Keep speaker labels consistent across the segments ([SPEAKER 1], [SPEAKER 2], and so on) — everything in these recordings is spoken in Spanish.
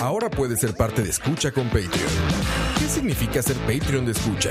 [SPEAKER 1] Ahora puedes ser parte de Escucha con Patreon. ¿Qué significa ser Patreon de Escucha?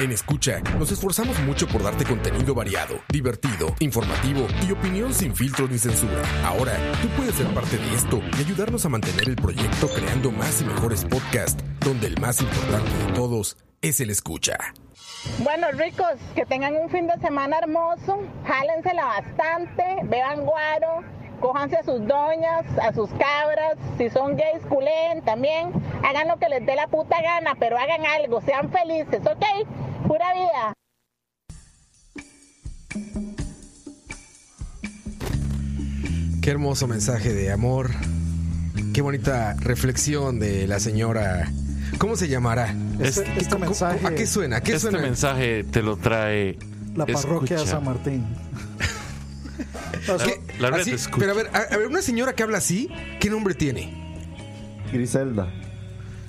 [SPEAKER 1] En escucha, nos esforzamos mucho por darte contenido variado, divertido, informativo y opinión sin filtros ni censura. Ahora, tú puedes ser parte de esto y ayudarnos a mantener el proyecto creando más y mejores podcasts, donde el más importante de todos es el escucha.
[SPEAKER 2] Bueno, ricos, que tengan un fin de semana hermoso, jálensela bastante, beban guaro, cójanse a sus doñas, a sus cabras, si son gays, culen también, hagan lo que les dé la puta gana, pero hagan algo, sean felices, ¿ok? Pura vida.
[SPEAKER 1] Qué hermoso mensaje de amor. Qué bonita reflexión de la señora. ¿Cómo se llamará?
[SPEAKER 3] Este-
[SPEAKER 1] ¿Qué-
[SPEAKER 3] este
[SPEAKER 1] cómo-
[SPEAKER 3] mensaje-
[SPEAKER 1] ¿A qué suena? ¿A qué
[SPEAKER 4] Este
[SPEAKER 1] suena?
[SPEAKER 4] mensaje te lo trae
[SPEAKER 3] La parroquia de
[SPEAKER 4] Escucha.
[SPEAKER 3] San Martín.
[SPEAKER 1] ¿Qué?
[SPEAKER 4] La red
[SPEAKER 1] Así-
[SPEAKER 4] escucha.
[SPEAKER 1] pero a ver, a- a ver, una señora que habla así, ¿qué nombre tiene?
[SPEAKER 5] Griselda,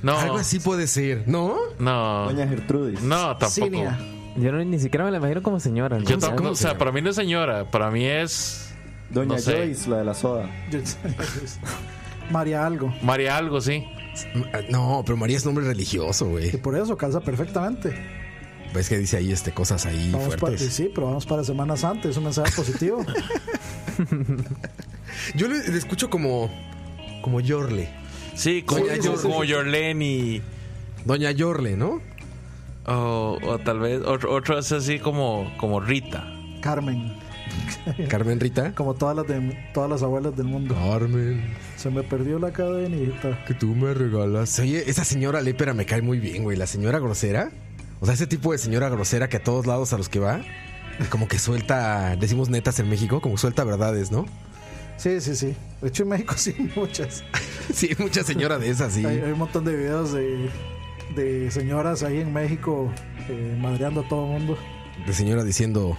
[SPEAKER 4] No,
[SPEAKER 1] Algo así puede ser, ¿no?
[SPEAKER 4] no,
[SPEAKER 5] Doña Gertrudis.
[SPEAKER 4] no, tampoco.
[SPEAKER 3] Cinia.
[SPEAKER 6] Yo no- ni siquiera me la imagino como señora. ¿no?
[SPEAKER 4] Yo
[SPEAKER 6] O sea,
[SPEAKER 4] tampoco,
[SPEAKER 1] cómo
[SPEAKER 4] o
[SPEAKER 1] se
[SPEAKER 4] sea,
[SPEAKER 1] llama?
[SPEAKER 4] para mí no es señora, para mí es
[SPEAKER 5] Doña
[SPEAKER 4] No sé.
[SPEAKER 5] Joyce, la de la soda.
[SPEAKER 3] María algo.
[SPEAKER 4] María algo, sí.
[SPEAKER 1] Ah, No, pero María es nombre religioso,
[SPEAKER 3] Y
[SPEAKER 1] güey.
[SPEAKER 3] por eso calza perfectamente.
[SPEAKER 1] Ves que dice ahí este cosas ahí
[SPEAKER 3] Vamos para,
[SPEAKER 1] fuertes.
[SPEAKER 3] sí, pero vamos para Semana Santa. Es un mensaje positivo.
[SPEAKER 1] Yo le, le escucho como como Yorle.
[SPEAKER 4] Sí, como,
[SPEAKER 1] Doña
[SPEAKER 4] como-
[SPEAKER 1] Yor-
[SPEAKER 4] como Yorleni.
[SPEAKER 1] Doña Yorle, ¿no?
[SPEAKER 4] O, o tal vez otro, otro es así como, como Rita.
[SPEAKER 3] Carmen.
[SPEAKER 1] Carmen Rita.
[SPEAKER 3] Como todas las, de, todas las abuelas del mundo.
[SPEAKER 1] Carmen,
[SPEAKER 3] Se me perdió la cadenita.
[SPEAKER 1] que tú me regalas. Oye, esa señora lépera me cae muy bien, güey. La señora grosera. O sea, ese tipo de señora grosera que a todos lados a los que va, como que suelta, decimos netas en México, como suelta verdades, ¿no?
[SPEAKER 3] Sí, sí, sí. De hecho, en México sí hay muchas.
[SPEAKER 1] Sí, mucha señora de esas, sí.
[SPEAKER 3] Hay, hay un montón de videos de, de señoras ahí en México eh, madreando a todo el mundo.
[SPEAKER 1] De señora diciendo.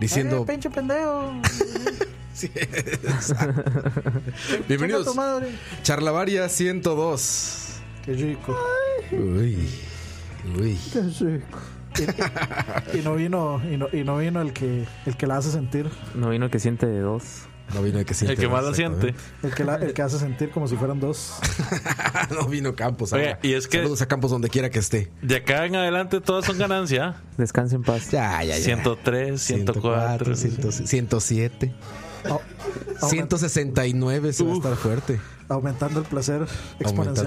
[SPEAKER 1] Diciendo.
[SPEAKER 3] ¡Eh, pinche pendejo!
[SPEAKER 1] Sí, exacto. Bienvenidos.
[SPEAKER 3] Chinga tu madre!
[SPEAKER 1] Charlavaria 102.
[SPEAKER 3] ¡Qué rico!
[SPEAKER 1] Uy. Uy.
[SPEAKER 3] Y no vino, y no, y no vino el que el que la hace sentir,
[SPEAKER 6] No vino que siente de dos.
[SPEAKER 1] No vino el que siente.
[SPEAKER 4] el que más la siente.
[SPEAKER 3] el que la- el que hace sentir como si fueran dos.
[SPEAKER 1] exactamente. no vino Campos.
[SPEAKER 4] Oye,
[SPEAKER 1] ahora.
[SPEAKER 4] y es que-
[SPEAKER 1] Saludos a Campos donde quiera que esté.
[SPEAKER 4] De acá en adelante todas son ganancia.
[SPEAKER 6] Descanse en paz.
[SPEAKER 1] Ya, ya, ya.
[SPEAKER 4] 103, 104.
[SPEAKER 1] 100, 107,
[SPEAKER 3] Au- aument-
[SPEAKER 1] 169. Eso va a estar fuerte.
[SPEAKER 3] aumentando el placer
[SPEAKER 1] Aumentando el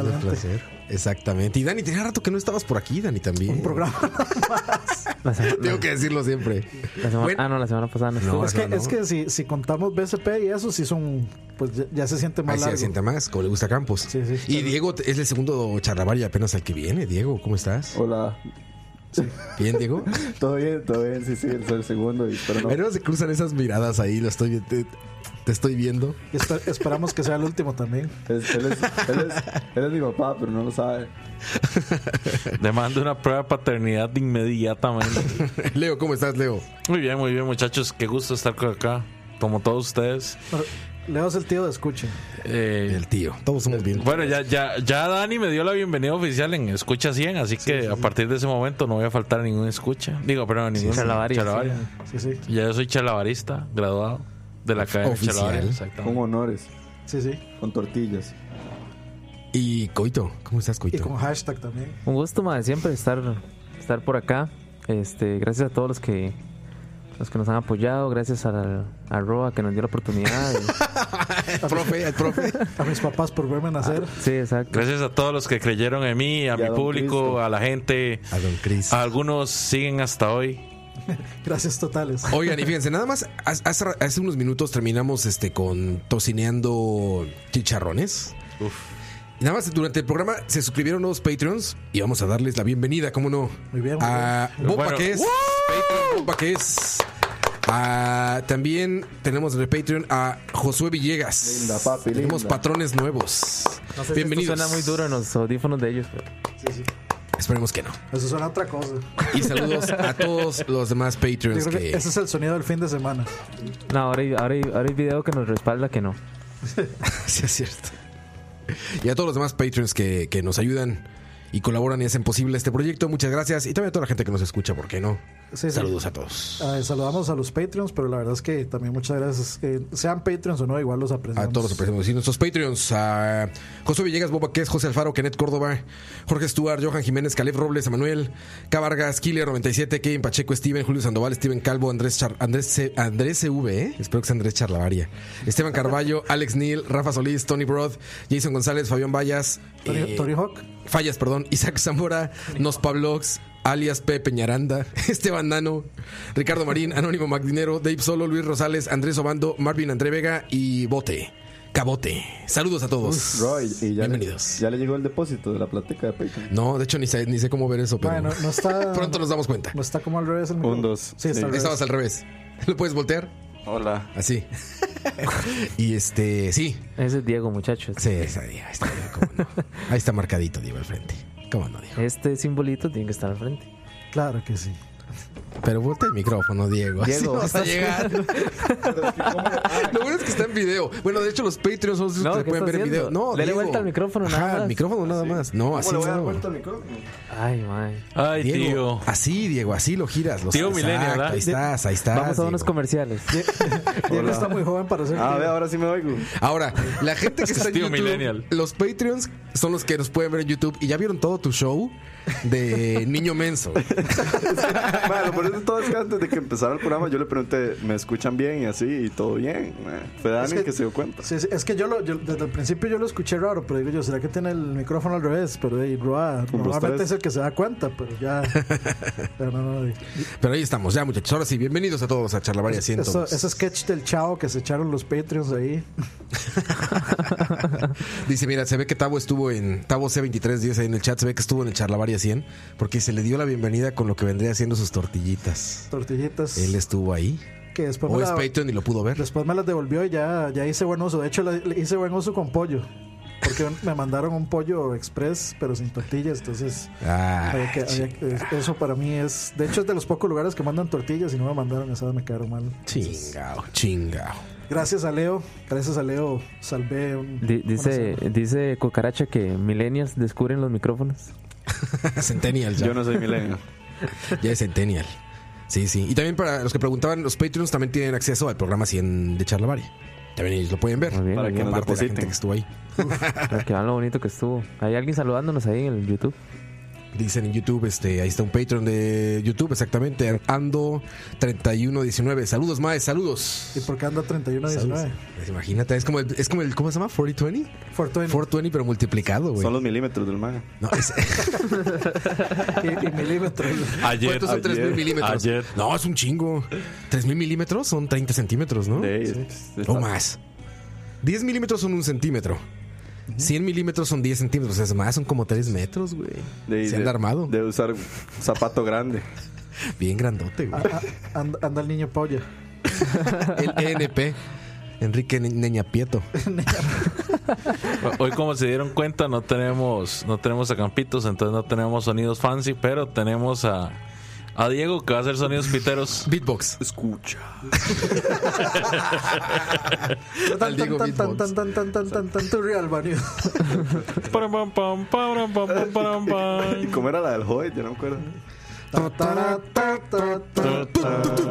[SPEAKER 3] exponencialmente.
[SPEAKER 1] placer. Exactamente. Y Dani, tenía rato que no estabas por aquí, Dani, también.
[SPEAKER 3] Un programa.
[SPEAKER 6] La sema-
[SPEAKER 1] Tengo que decirlo siempre.
[SPEAKER 6] la semana-
[SPEAKER 1] Bueno.
[SPEAKER 6] ah, no, la semana pasada no
[SPEAKER 1] No,
[SPEAKER 6] estuvo.
[SPEAKER 3] es, que,
[SPEAKER 1] no.
[SPEAKER 3] es que si, si contamos BCP y eso, sí son. Pues ya, ya se siente
[SPEAKER 1] Ahí
[SPEAKER 3] más
[SPEAKER 1] se
[SPEAKER 3] largo.
[SPEAKER 1] sienta más, como le gusta a Campos.
[SPEAKER 3] Sí, sí.
[SPEAKER 1] Y Diego es el segundo charlaval y apenas al que viene. Diego, ¿cómo
[SPEAKER 3] Oh.
[SPEAKER 1] estás?
[SPEAKER 5] Hola.
[SPEAKER 1] Bien, Diego.
[SPEAKER 5] Todo bien, todo bien, sí, sí, el segundo. y- pero no.
[SPEAKER 1] Pero se cruzan esas miradas ahí, lo estoy te, te estoy viendo.
[SPEAKER 3] Y esper- esperamos que sea el último también.
[SPEAKER 5] Es- él, es, él es- él es mi papá, pero no lo sabe.
[SPEAKER 4] Demanda una prueba de paternidad inmediatamente.
[SPEAKER 1] Leo, ¿cómo estás, Leo?
[SPEAKER 4] Muy bien, muy bien, muchachos. Qué gusto estar por acá. Como todos ustedes.
[SPEAKER 3] Leo es el tío de escuche.
[SPEAKER 4] Eh,
[SPEAKER 1] El tío. Todos somos bien.
[SPEAKER 4] Bueno, ya, ya, ya Dani me dio la bienvenida oficial en Escucha 100, así que a partir de ese momento no voy a faltar a ningún escucha. Digo, pero ningún
[SPEAKER 6] Chalabaria,
[SPEAKER 4] chalabaria.
[SPEAKER 3] Sí, sí.
[SPEAKER 4] Ya yo soy chalabarista, graduado de la Academia
[SPEAKER 1] Oficial.
[SPEAKER 4] Chalabaria.
[SPEAKER 5] Con
[SPEAKER 4] exactamente.
[SPEAKER 5] honores,
[SPEAKER 3] Sí, sí.
[SPEAKER 5] con tortillas.
[SPEAKER 1] Y Coito, ¿cómo estás,
[SPEAKER 3] Y
[SPEAKER 1] Coito?
[SPEAKER 3] con hashtag también.
[SPEAKER 6] Un gusto, madre, siempre estar, estar por acá. Este, gracias a todos los que los que nos han apoyado, gracias a, a Roa que nos dio la oportunidad.
[SPEAKER 1] El profe, el profe.
[SPEAKER 3] A mis papás por verme nacer.
[SPEAKER 6] sí, exacto.
[SPEAKER 4] Gracias a todos los que creyeron en mí, a,
[SPEAKER 5] Y
[SPEAKER 4] mi
[SPEAKER 5] a don
[SPEAKER 4] público,
[SPEAKER 5] Cristo.
[SPEAKER 4] a la gente.
[SPEAKER 1] A don Cris.
[SPEAKER 4] A algunos siguen hasta hoy.
[SPEAKER 3] Gracias totales.
[SPEAKER 1] Oigan, y fíjense, nada más, hace, hace- hace unos minutos terminamos este con tocineando chicharrones. Y nada más durante el programa se suscribieron nuevos Patreons y vamos a darles la bienvenida, ¿cómo no?
[SPEAKER 3] Muy bien, muy
[SPEAKER 1] A Ah,
[SPEAKER 4] bien.
[SPEAKER 1] Bomba
[SPEAKER 4] Bueno,
[SPEAKER 1] que es.
[SPEAKER 4] ¡woo!
[SPEAKER 1] Patreon Bomba que es. A- también tenemos de Patreon a Josué Villegas.
[SPEAKER 5] Linda, papi,
[SPEAKER 1] tenemos
[SPEAKER 5] linda.
[SPEAKER 1] patrones nuevos.
[SPEAKER 6] No sé si esto
[SPEAKER 1] Bienvenidos.
[SPEAKER 6] suena muy duro en los audífonos de ellos. pero-
[SPEAKER 1] Esperemos que no.
[SPEAKER 3] Eso suena a otra cosa.
[SPEAKER 1] Y saludos a todos los demás
[SPEAKER 3] Yo
[SPEAKER 1] Patreons
[SPEAKER 3] creo que
[SPEAKER 1] que.
[SPEAKER 3] ese es el sonido del fin de semana.
[SPEAKER 6] No, ahora hay, ahora, hay, ahora hay video que nos respalda que no.
[SPEAKER 1] Sí, es cierto. Y a todos los demás Patreons que, que nos ayudan y colaboran y hacen posible este proyecto. Muchas gracias. Y también a toda la gente que nos escucha, ¿por qué no?
[SPEAKER 3] Sí, sí.
[SPEAKER 1] Saludos a todos.
[SPEAKER 3] Ah, saludamos a los Patreons, pero la verdad es que también muchas gracias. Eh, sean Patreons o no, igual los
[SPEAKER 1] A
[SPEAKER 3] apreciamos.
[SPEAKER 1] todos los apreciamos. Y nuestros Patreons, a José Villegas, Boba Quez, José Alfaro, Kenneth Córdoba, Jorge Stuart, Johan Jiménez, Caleb Robles, Emanuel, K. Vargas, Killer 97, Kevin Pacheco, Steven, Julio Sandoval, Steven Calvo, Andrés Char- Andrés, C- Andrés CV, ¿eh? espero que sea Andrés Charlavaria, Esteban Carballo, Alex Neal, Rafa Solís, Tony Broad, Jason González, Fabián Vallas,
[SPEAKER 3] Tony,
[SPEAKER 1] eh,
[SPEAKER 3] Tony Hawk,
[SPEAKER 1] Fallas, perdón. Isaac Zamora, Nos Pablox, alias P. Peñaranda, Esteban Nano, Ricardo Marín, Anónimo Magdinero, Dave Solo, Luis Rosales, Andrés Obando, Marvin André Vega y Bote. Cabote. Saludos a todos.
[SPEAKER 5] Roy, y ya,
[SPEAKER 1] Bienvenidos.
[SPEAKER 5] Le, ya le llegó el depósito de la plateca de Patreon.
[SPEAKER 1] No, de hecho ni sé, ni sé cómo ver eso, pero
[SPEAKER 3] Bueno, no está-
[SPEAKER 1] pronto nos damos cuenta.
[SPEAKER 3] no está como al revés. El
[SPEAKER 5] Un,
[SPEAKER 3] micrófono?
[SPEAKER 5] dos.
[SPEAKER 3] Sí, está
[SPEAKER 5] Sí.
[SPEAKER 3] al revés.
[SPEAKER 1] Estabas al revés. ¿Lo puedes voltear?
[SPEAKER 5] Hola.
[SPEAKER 1] Así. y este, sí.
[SPEAKER 6] Ese es Diego, muchachos.
[SPEAKER 1] Sí, esa- ahí está, cómo no. Ahí está marcadito, Diego, al frente. Cómo no, Diego.
[SPEAKER 6] Este simbolito tiene que estar al frente.
[SPEAKER 3] Claro que sí.
[SPEAKER 1] Pero voltea el micrófono, Diego. Así
[SPEAKER 6] Diego,
[SPEAKER 1] no vas a llegar. Lo bueno es que está en video. Bueno, de hecho, los Patreons son los
[SPEAKER 6] No,
[SPEAKER 1] que
[SPEAKER 6] ¿qué
[SPEAKER 1] pueden ver
[SPEAKER 6] estás
[SPEAKER 1] en video.
[SPEAKER 6] haciendo?
[SPEAKER 1] No,
[SPEAKER 6] Dele
[SPEAKER 1] Diego.
[SPEAKER 6] vuelta al micrófono nada
[SPEAKER 1] Ajá, al
[SPEAKER 6] más.
[SPEAKER 1] micrófono nada más. No, así
[SPEAKER 5] ¿Cómo le voy a dar
[SPEAKER 1] no.
[SPEAKER 5] vuelta al micrófono?
[SPEAKER 6] Ay, madre.
[SPEAKER 4] Ay,
[SPEAKER 1] Diego,
[SPEAKER 4] tío.
[SPEAKER 1] así, Diego, así lo giras. Lo
[SPEAKER 4] Tío
[SPEAKER 1] Exacto,
[SPEAKER 4] Milenio, ¿verdad?
[SPEAKER 1] Ahí estás, ahí estás.
[SPEAKER 6] Vamos a unos
[SPEAKER 1] Diego.
[SPEAKER 6] comerciales.
[SPEAKER 3] Diego está muy joven para ser.
[SPEAKER 5] Ah, ve, ahora sí me oigo.
[SPEAKER 1] Ahora, la gente que
[SPEAKER 4] Es
[SPEAKER 1] está en
[SPEAKER 4] tío
[SPEAKER 1] YouTube,
[SPEAKER 4] millennial.
[SPEAKER 1] los Patreons son los que nos pueden ver en YouTube. Y ya vieron todo tu show de Niño Menso.
[SPEAKER 5] Bueno, por eso todo es que antes de que empezara el programa yo le pregunté, ¿me escuchan bien? Y así, y todo bien. ma. Fue Dani
[SPEAKER 3] Es
[SPEAKER 5] que... se dio cuenta.
[SPEAKER 3] Sí, sí, es que yo, lo, yo- desde el principio yo lo escuché raro, pero digo yo, ¿será que tiene el micrófono al revés? Pero hey, Roa,
[SPEAKER 5] los
[SPEAKER 3] normalmente
[SPEAKER 5] tres.
[SPEAKER 3] es el que se da cuenta, pero ya. pero no, no, no.
[SPEAKER 1] Pero ahí estamos, ya, muchachos. Ahora sí, bienvenidos a todos a Charlavaria
[SPEAKER 3] Eso,
[SPEAKER 1] 102.
[SPEAKER 3] ese sketch del chavo que se echaron los Patreons ahí.
[SPEAKER 1] Dice, mira, se ve que Tavo estuvo en Tavo C2310 ahí en el chat, se ve que estuvo en el Charlavaria 100 porque se le dio la bienvenida con lo que vendría haciendo sus tortillitas.
[SPEAKER 3] Tortillitas.
[SPEAKER 1] Él estuvo ahí.
[SPEAKER 3] que después
[SPEAKER 1] O
[SPEAKER 3] me,
[SPEAKER 1] es
[SPEAKER 3] Pues la-
[SPEAKER 1] Patreon y lo pudo ver.
[SPEAKER 3] después me las devolvió y ya, ya hice buen uso. De hecho, la- le hice buen uso con pollo. Porque me mandaron un pollo express, pero sin tortillas. Entonces,
[SPEAKER 1] Ah,
[SPEAKER 3] había que- había que- eso para mí es. De hecho, es de los pocos lugares que mandan tortillas y no me mandaron esas, me quedaron mal.
[SPEAKER 1] chingao, chingao.
[SPEAKER 3] Gracias a Leo, gracias a Leo, salvé un.
[SPEAKER 6] Di- dice, dice Cucaracha que millennials descubren los micrófonos.
[SPEAKER 1] Centennial ya.
[SPEAKER 5] Yo no soy milenio.
[SPEAKER 1] Ya es Centennial. Sí, sí. Y también para los que preguntaban, los Patreons también tienen acceso al programa 100 de Charlavaria. También ellos lo pueden ver.
[SPEAKER 6] Muy bien,
[SPEAKER 5] Para
[SPEAKER 6] muy
[SPEAKER 5] que
[SPEAKER 6] bien.
[SPEAKER 5] nos
[SPEAKER 1] Aparte de la gente que
[SPEAKER 5] depositen.
[SPEAKER 1] estuvo ahí.
[SPEAKER 6] Para que vean lo bonito que estuvo. Hay alguien saludándonos ahí en el YouTube.
[SPEAKER 1] Dicen en YouTube, este, ahí está un Patreon de YouTube, exactamente. Ando 3119. Saludos, Mae, saludos.
[SPEAKER 3] ¿Y por qué anda 31-19?
[SPEAKER 1] Pues imagínate, es como el, es como el ¿cómo se llama? 4020?
[SPEAKER 3] 420.
[SPEAKER 1] 420 pero multiplicado, güey.
[SPEAKER 5] Son los milímetros del mago.
[SPEAKER 1] No, es,
[SPEAKER 3] Y, y milímetros.
[SPEAKER 4] Ayer,
[SPEAKER 1] ¿Cuántos son 3000 milímetros?
[SPEAKER 4] ayer.
[SPEAKER 1] No, es un chingo. 3000 milímetros son 30 centímetros, ¿no?
[SPEAKER 5] De ahí, es- es-
[SPEAKER 1] O más. 10 milímetros son un centímetro. 100 milímetros son 10 centímetros. Es más, son como 3 metros, güey.
[SPEAKER 5] de ahí,
[SPEAKER 1] Se han
[SPEAKER 5] de-
[SPEAKER 1] armado.
[SPEAKER 5] De usar zapato grande.
[SPEAKER 1] Bien grandote, güey.
[SPEAKER 3] A- a- anda, anda el niño polla.
[SPEAKER 1] El ENP. Enrique Ne- Neña Prieto.
[SPEAKER 4] Hoy como se dieron cuenta no tenemos no tenemos a Campitos, entonces no tenemos sonidos fancy, pero tenemos a, a Diego que va a hacer sonidos piteros.
[SPEAKER 1] Beatbox.
[SPEAKER 5] Escucha.
[SPEAKER 1] Al Diego
[SPEAKER 3] tan, tan,
[SPEAKER 1] Beatbox.
[SPEAKER 3] tan, tan, tan, tan, tan, tan, tu real, Mario.
[SPEAKER 4] Param, pam, pam, param, pam, pam, param, pam.
[SPEAKER 5] ¿Y cómo era la del Hobbit? Yo no me acuerdo.
[SPEAKER 3] Ta, ta, ta, ta, ta.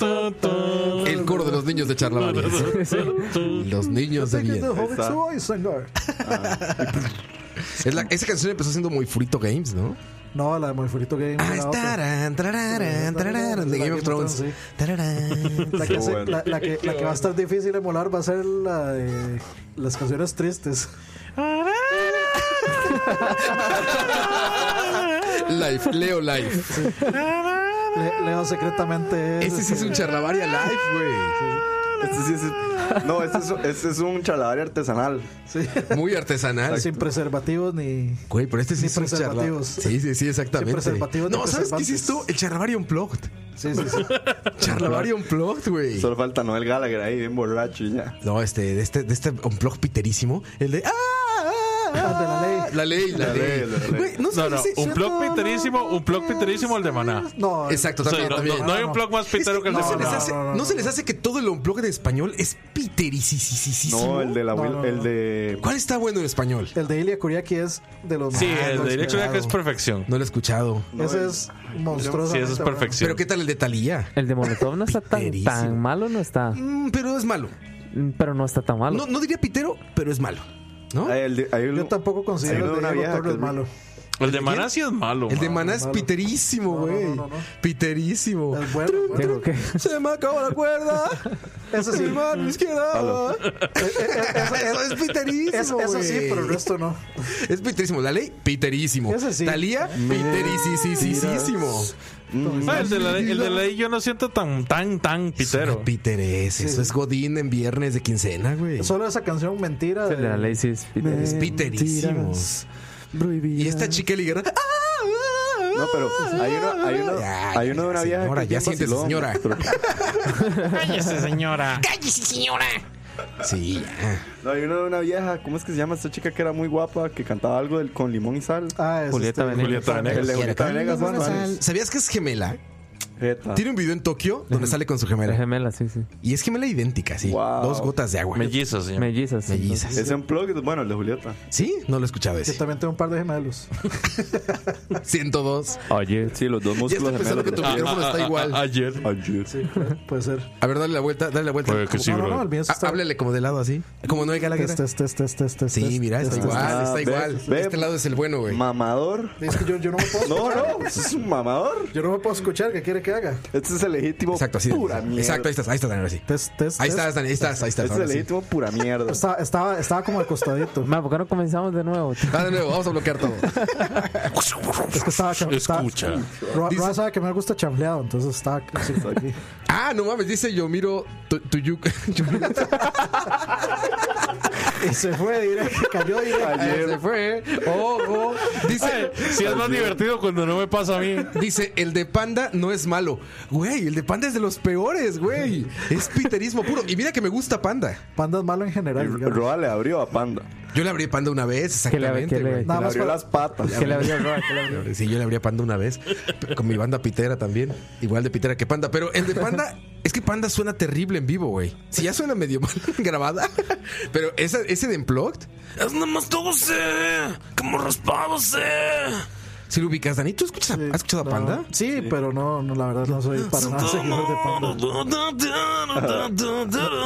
[SPEAKER 1] El coro de los niños de Charlavaria. Los niños de
[SPEAKER 3] Take it
[SPEAKER 1] bien.
[SPEAKER 3] to Hobbit's
[SPEAKER 5] Está.
[SPEAKER 3] Boy, señor.
[SPEAKER 1] Es la- esa canción empezó siendo muy Frito Games, ¿no?
[SPEAKER 3] No, la de Morfurito Game.
[SPEAKER 1] Ah,
[SPEAKER 3] era
[SPEAKER 1] es
[SPEAKER 3] otra.
[SPEAKER 1] tararán, tararán, tararán, de Game of Thrones.
[SPEAKER 3] Sí.
[SPEAKER 1] Tararán.
[SPEAKER 3] La que,
[SPEAKER 5] Qué
[SPEAKER 3] se-
[SPEAKER 5] bueno.
[SPEAKER 3] la- la que- la que va a estar difícil emular va a ser la de las canciones tristes.
[SPEAKER 1] Live, Leo Live.
[SPEAKER 3] Le- Leo secretamente
[SPEAKER 1] Ese sí es un
[SPEAKER 3] este,
[SPEAKER 1] Charlavaria Live, güey.
[SPEAKER 5] Este sí es- no, este es, este es un chalabar artesanal.
[SPEAKER 1] Muy artesanal.
[SPEAKER 3] sin preservativos ni.
[SPEAKER 1] Güey, pero este sí
[SPEAKER 3] Ni
[SPEAKER 1] es un charla...
[SPEAKER 3] preservativos.
[SPEAKER 1] Sí, sí, sí, exactamente.
[SPEAKER 3] Sin preservativos ni
[SPEAKER 1] no, ¿sabes qué es
[SPEAKER 3] preservantes.
[SPEAKER 1] esto? El Charlavaria Unplugged.
[SPEAKER 3] Sí, sí, sí.
[SPEAKER 1] Charlavaria Unplugged, güey.
[SPEAKER 5] Solo falta Noel Gallagher ahí, bien borracho y ya.
[SPEAKER 1] No, este, de este, de este Unplugged piterísimo. El de. ¡Ah! ah, ah,
[SPEAKER 3] Ah, de la ley.
[SPEAKER 1] la ley, la,
[SPEAKER 5] La
[SPEAKER 1] ley.
[SPEAKER 5] ley, la ley.
[SPEAKER 1] Güey, no, sé
[SPEAKER 4] No, no,
[SPEAKER 1] si-
[SPEAKER 4] un
[SPEAKER 1] yo
[SPEAKER 4] plug
[SPEAKER 1] todo lo
[SPEAKER 4] piterísimo, un plug
[SPEAKER 1] que
[SPEAKER 4] piterísimo el de Maná.
[SPEAKER 1] ustedes-
[SPEAKER 3] No,
[SPEAKER 1] Exacto,
[SPEAKER 4] O sea,
[SPEAKER 1] también,
[SPEAKER 4] no,
[SPEAKER 1] también.
[SPEAKER 4] no- no hay un plug más pitero que el de
[SPEAKER 1] no, se les
[SPEAKER 4] Maná.
[SPEAKER 1] hace,
[SPEAKER 3] no, no,
[SPEAKER 1] no
[SPEAKER 3] no.
[SPEAKER 1] se les hace que todo el unplug de español es pitericísimo.
[SPEAKER 5] No, el de la
[SPEAKER 3] No,
[SPEAKER 5] abuel-
[SPEAKER 3] no, no.
[SPEAKER 5] el de
[SPEAKER 1] ¿Cuál está bueno en español?
[SPEAKER 3] El de Ilya Kuriaki es de los
[SPEAKER 4] Sí,
[SPEAKER 1] Ah,
[SPEAKER 3] más
[SPEAKER 4] el de Direction
[SPEAKER 3] esperados.
[SPEAKER 4] Jack es perfección.
[SPEAKER 1] No lo he escuchado.
[SPEAKER 3] Ese es monstruoso.
[SPEAKER 4] Sí, eso es perfección.
[SPEAKER 1] Pero ¿qué tal el de Talía?
[SPEAKER 6] El de Molotov no está tan,
[SPEAKER 1] Piterísimo.
[SPEAKER 6] tan malo, no está.
[SPEAKER 1] pero es malo.
[SPEAKER 6] Mm, Pero no está tan malo.
[SPEAKER 1] No, no diría pitero, pero es malo. ¿No?
[SPEAKER 5] Ah, el de- hay un-
[SPEAKER 3] Yo tampoco
[SPEAKER 5] hay
[SPEAKER 3] considero
[SPEAKER 5] uno
[SPEAKER 3] el
[SPEAKER 5] de
[SPEAKER 3] de
[SPEAKER 5] una
[SPEAKER 3] Diego
[SPEAKER 5] vieja que
[SPEAKER 3] Torres
[SPEAKER 5] es-
[SPEAKER 3] malo.
[SPEAKER 4] El de Maná sí es malo.
[SPEAKER 1] el de
[SPEAKER 4] man.
[SPEAKER 1] Maná es
[SPEAKER 3] malo.
[SPEAKER 1] piterísimo,
[SPEAKER 3] No, no,
[SPEAKER 1] güey.
[SPEAKER 3] no, no, no.
[SPEAKER 1] Piterísimo.
[SPEAKER 3] Es bueno,
[SPEAKER 1] Tru,
[SPEAKER 3] bueno.
[SPEAKER 1] tru. Se me acabó la cuerda.
[SPEAKER 3] Ese sí. e,
[SPEAKER 1] Mi mano izquierda. Eso, es
[SPEAKER 3] Eso,
[SPEAKER 1] piterísimo.
[SPEAKER 3] eso sí,
[SPEAKER 1] güey.
[SPEAKER 3] pero el resto no.
[SPEAKER 1] Es piterísimo. La ley, piterísimo.
[SPEAKER 3] Ese sí.
[SPEAKER 1] Talía, piterísimo.
[SPEAKER 4] Ah, el, de la, ley- el de la ley yo no siento tan, tan, tan pitero.
[SPEAKER 1] Piteres. Eso es Godín en viernes de quincena, güey.
[SPEAKER 3] Solo esa canción mentira.
[SPEAKER 6] El de la
[SPEAKER 3] de-
[SPEAKER 6] ley sí es piterísimo.
[SPEAKER 1] Es piterísimo. Y esta chica ligera.
[SPEAKER 5] No, pero hay uno, hay uno,
[SPEAKER 1] Ya,
[SPEAKER 5] hay uno de una vieja.
[SPEAKER 1] señora,
[SPEAKER 5] que
[SPEAKER 1] ya
[SPEAKER 5] es bien
[SPEAKER 1] siéntese,
[SPEAKER 5] vacilón,
[SPEAKER 1] señora.
[SPEAKER 5] pero-
[SPEAKER 4] Cállese, señora.
[SPEAKER 1] Sí, ya.
[SPEAKER 5] no, hay uno de una vieja. ¿Cómo es que se llama esta chica que era muy guapa, que cantaba algo del- con limón y sal?
[SPEAKER 3] Ah, es
[SPEAKER 6] Julieta
[SPEAKER 3] este-
[SPEAKER 6] Venegas.
[SPEAKER 4] Julieta
[SPEAKER 5] El de
[SPEAKER 4] Venegas.
[SPEAKER 5] Julieta Venegas,
[SPEAKER 1] Buena
[SPEAKER 5] ¿no?
[SPEAKER 1] sal. ¿Sabías que es gemela?
[SPEAKER 3] Ah.
[SPEAKER 5] Jeta.
[SPEAKER 1] Tiene un video en Tokio donde sale con su
[SPEAKER 6] Es
[SPEAKER 1] gemela.
[SPEAKER 6] gemela, sí, sí.
[SPEAKER 1] Y es gemela idéntica, sí.
[SPEAKER 5] Wow.
[SPEAKER 1] Dos gotas de agua.
[SPEAKER 4] Melliza, señor. Ah,
[SPEAKER 6] Mellizas.
[SPEAKER 1] Mellizas.
[SPEAKER 5] Ese unplug, bueno, el de Julieta.
[SPEAKER 1] Sí, no lo he escuchado
[SPEAKER 3] Yo
[SPEAKER 1] ese.
[SPEAKER 3] también tengo un par de gemelos.
[SPEAKER 1] 102.
[SPEAKER 6] Oye,
[SPEAKER 5] Sí, los dos
[SPEAKER 1] músculos estoy pensando gemelos que de- tu micrófono está igual.
[SPEAKER 4] ah, ayer.
[SPEAKER 3] Sí, puede, puede ser.
[SPEAKER 1] A ver, dale la vuelta, dale la vuelta.
[SPEAKER 4] Puede Pues
[SPEAKER 1] Como-
[SPEAKER 4] que sí,
[SPEAKER 3] no, no,
[SPEAKER 4] bro.
[SPEAKER 3] no, el mío
[SPEAKER 1] Ah, Este,
[SPEAKER 3] este sí está.
[SPEAKER 1] háblale como de lado así. Como no hay
[SPEAKER 3] Test,
[SPEAKER 1] Gallagher.
[SPEAKER 3] test, test, test, test, test,
[SPEAKER 1] Sí,
[SPEAKER 3] test,
[SPEAKER 1] mira, está
[SPEAKER 3] test, test.
[SPEAKER 1] igual,
[SPEAKER 5] Ah,
[SPEAKER 1] está
[SPEAKER 5] ve,
[SPEAKER 1] igual.
[SPEAKER 5] ve.
[SPEAKER 1] Este lado es el bueno, güey.
[SPEAKER 5] Mamador.
[SPEAKER 3] Es que yo, yo no me puedo
[SPEAKER 5] No, no, ese es un mamador.
[SPEAKER 3] Yo no me puedo escuchar. ¿Qué quiere que haga?
[SPEAKER 5] Este es el legítimo
[SPEAKER 1] Exacto, así.
[SPEAKER 5] pura mierda.
[SPEAKER 1] Exacto, ahí estás, ahí estás, Daniel, así.
[SPEAKER 3] Test, test,
[SPEAKER 1] Ahí
[SPEAKER 3] test.
[SPEAKER 1] estás, Daniel, ahí estás, ahí estás.
[SPEAKER 5] Este es
[SPEAKER 1] ahora
[SPEAKER 5] el
[SPEAKER 1] sí.
[SPEAKER 5] legítimo pura mierda.
[SPEAKER 3] Estaba, estaba, estaba como al costadito.
[SPEAKER 6] Ma, ¿por qué no comenzamos de nuevo?
[SPEAKER 1] Ah, de nuevo, vamos a bloquear todo.
[SPEAKER 3] Es que estaba chan- estaba-
[SPEAKER 4] Escucha.
[SPEAKER 3] Roa,
[SPEAKER 1] Dice-
[SPEAKER 3] Roa sabe que me gusta chambleado, entonces estaba así por aquí.
[SPEAKER 1] Ah, no mames, dice yo miro tu, tu yu- Yumiro-
[SPEAKER 3] Y se fue directo, cayó directo.
[SPEAKER 1] Ayer se fue. Ojo. Dice,
[SPEAKER 4] Sí, es más divertido cuando no me pasa a mí.
[SPEAKER 1] dice, el de panda no es malo. Güey, el de panda es de los peores, güey. Es piterismo puro. Y mira que me gusta panda.
[SPEAKER 3] Panda es malo en
[SPEAKER 5] Y
[SPEAKER 3] general. digamos.
[SPEAKER 5] Roa le abrió a Panda.
[SPEAKER 1] Yo le abrí panda una vez,
[SPEAKER 6] ¿Qué le-
[SPEAKER 1] exactamente,
[SPEAKER 6] qué le-
[SPEAKER 1] güey.
[SPEAKER 3] Nada
[SPEAKER 5] Le
[SPEAKER 3] más
[SPEAKER 5] abrió
[SPEAKER 3] para-
[SPEAKER 5] las patas.
[SPEAKER 6] ¿Qué le abrió el rock? ¿Qué le abrió?
[SPEAKER 1] Sí, yo le abría Panda una vez con mi banda pitera también, igual de pitera que Panda, pero el de Panda es que Panda suena terrible en vivo, güey. Si ya suena medio mal grabada, pero esa, ese de Unplugged es nada más todo se ve como raspado se. Si lo ubicas, Dani, ¿tú escuchas,
[SPEAKER 3] Sí,
[SPEAKER 1] has escuchado a
[SPEAKER 3] no.
[SPEAKER 1] Panda?
[SPEAKER 3] Sí, pero no, no, la verdad no soy para nada seguidor Ah, de Panda.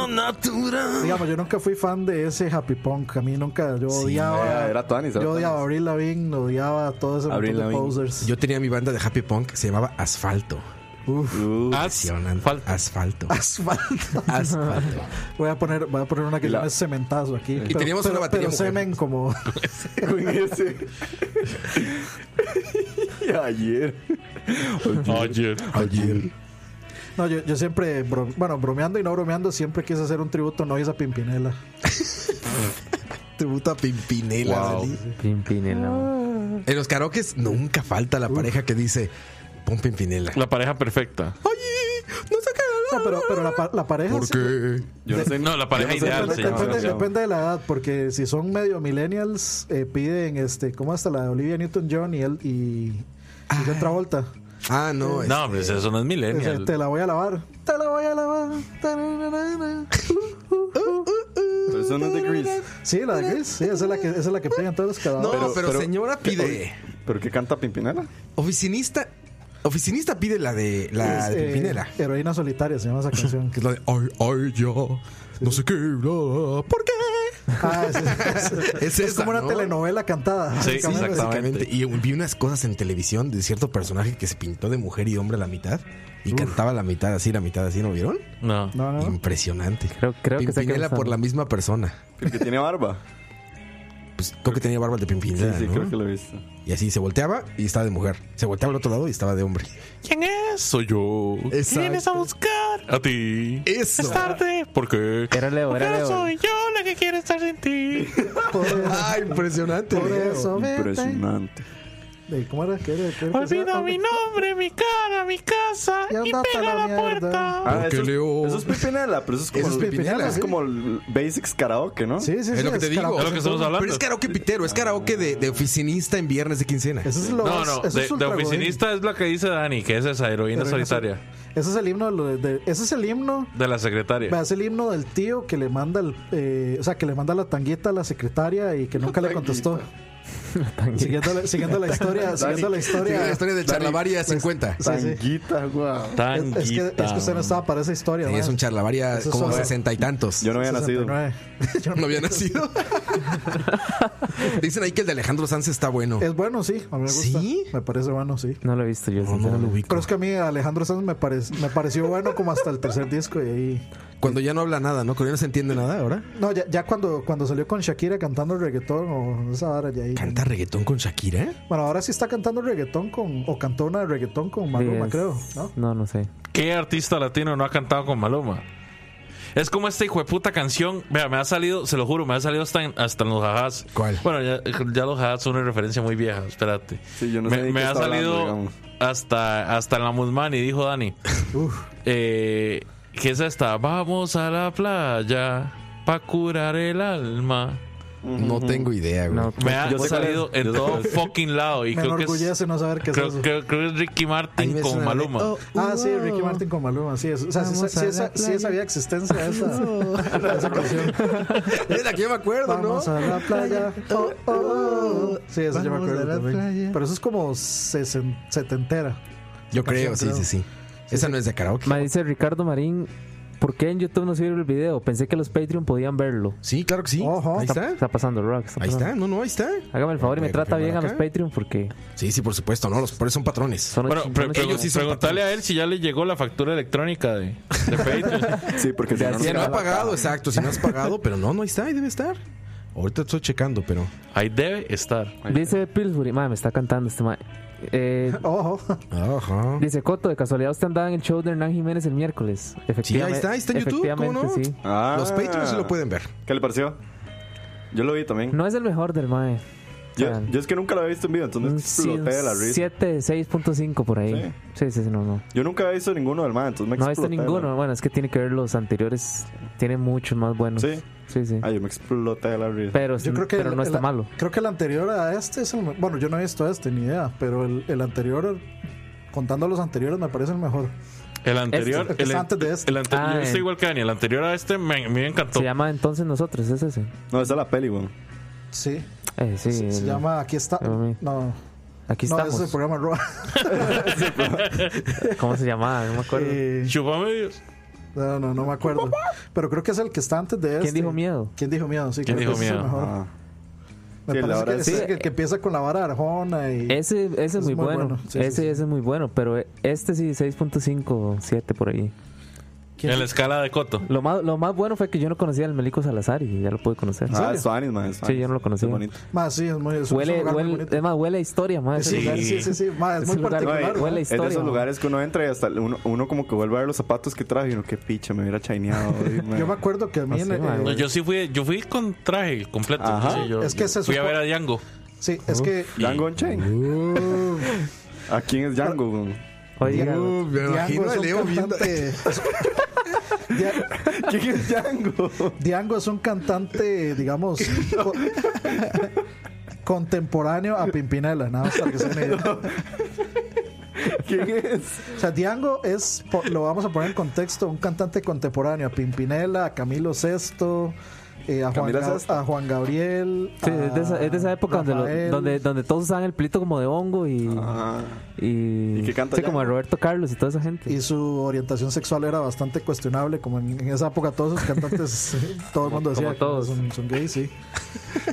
[SPEAKER 1] Natural.
[SPEAKER 3] Digamos, yo nunca fui fan de ese happy punk. A mí nunca, yo odiaba.
[SPEAKER 5] era- era Tuanis, era
[SPEAKER 3] yo odiaba a
[SPEAKER 5] Tuanis.
[SPEAKER 3] Avril Lavigne, odiaba a todo ese montón
[SPEAKER 5] Avril
[SPEAKER 3] de
[SPEAKER 5] Lavigne.
[SPEAKER 3] posers.
[SPEAKER 1] Yo tenía mi banda de happy punk, se llamaba Asfalto.
[SPEAKER 5] Uh,
[SPEAKER 1] Impresionante.
[SPEAKER 4] Asfalto.
[SPEAKER 1] Asfalto.
[SPEAKER 3] Asfalto.
[SPEAKER 1] Asfalto.
[SPEAKER 3] Voy a poner, voy a poner una que
[SPEAKER 5] Y la-
[SPEAKER 3] tiene cementazo aquí. Y
[SPEAKER 1] teníamos una batería
[SPEAKER 3] Pero
[SPEAKER 1] mujer.
[SPEAKER 3] semen como.
[SPEAKER 5] con ese. Y ayer.
[SPEAKER 4] Ayer.
[SPEAKER 1] Ayer.
[SPEAKER 3] No, yo, yo siempre, bro- bueno, bromeando y no bromeando, siempre quise hacer un tributo no a Pimpinela.
[SPEAKER 1] Tributo a Pimpinela.
[SPEAKER 4] Wow.
[SPEAKER 1] Dani.
[SPEAKER 6] Pimpinela, ma.
[SPEAKER 1] En los karaokes nunca falta la pareja que dice pon Pimpinela.
[SPEAKER 4] La pareja perfecta.
[SPEAKER 1] Oye, no se
[SPEAKER 3] No, pero, pero la, pa- la pareja.
[SPEAKER 1] ¿Por
[SPEAKER 3] sí-
[SPEAKER 1] qué?
[SPEAKER 5] Yo no sé.
[SPEAKER 4] No, la pareja
[SPEAKER 5] Yo no sé,
[SPEAKER 4] ideal
[SPEAKER 5] pero-
[SPEAKER 4] se
[SPEAKER 3] Depende,
[SPEAKER 4] llama.
[SPEAKER 3] depende- depende de la edad, porque si son medio millennials, eh, piden este, ¿cómo hasta la de Olivia Newton-John y él y, y John Travolta?
[SPEAKER 1] Ah, no.
[SPEAKER 4] No, hombre, eso no es
[SPEAKER 3] Ese,
[SPEAKER 4] millennial.
[SPEAKER 3] te Este, la voy a lavar. Te la voy a lavar. Tarararara.
[SPEAKER 5] Pero eso no es de Grease.
[SPEAKER 3] Sí, la de Gris. Sí, esa es la que, esa es la que piden todos los
[SPEAKER 1] es- No,
[SPEAKER 3] cadáveres.
[SPEAKER 1] pero,
[SPEAKER 5] pero- pero-
[SPEAKER 1] señora pide.
[SPEAKER 5] ¿Pero qué canta Pimpinela?
[SPEAKER 1] Oficinista. Oficinista pide la de la
[SPEAKER 3] Es,
[SPEAKER 1] de
[SPEAKER 3] eh,
[SPEAKER 1] Pimpinela.
[SPEAKER 3] Heroína solitaria se llama esa canción.
[SPEAKER 1] Que es la de ay, ay, ya. No sé qué. bla, bla, ¿Por qué?
[SPEAKER 3] Ah, es, es-
[SPEAKER 1] Es
[SPEAKER 3] es
[SPEAKER 1] esa,
[SPEAKER 3] como una
[SPEAKER 1] ¿no?
[SPEAKER 3] telenovela cantada.
[SPEAKER 4] Sí,
[SPEAKER 3] básicamente.
[SPEAKER 4] exacto. Exactamente.
[SPEAKER 1] Básicamente. Y vi unas cosas en televisión de cierto personaje que se pintó de mujer y hombre a la mitad. Y cantaba la mitad así, la mitad así, ¿no vieron?
[SPEAKER 4] No.
[SPEAKER 3] No, no, no.
[SPEAKER 1] Impresionante.
[SPEAKER 6] Creo, creo que sé quién
[SPEAKER 1] Pimpinela
[SPEAKER 6] está.
[SPEAKER 1] por la misma persona.
[SPEAKER 5] El que tiene barba.
[SPEAKER 1] Pues creo que tenía barba de
[SPEAKER 5] Sí,
[SPEAKER 1] Pimpinela.
[SPEAKER 5] sí,
[SPEAKER 1] ¿no?
[SPEAKER 5] creo que lo he visto.
[SPEAKER 1] Y así se volteaba y estaba de mujer. Se volteaba al otro lado y estaba de hombre.
[SPEAKER 4] ¿Quién es? Soy yo.
[SPEAKER 1] Exacto.
[SPEAKER 4] ¿Vienes a buscar? A ti.
[SPEAKER 1] Eso.
[SPEAKER 4] Es tarde. ¿Por qué?
[SPEAKER 6] Era Leo,
[SPEAKER 4] Porque
[SPEAKER 6] era
[SPEAKER 4] ahora
[SPEAKER 6] Leo.
[SPEAKER 4] soy yo la que quiere estar sin ti.
[SPEAKER 3] Por,
[SPEAKER 1] Ah, impresionante.
[SPEAKER 3] por eso. vete.
[SPEAKER 5] Impresionante.
[SPEAKER 3] de- ¿Cómo era? ¿Qué era? ¿Qué era? Ah,
[SPEAKER 4] Olvida mi nombre, mi cara, mi casa
[SPEAKER 3] Y
[SPEAKER 4] y
[SPEAKER 3] andate a
[SPEAKER 4] pega
[SPEAKER 3] la
[SPEAKER 4] la,
[SPEAKER 3] mierda.
[SPEAKER 4] puerta.
[SPEAKER 5] Ah,
[SPEAKER 1] Porque
[SPEAKER 5] eso, es-
[SPEAKER 1] Leo-
[SPEAKER 5] eso es Pipinela, pero eso es como,
[SPEAKER 1] Eso es
[SPEAKER 5] el-
[SPEAKER 1] Pipinela,
[SPEAKER 6] ¿eh?
[SPEAKER 5] eso es
[SPEAKER 3] sí.
[SPEAKER 5] como el basics karaoke, ¿no?
[SPEAKER 3] Sí, sí, sí.
[SPEAKER 1] Es lo que te digo.
[SPEAKER 3] karaoke.
[SPEAKER 4] Es lo que estamos hablando.
[SPEAKER 1] Pero es karaoke pitero, es karaoke de, de oficinista en viernes de quincena.
[SPEAKER 3] Eso es lo
[SPEAKER 4] No,
[SPEAKER 3] más-
[SPEAKER 4] no,
[SPEAKER 3] eso
[SPEAKER 4] de,
[SPEAKER 3] es
[SPEAKER 4] de
[SPEAKER 3] ultra
[SPEAKER 4] oficinista es la que dice Dani, que es esa heroína
[SPEAKER 3] Heroína
[SPEAKER 4] solitaria
[SPEAKER 3] godín. Ese es el himno. de lo de- de- ese es el himno.
[SPEAKER 4] de la
[SPEAKER 3] vea,
[SPEAKER 4] secretaria.
[SPEAKER 3] Es el himno del tío que le manda el, eh, o sea, que le manda la tanguita a la secretaria y que nunca le contestó. Siguiendo la, siguiendo la historia, siguiendo la
[SPEAKER 1] Sigue la
[SPEAKER 3] historia.
[SPEAKER 1] historia del
[SPEAKER 3] pues,
[SPEAKER 5] Dani,
[SPEAKER 1] charlavaria 50.
[SPEAKER 5] Tanguita, guau.
[SPEAKER 3] Es,
[SPEAKER 4] Tanguita.
[SPEAKER 3] es que, es que usted no estaba para esa historia.
[SPEAKER 1] Tenías
[SPEAKER 3] mae.
[SPEAKER 1] un charlavaria
[SPEAKER 3] Eso es
[SPEAKER 1] como
[SPEAKER 3] solo-
[SPEAKER 1] sesenta y tantos.
[SPEAKER 5] Yo no había nacido.
[SPEAKER 3] 69.
[SPEAKER 1] Yo no había nacido. Dicen ahí que el de Alejandro Sanz está bueno.
[SPEAKER 3] Es bueno, sí. A mí me gusta.
[SPEAKER 1] ¿Sí?
[SPEAKER 3] Me parece bueno, sí.
[SPEAKER 6] No lo he visto yo, sinceramente.
[SPEAKER 1] ubico.
[SPEAKER 3] Pero es que a mí Alejandro Sanz me, parec- me pareció bueno como hasta el tercer disco y ahí...
[SPEAKER 1] Cuando ya no habla nada, ¿no? Cuando ya no se entiende nada ahora.
[SPEAKER 3] No, ya, ya cuando, cuando salió con Shakira cantando reggaetón o esa vara ya ahí...
[SPEAKER 1] ¿Canta reggaetón con Shakira?
[SPEAKER 3] Bueno, ahora sí está cantando reggaetón con... o cantó una de reggaetón con Maluma,
[SPEAKER 6] Sí,
[SPEAKER 3] creo,
[SPEAKER 6] es-
[SPEAKER 3] ¿no?
[SPEAKER 6] No, no sé.
[SPEAKER 4] ¿Qué artista latino no ha cantado con Maluma? Es como esta hijo de puta canción. Vea, me ha salido, se lo juro, me ha salido hasta en, hasta en los jajás.
[SPEAKER 1] ¿Cuál?
[SPEAKER 4] Bueno, ya, ya los jajás son una referencia muy vieja, espérate.
[SPEAKER 5] Sí, yo no sé
[SPEAKER 4] me
[SPEAKER 5] de qué
[SPEAKER 4] me ha
[SPEAKER 5] está hablando,
[SPEAKER 4] salido
[SPEAKER 5] digamos.
[SPEAKER 4] hasta, hasta en la Musmani, dijo Dani.
[SPEAKER 3] Uf,
[SPEAKER 4] Eh, ¿Qué es esta? Vamos a la playa pa' curar el alma.
[SPEAKER 1] No tengo idea, güey.
[SPEAKER 6] No,
[SPEAKER 4] Me ha
[SPEAKER 5] Yo sé cuál
[SPEAKER 4] salido
[SPEAKER 5] es.
[SPEAKER 4] en
[SPEAKER 5] Yo sé
[SPEAKER 4] todo
[SPEAKER 5] cuál es.
[SPEAKER 4] fucking lado. Y
[SPEAKER 3] me
[SPEAKER 4] creo que, es,
[SPEAKER 3] enorgullece no saber qué es
[SPEAKER 4] creo,
[SPEAKER 3] eso.
[SPEAKER 4] creo- creo que es Ricky
[SPEAKER 1] A mí
[SPEAKER 4] Martin
[SPEAKER 1] me
[SPEAKER 4] con
[SPEAKER 1] suena de-
[SPEAKER 4] Maluma.
[SPEAKER 1] Oh,
[SPEAKER 3] Ah, sí,
[SPEAKER 1] wow.
[SPEAKER 3] Ricky Martin con Maluma, sí. Es, o sea, sí,
[SPEAKER 1] Vamos
[SPEAKER 3] sí-
[SPEAKER 1] a Oh.
[SPEAKER 3] sí
[SPEAKER 1] la
[SPEAKER 3] esa, sí
[SPEAKER 1] playa.
[SPEAKER 3] esa había existencia esa, esa canción.
[SPEAKER 1] Es la que yo me acuerdo,
[SPEAKER 3] Vamos
[SPEAKER 1] ¿no?
[SPEAKER 3] a la playa. Oh, oh, oh. Sí, eso yo me
[SPEAKER 1] Vamos
[SPEAKER 3] acuerdo
[SPEAKER 1] a la
[SPEAKER 3] también.
[SPEAKER 1] playa.
[SPEAKER 3] Pero eso es como sesen- setentera.
[SPEAKER 1] Yo creo, sí,
[SPEAKER 3] creo.
[SPEAKER 1] sí, sí. Esa no es de karaoke.
[SPEAKER 6] Me dice Ricardo Marín, ¿por qué en YouTube no se vio el video? Pensé que los Patreon podían verlo.
[SPEAKER 1] Sí, claro que sí.
[SPEAKER 3] Ojo.
[SPEAKER 1] Ahí está.
[SPEAKER 6] Está pasando, Rock. está
[SPEAKER 1] Ahí
[SPEAKER 6] pasando.
[SPEAKER 1] está, no, no, ahí está.
[SPEAKER 6] Hágame el favor y
[SPEAKER 1] Voy
[SPEAKER 6] me
[SPEAKER 1] a
[SPEAKER 6] trata
[SPEAKER 1] confirmar
[SPEAKER 6] bien a los
[SPEAKER 1] acá.
[SPEAKER 6] Patreon porque
[SPEAKER 1] Sí, sí, por supuesto, ¿no? Los pobres son patrones.
[SPEAKER 6] son
[SPEAKER 4] Bueno,
[SPEAKER 6] los-
[SPEAKER 4] pre-
[SPEAKER 6] son los-
[SPEAKER 4] pre-
[SPEAKER 1] ellos sí son
[SPEAKER 4] preguntarle a él si ya le llegó la factura electrónica de, de Patreon.
[SPEAKER 5] Sí, porque si no, no
[SPEAKER 1] Si
[SPEAKER 5] se
[SPEAKER 1] no ha
[SPEAKER 5] acaba.
[SPEAKER 1] pagado, exacto. Si no has pagado, pero no, no ahí está, ahí debe estar. Ahorita estoy checando, pero.
[SPEAKER 4] Ahí debe estar.
[SPEAKER 5] Este,
[SPEAKER 6] Dice Pillsbury, madre, me está cantando este madre. Eh,
[SPEAKER 3] Ojo.
[SPEAKER 1] Ajá.
[SPEAKER 6] dice Coto, de casualidad usted andaba en el show de Hernán Jiménez el miércoles. Efectivamente,
[SPEAKER 1] Sí, ahí está, ahí está en YouTube, ¿cómo no?
[SPEAKER 6] efectivamente, sí.
[SPEAKER 5] Ah.
[SPEAKER 1] Los Patreons sí lo pueden ver.
[SPEAKER 5] ¿Qué le pareció? Yo lo vi también.
[SPEAKER 6] No es el mejor del mae.
[SPEAKER 5] yo, yo es que nunca lo había visto en vivo, entonces
[SPEAKER 6] Mm,
[SPEAKER 5] exploté de la risa.
[SPEAKER 6] 7, 6.5 por ahí. Sí, sí, sí, no, no.
[SPEAKER 5] Yo nunca había visto ninguno del man, entonces me
[SPEAKER 6] No he
[SPEAKER 5] exploté.
[SPEAKER 6] visto
[SPEAKER 5] de la-
[SPEAKER 6] ninguno. Bueno, es que tiene que ver los anteriores. Tiene muchos más buenos.
[SPEAKER 5] Sí.
[SPEAKER 6] sí. sí.
[SPEAKER 5] Ah, yo me exploté de la risa.
[SPEAKER 6] Pero,
[SPEAKER 3] Yo creo que
[SPEAKER 6] pero
[SPEAKER 3] el-
[SPEAKER 6] no está
[SPEAKER 3] el-
[SPEAKER 6] malo.
[SPEAKER 3] Creo que el anterior a este es el me- Bueno, yo no he visto este, ni idea. Pero el, el anterior, contando los anteriores, me parece el mejor.
[SPEAKER 4] El anterior.
[SPEAKER 3] Este, el que
[SPEAKER 4] el,
[SPEAKER 3] está antes de este.
[SPEAKER 4] el anterior.
[SPEAKER 6] Ah,
[SPEAKER 4] yo estoy
[SPEAKER 6] eh.
[SPEAKER 4] igual que Dani. El anterior a este me, me encantó.
[SPEAKER 6] Se
[SPEAKER 5] ah.
[SPEAKER 6] llama entonces nosotros, es ese.
[SPEAKER 5] No, esa es la peli, weón.
[SPEAKER 3] Sí.
[SPEAKER 6] Eh, sí,
[SPEAKER 3] se, se
[SPEAKER 6] el-
[SPEAKER 3] llama Aquí está.
[SPEAKER 6] Pero a mí-
[SPEAKER 3] No,
[SPEAKER 6] Aquí
[SPEAKER 3] no ese es el
[SPEAKER 6] estamos.
[SPEAKER 3] programa Roa.
[SPEAKER 6] ¿Cómo se llamaba? No me acuerdo.
[SPEAKER 3] Eh,
[SPEAKER 4] Chupame Dios.
[SPEAKER 3] no, no, no me acuerdo. Pero creo que es el que está antes de este.
[SPEAKER 6] ¿Quién dijo miedo?
[SPEAKER 3] ¿Quién dijo miedo? Sí,
[SPEAKER 4] ¿Quién
[SPEAKER 3] creo
[SPEAKER 4] dijo
[SPEAKER 3] que ese es el
[SPEAKER 4] miedo?
[SPEAKER 6] Oh.
[SPEAKER 3] mejor.
[SPEAKER 5] Ah.
[SPEAKER 3] Me
[SPEAKER 5] Sí, la
[SPEAKER 3] parece
[SPEAKER 5] verdad
[SPEAKER 3] que
[SPEAKER 5] es-
[SPEAKER 3] es el que, que empieza con la vara Arjona y.
[SPEAKER 6] Ese, ese es, muy, bueno.
[SPEAKER 3] Sí,
[SPEAKER 6] ese,
[SPEAKER 3] sí, sí.
[SPEAKER 6] ese es muy bueno, pero este sí, 6.5, 7 por ahí.
[SPEAKER 4] En la escala de Coto.
[SPEAKER 6] Lo más, lo más bueno fue que yo no conocía al Melico Salazar y ya lo pude conocer.
[SPEAKER 5] Ah, es Suanis, man. es
[SPEAKER 6] Sí, yo no lo conocía.
[SPEAKER 5] Es bonito.
[SPEAKER 3] Más, sí, es muy. Es un
[SPEAKER 6] Huele,
[SPEAKER 3] lugar muy
[SPEAKER 6] huele,
[SPEAKER 3] bonito.
[SPEAKER 6] es más, huele a historia, más.
[SPEAKER 3] Ese
[SPEAKER 4] Sí.
[SPEAKER 3] lugar, sí, sí, sí. ma, es
[SPEAKER 6] Ese
[SPEAKER 3] muy
[SPEAKER 6] lugar
[SPEAKER 5] No,
[SPEAKER 3] particular.
[SPEAKER 5] eh,
[SPEAKER 6] Huele a
[SPEAKER 5] es de
[SPEAKER 6] historia,
[SPEAKER 5] esos
[SPEAKER 6] man.
[SPEAKER 5] lugares que uno entra y hasta uno, uno como que vuelve a ver los zapatos que traje y uno, qué picha, me hubiera chaineado. hoy, man.
[SPEAKER 3] Yo me acuerdo que a mí
[SPEAKER 6] Así,
[SPEAKER 3] en el-
[SPEAKER 6] ma,
[SPEAKER 3] eh,
[SPEAKER 4] No, yo sí fui, yo fui con traje completo.
[SPEAKER 5] Ajá.
[SPEAKER 4] Sí, yo-
[SPEAKER 3] Es que se
[SPEAKER 4] fui a
[SPEAKER 3] supo-
[SPEAKER 4] ver a Django.
[SPEAKER 3] Sí, Uh. es que
[SPEAKER 5] Django Unchained. ¿A quién es Django? weón?
[SPEAKER 6] Oiga,
[SPEAKER 1] Uh, me
[SPEAKER 3] Diango
[SPEAKER 1] imagino
[SPEAKER 3] es
[SPEAKER 1] a
[SPEAKER 3] un
[SPEAKER 1] Leo viendo.
[SPEAKER 3] cantante. Dia-
[SPEAKER 5] ¿Quién es Django?
[SPEAKER 3] Diango es un cantante, digamos, co- contemporáneo a Pimpinela, nada más para que se den una idea.
[SPEAKER 5] ¿Quién es?
[SPEAKER 3] O sea, Diango es, po- lo vamos a poner en contexto, un cantante contemporáneo a Pimpinela, a Camilo VI, eh, a, Juan
[SPEAKER 5] Camila
[SPEAKER 3] Ga-
[SPEAKER 5] Sesto.
[SPEAKER 3] a Juan Gabriel.
[SPEAKER 6] sí, es, de esa, es de esa época donde, lo-
[SPEAKER 3] Rafael.
[SPEAKER 6] donde, donde todos usaban el plito como de hongo y.
[SPEAKER 5] Ah,
[SPEAKER 6] Y,
[SPEAKER 5] ¿Y qué canta
[SPEAKER 6] sí,
[SPEAKER 5] ya?
[SPEAKER 6] como a Roberto Carlos y toda esa gente.
[SPEAKER 3] Y su orientación sexual era bastante cuestionable, como en, en esa época todos sus cantantes, todo el mundo decía
[SPEAKER 6] como todos.
[SPEAKER 3] que son, son gays, sí.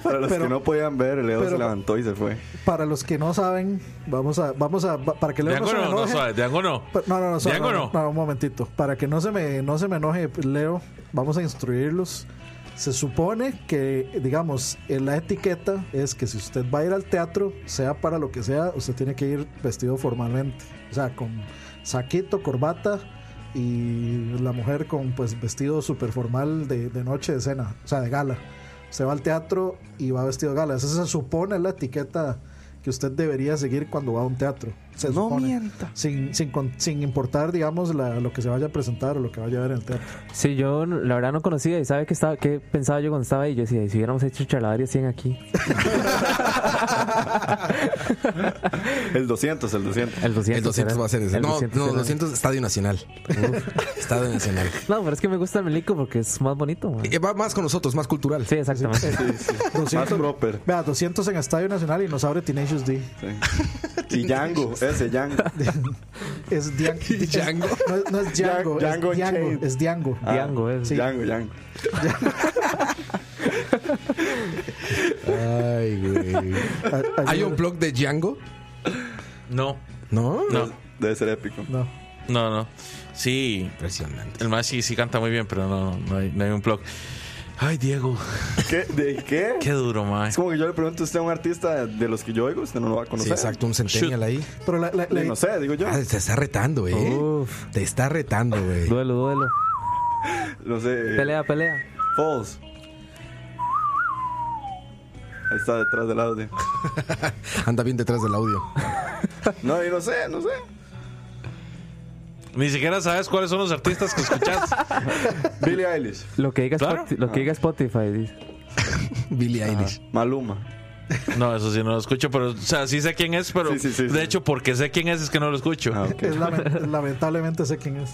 [SPEAKER 5] para los
[SPEAKER 3] Pero-
[SPEAKER 5] que no podían ver, Leo
[SPEAKER 3] pero-
[SPEAKER 5] se levantó y se fue.
[SPEAKER 3] Para los que no saben, vamos a, vamos a, pa- para que Leo no
[SPEAKER 4] Django
[SPEAKER 3] se ¿eh? me
[SPEAKER 4] no, no,
[SPEAKER 3] enoje.
[SPEAKER 4] suave, Django no.
[SPEAKER 3] pa- no, no, no, suave,
[SPEAKER 4] Django
[SPEAKER 3] no,
[SPEAKER 4] no.
[SPEAKER 3] no, un momentito. Para que no se me, no se me enoje Leo, vamos a instruirlos. Se supone que, digamos, en la etiqueta es que si usted va a ir al teatro, sea para lo que sea, usted tiene que ir vestido formalmente. O sea, con saquito, corbata y la mujer con pues vestido súper formal de, de noche, de cena, o sea, de gala. Usted va al teatro y va vestido de gala. Esa se supone la etiqueta que usted debería seguir cuando va a un teatro. Se
[SPEAKER 5] No
[SPEAKER 3] supone.
[SPEAKER 5] mienta.
[SPEAKER 3] Sin, sin, con- sin importar, digamos, la- lo que se vaya a presentar o lo que vaya a ver en el teatro.
[SPEAKER 6] Sí, yo no- la verdad no conocía y sabe que estaba, qué pensaba yo cuando estaba ahí. Yo decía, "Y si hubiéramos hecho charladaria 100 aquí,
[SPEAKER 5] El 200, el 200.
[SPEAKER 6] el 200.
[SPEAKER 1] El 200
[SPEAKER 6] será.
[SPEAKER 1] va a ser ese.
[SPEAKER 6] El
[SPEAKER 1] No,
[SPEAKER 6] 200
[SPEAKER 1] no,
[SPEAKER 6] será.
[SPEAKER 1] 200 Estadio Nacional. Uf, Estadio Nacional.
[SPEAKER 6] No, pero es que me gusta el Melico porque es más bonito. man.
[SPEAKER 1] Eh, Va más con nosotros, más cultural.
[SPEAKER 6] Sí, exactamente.
[SPEAKER 5] Más
[SPEAKER 3] 200,
[SPEAKER 5] proper.
[SPEAKER 3] vea, 200 en Estadio Nacional y nos abre Tenacious D.
[SPEAKER 5] Y Django, ese Django.
[SPEAKER 3] Es Dian-
[SPEAKER 1] Django.
[SPEAKER 3] No, no es Django, es Django.
[SPEAKER 5] Django Unchained.
[SPEAKER 3] Es Django.
[SPEAKER 6] Diango, es.
[SPEAKER 5] Ah, Django, Django.
[SPEAKER 1] Ay, güey. ¿Hay un blog de Django?
[SPEAKER 4] No,
[SPEAKER 1] No.
[SPEAKER 4] no,
[SPEAKER 5] Debe ser épico.
[SPEAKER 3] No.
[SPEAKER 4] no, no. Sí,
[SPEAKER 1] Impresionante.
[SPEAKER 4] el más sí, sí canta muy bien, pero no, no hay, no hay un blog. Ay, Diego,
[SPEAKER 5] ¿Qué? ¿De qué?
[SPEAKER 4] qué duro, mae.
[SPEAKER 5] Es como que yo le pregunto a usted a un artista de los que yo oigo, usted no lo va a
[SPEAKER 1] Sí,
[SPEAKER 5] conocer.
[SPEAKER 1] exacto, un centennial ahí.
[SPEAKER 3] Pero la, la- la-
[SPEAKER 5] Y no sé, digo yo.
[SPEAKER 1] Ah, te está retando, eh.
[SPEAKER 6] Uf,
[SPEAKER 1] Te está retando, güey.
[SPEAKER 6] duelo, duelo.
[SPEAKER 5] No sé.
[SPEAKER 6] Pelea, pelea.
[SPEAKER 5] Falls. Ahí está detrás del audio.
[SPEAKER 1] Anda bien detrás del audio.
[SPEAKER 5] No, y no sé, no sé.
[SPEAKER 4] Ni siquiera sabes cuáles son los artistas que escuchas.
[SPEAKER 5] Billie Eilish,
[SPEAKER 6] Lo que diga,
[SPEAKER 4] Claro.
[SPEAKER 6] Spoti- lo que diga Spotify, dice.
[SPEAKER 1] Billie Eilish.
[SPEAKER 5] Maluma.
[SPEAKER 4] No, eso sí no lo escucho, pero, o sea, sí sé quién es, pero
[SPEAKER 5] Sí, sí, sí,
[SPEAKER 4] de
[SPEAKER 5] sí.
[SPEAKER 4] hecho, porque sé quién es, es que no lo escucho.
[SPEAKER 5] Ah, ok.
[SPEAKER 3] es lamen- lamentablemente sé quién es.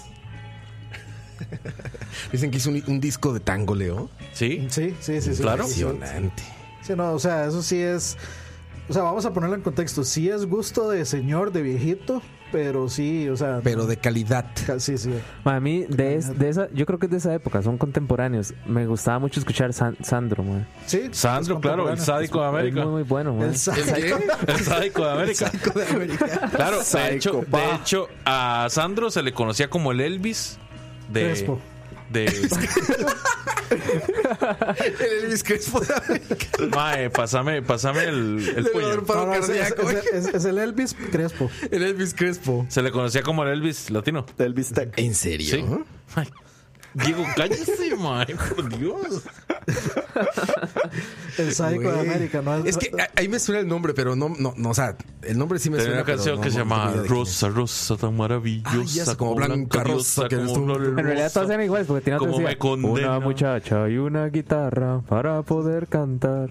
[SPEAKER 1] Dicen que hizo un, un disco de tango, Leo.
[SPEAKER 4] Sí,
[SPEAKER 3] Sí, sí, sí. sí
[SPEAKER 4] Claro.
[SPEAKER 3] Sí, sí,
[SPEAKER 1] Impresionante.
[SPEAKER 3] Sí, no, o sea, eso sí es. O sea, vamos a ponerlo en contexto. Sí es gusto de señor, de viejito, pero sí, o sea.
[SPEAKER 1] Pero de calidad.
[SPEAKER 3] ca- sí, sí.
[SPEAKER 6] Ma, a mí, de, es- de esa, yo creo que es de esa época, son contemporáneos. Me gustaba mucho escuchar San- Sandro, man.
[SPEAKER 3] Sí.
[SPEAKER 4] Sandro,
[SPEAKER 3] es
[SPEAKER 4] claro, el
[SPEAKER 3] contemporáneo.
[SPEAKER 4] sádico de
[SPEAKER 6] Es muy,
[SPEAKER 4] América.
[SPEAKER 6] muy bueno, man.
[SPEAKER 3] El sádico.
[SPEAKER 4] El sádico de América. Claro, de hecho, de hecho, a Sandro se le conocía como el Elvis de.
[SPEAKER 3] Crespo.
[SPEAKER 4] De.
[SPEAKER 1] El Elvis Crespo de América.
[SPEAKER 4] Mae, pásame, pásame el, el
[SPEAKER 1] Le va a dar
[SPEAKER 4] puño.
[SPEAKER 1] un paro
[SPEAKER 3] No, no, es, es-
[SPEAKER 1] cardíaco.
[SPEAKER 3] es- es- es el Elvis Crespo.
[SPEAKER 1] El Elvis Crespo.
[SPEAKER 4] Se le conocía como el Elvis latino.
[SPEAKER 5] Del bistec.
[SPEAKER 1] ¿En
[SPEAKER 4] Sí.
[SPEAKER 1] serio?
[SPEAKER 4] Mae, Diego, cállese, mae, por Dios.
[SPEAKER 3] El sádico de
[SPEAKER 1] Güey.
[SPEAKER 3] América, ¿no?
[SPEAKER 1] Es que a- ahí me suena el nombre, pero no, no, no, o sea, el nombre sí me
[SPEAKER 4] Tenía
[SPEAKER 1] suena.
[SPEAKER 4] una
[SPEAKER 1] pero
[SPEAKER 4] canción
[SPEAKER 1] no-
[SPEAKER 4] que se
[SPEAKER 1] no
[SPEAKER 4] llama
[SPEAKER 1] tengo idea de quién es.
[SPEAKER 4] Rosa, Rosa, tan maravillosa.
[SPEAKER 1] Ay, ya sé, como Blanca Rosa, que eres tú.
[SPEAKER 4] olorosa.
[SPEAKER 6] En realidad todas eran iguales porque tenían
[SPEAKER 4] Como me condena.
[SPEAKER 6] una muchacha y una guitarra para poder cantar.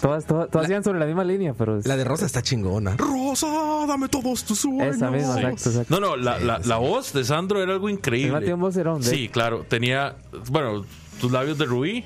[SPEAKER 6] Todas, todas, todas iban sobre la misma línea, pero es-
[SPEAKER 1] La de Rosa está chingona. Rosa, dame todos tus sueños.
[SPEAKER 6] esa misma, exacto, exacto.
[SPEAKER 4] No, no, la, la, la voz de Sandro era algo
[SPEAKER 6] Encima
[SPEAKER 4] increíble.
[SPEAKER 6] tiene un vocerón, de-
[SPEAKER 4] Sí, claro. Tenía, bueno, tus labios de rubí,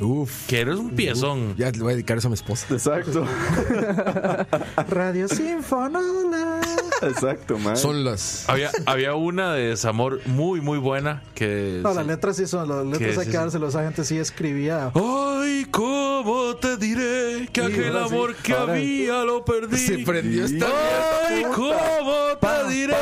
[SPEAKER 1] Uf.
[SPEAKER 4] que eres un piezón.
[SPEAKER 1] Ya le voy a dedicar eso a mi esposa.
[SPEAKER 5] Exacto.
[SPEAKER 3] Radio Sinfonola.
[SPEAKER 5] Exacto, man.
[SPEAKER 1] Son las.
[SPEAKER 4] Había, había una de desamor muy, muy buena que...
[SPEAKER 3] No, las letras sí son, las letras
[SPEAKER 4] Sí,
[SPEAKER 3] hay
[SPEAKER 4] sí,
[SPEAKER 3] que
[SPEAKER 4] sí.
[SPEAKER 3] dárselos. Esa gente sí escribía.
[SPEAKER 4] Ay, cómo te diré que
[SPEAKER 3] Sí,
[SPEAKER 4] aquel
[SPEAKER 3] ahora sí.
[SPEAKER 4] amor que
[SPEAKER 3] Ahora-
[SPEAKER 4] había lo perdí.
[SPEAKER 1] Se prendió
[SPEAKER 5] Sí.
[SPEAKER 1] esta.
[SPEAKER 4] Ay, cómo te diré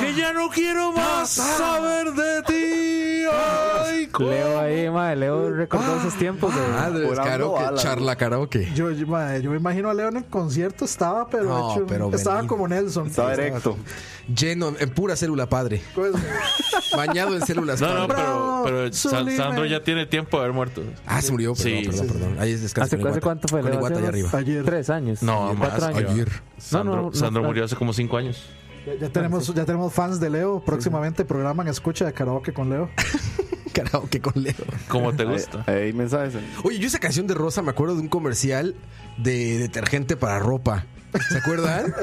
[SPEAKER 4] que ya no quiero más saber de ti. Ay, cómo-
[SPEAKER 6] Leo ahí, madre, Leo recordó esos tiempos de...
[SPEAKER 1] Ah, Madre,
[SPEAKER 5] Volando
[SPEAKER 1] karaoke,
[SPEAKER 5] alas.
[SPEAKER 1] charla karaoke.
[SPEAKER 3] Yo, yo, ma, yo me imagino a Leo en el concierto estaba, pero,
[SPEAKER 1] No,
[SPEAKER 3] hecho-
[SPEAKER 1] pero
[SPEAKER 3] estaba
[SPEAKER 1] venido.
[SPEAKER 3] como Nelson.
[SPEAKER 5] Estaba erecto.
[SPEAKER 1] Lleno, en pura célula padre.
[SPEAKER 3] Pues,
[SPEAKER 1] Bañado en células
[SPEAKER 4] No, no,
[SPEAKER 1] padre.
[SPEAKER 4] pero,
[SPEAKER 3] Bravo,
[SPEAKER 4] pero Sa-
[SPEAKER 3] sublime.
[SPEAKER 4] Sandro ya tiene tiempo de haber muerto.
[SPEAKER 1] Ah, se murió, perdón,
[SPEAKER 4] Sí.
[SPEAKER 1] perdón, perdón. Ahí es descanso.
[SPEAKER 6] ¿Hace,
[SPEAKER 1] con el
[SPEAKER 6] hace
[SPEAKER 1] guata.
[SPEAKER 6] cuánto fue?
[SPEAKER 1] Con el
[SPEAKER 6] Leo?
[SPEAKER 1] guata
[SPEAKER 6] Hace
[SPEAKER 1] allá arriba.
[SPEAKER 6] unos
[SPEAKER 3] Ayer.
[SPEAKER 6] Tres años.
[SPEAKER 4] No,
[SPEAKER 6] cuatro
[SPEAKER 4] más,
[SPEAKER 6] años.
[SPEAKER 1] Ayer.
[SPEAKER 4] Sandro,
[SPEAKER 6] no, no,
[SPEAKER 4] Sandro
[SPEAKER 6] no.
[SPEAKER 4] murió hace como cinco años.
[SPEAKER 3] ya, ya tenemos, ya tenemos fans de Leo. Próximamente programan escucha de karaoke con Leo.
[SPEAKER 1] Karaoke con Leo.
[SPEAKER 4] Como te gusta.
[SPEAKER 5] Eh, Ahí ahí mensajes. en-
[SPEAKER 1] Oye, yo esa canción de Rosa me acuerdo de un comercial de detergente para ropa. ¿Se acuerdan?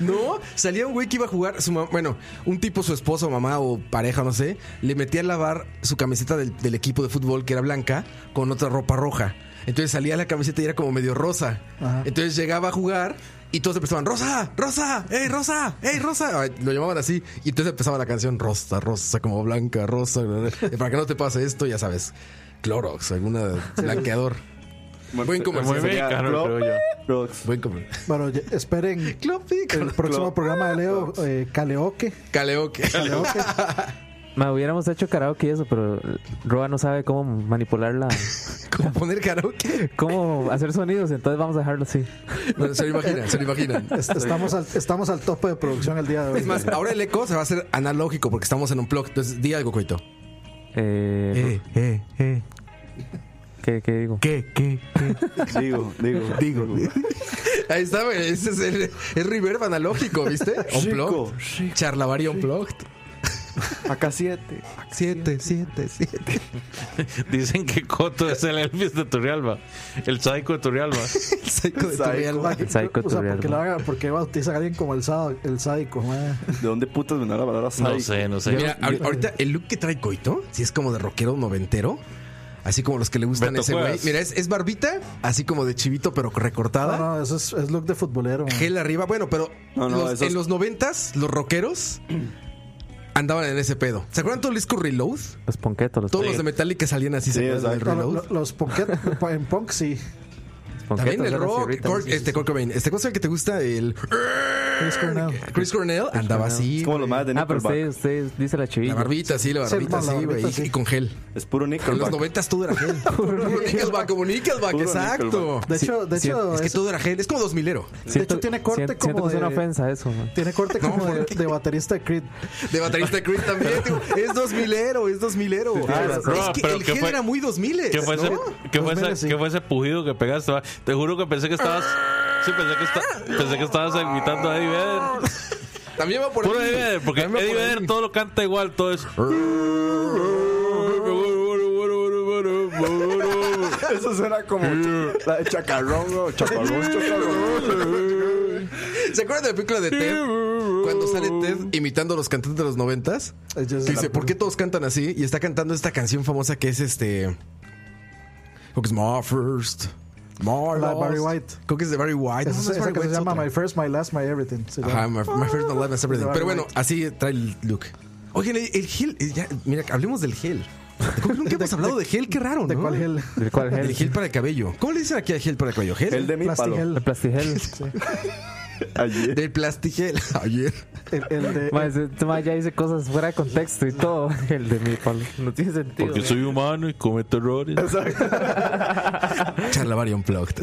[SPEAKER 1] ¿No? Salía un güey que iba a jugar, su mam- bueno, un tipo, su esposo, mamá o pareja, no sé, le metía a lavar su camiseta del, del equipo de fútbol que era blanca con otra ropa roja. Entonces salía la camiseta y era como medio rosa.
[SPEAKER 3] Ajá.
[SPEAKER 1] Entonces llegaba a jugar y todos empezaban, Rosa, Rosa, hey Rosa, hey Rosa. Ay, Lo llamaban así y entonces empezaba la canción Rosa, Rosa, como blanca, Rosa. bla, bla. Y Para que no te pase esto, ya sabes. Clorox, alguna blanqueador. Buen
[SPEAKER 4] Muy
[SPEAKER 1] comercial.
[SPEAKER 5] Sería
[SPEAKER 4] mexicano,
[SPEAKER 5] Clop-
[SPEAKER 4] creo yo.
[SPEAKER 5] Clopix.
[SPEAKER 1] Buen comercial.
[SPEAKER 3] Bueno, ya- esperen el próximo
[SPEAKER 5] Clop-
[SPEAKER 3] programa de Leo, eh, Kaleoke.
[SPEAKER 1] Kaleoke.
[SPEAKER 3] Kaleoke.
[SPEAKER 6] Ma, hubiéramos hecho karaoke y eso, pero Roa no sabe cómo manipularla,
[SPEAKER 1] ¿Cómo poner karaoke?
[SPEAKER 6] cómo hacer sonidos, entonces vamos a dejarlo así.
[SPEAKER 1] Bueno, se lo imaginan, se lo imaginan.
[SPEAKER 3] Est- Estamos al, estamos al tope de producción el día de hoy.
[SPEAKER 1] Es más, ahora el eco se va a hacer analógico porque estamos en un blog. Entonces, di algo, Coito.
[SPEAKER 6] Eh,
[SPEAKER 1] eh, eh.
[SPEAKER 6] ¿qué, ¿Qué digo?
[SPEAKER 1] ¿Qué, qué,
[SPEAKER 5] Digo, digo, digo.
[SPEAKER 1] Ahí está, güey. Ese es el, es reverb analógico, ¿viste?
[SPEAKER 5] Chico,
[SPEAKER 1] Unplugged. Charlavaria Unplugged.
[SPEAKER 7] Acá 7.
[SPEAKER 1] 7, 7, 7.
[SPEAKER 4] Dicen que Coto es el Elvis de Turrialba. El psycho de Turrialba.
[SPEAKER 1] El psycho de
[SPEAKER 5] Psycho.
[SPEAKER 1] Turrialba.
[SPEAKER 3] El
[SPEAKER 6] Psycho
[SPEAKER 3] o sea,
[SPEAKER 6] Turrialba.
[SPEAKER 3] porque, lo haga, porque bautiza a alguien como el, sádico, el sádico, mae.
[SPEAKER 5] ¿De dónde putas vendrá la palabra
[SPEAKER 4] No
[SPEAKER 5] psycho?
[SPEAKER 4] sé, no sé.
[SPEAKER 1] Mira, ahor- ahorita el look que trae Coito, si es como de rockero noventero, así como los que le gustan a
[SPEAKER 4] Beto
[SPEAKER 1] ese güey.
[SPEAKER 4] Cuevas.
[SPEAKER 1] Mira, es, es barbita, así como de chivito, pero recortada.
[SPEAKER 3] No, no, eso es, es look de futbolero. mae.
[SPEAKER 1] Gel arriba. Bueno, pero
[SPEAKER 5] No, no,
[SPEAKER 1] los-
[SPEAKER 5] esos-
[SPEAKER 1] en los noventas, los rockeros andaban en ese pedo. ¿Se acuerdan todo el disco Reload?
[SPEAKER 6] Los ponquetos, los,
[SPEAKER 1] Todos los de Metallica salían así, ¿se
[SPEAKER 5] Sí,
[SPEAKER 1] acuerdan del
[SPEAKER 5] exacto.
[SPEAKER 3] No, lo-
[SPEAKER 1] Reload?
[SPEAKER 3] lo- los pocket, en punk sí.
[SPEAKER 6] ponquetos
[SPEAKER 1] También el
[SPEAKER 6] eran así,
[SPEAKER 1] rock,
[SPEAKER 6] ahorita,
[SPEAKER 1] Kurt-
[SPEAKER 6] sí, sí,
[SPEAKER 1] este Kurt Cobain. Este cosa que te gusta, el
[SPEAKER 3] Chris Cornell.
[SPEAKER 1] Chris Cornell, andaba
[SPEAKER 6] Cornell.
[SPEAKER 1] así.
[SPEAKER 5] Es como los más de
[SPEAKER 6] sí. Ah, pero usted,
[SPEAKER 5] Nickelback.
[SPEAKER 6] usted dice la
[SPEAKER 1] La
[SPEAKER 6] chivilla.
[SPEAKER 1] barbita, así, la
[SPEAKER 3] Sí,
[SPEAKER 1] barbita,
[SPEAKER 3] la
[SPEAKER 1] así,
[SPEAKER 3] barbita,
[SPEAKER 1] güey,
[SPEAKER 3] sí.
[SPEAKER 1] y con gel.
[SPEAKER 5] Es puro
[SPEAKER 1] En los
[SPEAKER 5] Nickelback.
[SPEAKER 1] noventas todo era gel. Puro Nickelback, como Nickelback,
[SPEAKER 5] Puro
[SPEAKER 1] exacto.
[SPEAKER 5] Nickelback.
[SPEAKER 3] De hecho, de
[SPEAKER 6] sí,
[SPEAKER 3] hecho
[SPEAKER 1] Es que
[SPEAKER 3] es-
[SPEAKER 1] todo era gel. Es como dos milero.
[SPEAKER 3] hecho, tiene corte
[SPEAKER 6] siento-
[SPEAKER 3] como
[SPEAKER 6] siento que es una
[SPEAKER 3] de-
[SPEAKER 6] ofensa eso, man.
[SPEAKER 3] tiene corte como de,
[SPEAKER 1] porque-
[SPEAKER 3] de baterista de Creed.
[SPEAKER 1] De baterista Creed también. tío. Es dos milero, es dos milero.
[SPEAKER 4] tienes razón.
[SPEAKER 1] Es que
[SPEAKER 4] Pero
[SPEAKER 1] el
[SPEAKER 4] ¿qué
[SPEAKER 1] gel
[SPEAKER 4] fue-
[SPEAKER 1] era muy dos miles.
[SPEAKER 4] ¿Qué fue, ese,
[SPEAKER 1] ¿no?
[SPEAKER 4] qué, fue ese,
[SPEAKER 3] 2005.
[SPEAKER 4] qué fue ese pujido que pegaste? va? Te juro que pensé que estabas. Sí, pensé que, esta- pensé que estabas imitando a Eddie Vedder.
[SPEAKER 1] También va por
[SPEAKER 4] Puro
[SPEAKER 1] ahí.
[SPEAKER 4] Eddie Vedder, porque
[SPEAKER 1] También va
[SPEAKER 4] Eddie
[SPEAKER 1] por ahí.
[SPEAKER 4] Vedder todo lo canta igual, todo es.
[SPEAKER 5] Eso suena como ch- la de chacarrón, ¿no? chacarrón, chacarrón.
[SPEAKER 1] ¿Se acuerdan de la película de Ted? Cuando sale Ted imitando a los cantantes de los noventas.
[SPEAKER 3] Es just-
[SPEAKER 1] Que dice, ¿por qué todos cantan así? Y está cantando esta canción famosa que es este. Creo que es My First. My
[SPEAKER 3] La de Barry
[SPEAKER 1] Last.
[SPEAKER 3] White.
[SPEAKER 1] Creo que es de Barry White.
[SPEAKER 3] Esa,
[SPEAKER 1] No, no es
[SPEAKER 3] esa
[SPEAKER 1] Barry
[SPEAKER 3] que
[SPEAKER 1] White,
[SPEAKER 3] se
[SPEAKER 1] es
[SPEAKER 3] llama
[SPEAKER 1] otra.
[SPEAKER 3] My First, My Last, My Everything. se llama.
[SPEAKER 1] Ajá, my, my first and last everything.
[SPEAKER 3] Barry
[SPEAKER 1] Pero bueno,
[SPEAKER 3] White.
[SPEAKER 1] así trae el look. Oye, el, el gel. eh, ya, mira, hablemos del gel. Creo que nunca hemos hablado de gel, qué raro, ¿no?
[SPEAKER 3] ¿De cuál gel?
[SPEAKER 6] ¿De cuál
[SPEAKER 1] El
[SPEAKER 6] gel?
[SPEAKER 1] gel para el cabello. ¿Cómo le dicen aquí al gel para el cabello? ¿Gel?
[SPEAKER 5] El de mi palo.
[SPEAKER 6] El
[SPEAKER 3] Plastigel.
[SPEAKER 6] plastigel.
[SPEAKER 5] Ayer.
[SPEAKER 1] Del eh. plastigel. Ayer.
[SPEAKER 3] El, el de.
[SPEAKER 6] Ma, ese- este ma ya dice cosas fuera de contexto y todo. El de mi palo. No tiene sentido.
[SPEAKER 4] Porque soy humano y cometo errores.
[SPEAKER 1] Charlavaria Unplugged.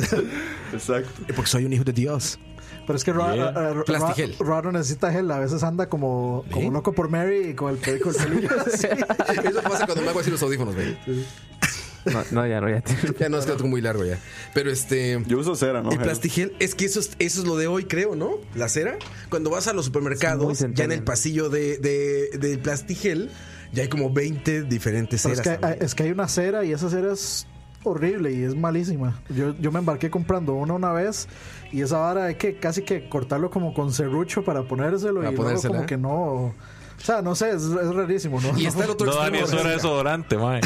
[SPEAKER 5] Exacto.
[SPEAKER 1] Porque soy un hijo de Dios.
[SPEAKER 3] Pero es que Ra-
[SPEAKER 4] Yeah.
[SPEAKER 3] Ra- Ra-
[SPEAKER 1] Plastigel.
[SPEAKER 3] Raro necesita gel. A veces anda como, como
[SPEAKER 1] ¿Eh?
[SPEAKER 3] loco por Mary y con el pelo. con el pelillo así.
[SPEAKER 1] Eso pasa cuando me hago así los audífonos, güey.
[SPEAKER 6] No, no, ya no, ya tiene.
[SPEAKER 1] Ya no es que otro muy largo ya. Pero este.
[SPEAKER 5] Yo uso cera, ¿no?
[SPEAKER 1] El plastigel, es que eso es, eso es lo de hoy, creo, ¿no? La cera. Cuando vas a los
[SPEAKER 6] muy
[SPEAKER 1] supermercados,
[SPEAKER 6] centennial.
[SPEAKER 1] ya en el pasillo de, de, del plastigel, ya hay como 20 diferentes
[SPEAKER 3] Pero es,
[SPEAKER 1] ceras.
[SPEAKER 3] que, hay-
[SPEAKER 1] también.
[SPEAKER 3] es que hay una cera y esa cera es horrible y es malísima. Yo, yo me embarqué comprando una una vez y esa vara hay que casi que cortarlo como con serrucho para ponérselo
[SPEAKER 1] Para
[SPEAKER 3] y luego
[SPEAKER 1] ponérsela,
[SPEAKER 3] como
[SPEAKER 1] ¿eh?
[SPEAKER 3] que no... O sea, no sé, es, es rarísimo, ¿no?
[SPEAKER 1] Y está el otro
[SPEAKER 4] No, Dani,
[SPEAKER 1] extremo.
[SPEAKER 4] eso era desodorante, mae.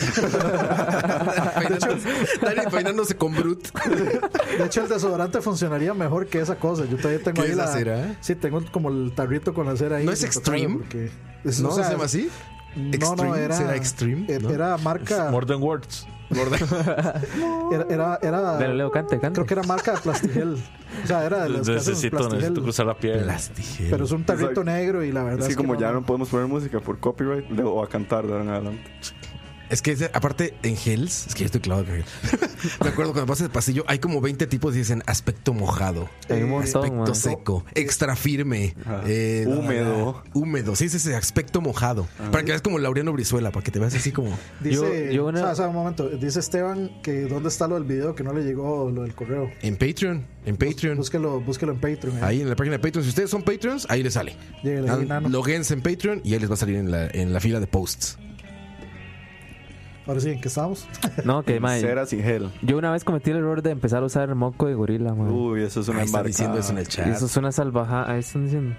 [SPEAKER 1] Peinándose- Dani peinándose con Brut.
[SPEAKER 3] De hecho, el desodorante funcionaría mejor que esa cosa. Yo todavía tengo
[SPEAKER 1] ¿Qué
[SPEAKER 3] ahí
[SPEAKER 1] es la
[SPEAKER 3] la...
[SPEAKER 1] cera? ¿eh?
[SPEAKER 3] Sí, tengo como el tarrito con la cera ahí.
[SPEAKER 1] ¿No es
[SPEAKER 3] sin tocarlo
[SPEAKER 1] Extreme?
[SPEAKER 3] porque- es-
[SPEAKER 1] ¿No
[SPEAKER 3] o sea,
[SPEAKER 1] se llama así?
[SPEAKER 3] No, no,
[SPEAKER 1] Extreme,
[SPEAKER 3] era...
[SPEAKER 1] ¿será Extreme?
[SPEAKER 3] e-
[SPEAKER 1] ¿No?
[SPEAKER 3] Era marca...
[SPEAKER 4] More than words.
[SPEAKER 3] Era... era, era-
[SPEAKER 6] Dale, Leo, cante, cante.
[SPEAKER 3] Ah, Creo que era marca de plastigel. O sea, era de las que hacen
[SPEAKER 4] Necesito,
[SPEAKER 3] plastigel.
[SPEAKER 4] necesito cruzar la piel.
[SPEAKER 1] Plastigel.
[SPEAKER 3] Pero es un tarrito
[SPEAKER 5] Exacto.
[SPEAKER 3] negro y la verdad
[SPEAKER 5] Es
[SPEAKER 3] es
[SPEAKER 5] que como
[SPEAKER 3] no,
[SPEAKER 5] ya
[SPEAKER 3] no.
[SPEAKER 5] no podemos poner música por copyright, le voy a cantar de ahora en adelante.
[SPEAKER 1] Es que ese- aparte en Hells, es que yo estoy clavado con Hells. Me acuerdo cuando pasas el pasillo, hay como 20 tipos y dicen aspecto mojado,
[SPEAKER 6] Hay un montón,
[SPEAKER 1] aspecto
[SPEAKER 6] man.
[SPEAKER 1] seco, extra firme,
[SPEAKER 5] Ajá.
[SPEAKER 1] eh, la, la, la,
[SPEAKER 5] Húmedo.
[SPEAKER 1] húmedo. Sí, es ese aspecto mojado.
[SPEAKER 3] Ah.
[SPEAKER 1] Para que veas como Laureano Brizuela, para que te veas así como.
[SPEAKER 3] Dice,
[SPEAKER 6] Yo- yo una-
[SPEAKER 3] o sea, o sea, un momento, dice Esteban que dónde está lo del video que no le llegó lo del correo.
[SPEAKER 1] En Patreon, en Patreon.
[SPEAKER 3] Búsquelo, búsquelo en Patreon. eh.
[SPEAKER 1] Ahí en la página de Patreon, si ustedes son Patreons, ahí les sale.
[SPEAKER 3] Lléguenle ahí, nano.
[SPEAKER 1] Loguense en Patreon y ahí les va a salir en la, en la fila de posts.
[SPEAKER 3] Ahora sí, ¿en qué estamos?
[SPEAKER 6] No, que ma,
[SPEAKER 5] Cera sin gel.
[SPEAKER 6] Yo una vez cometí el error de empezar a usar moco de gorila, man.
[SPEAKER 5] Uy, eso es una
[SPEAKER 1] Ahí está
[SPEAKER 5] embarcada.
[SPEAKER 1] diciendo eso en el
[SPEAKER 6] Y
[SPEAKER 1] chat.
[SPEAKER 6] eso es una ah, salvajada. Ahí están diciendo.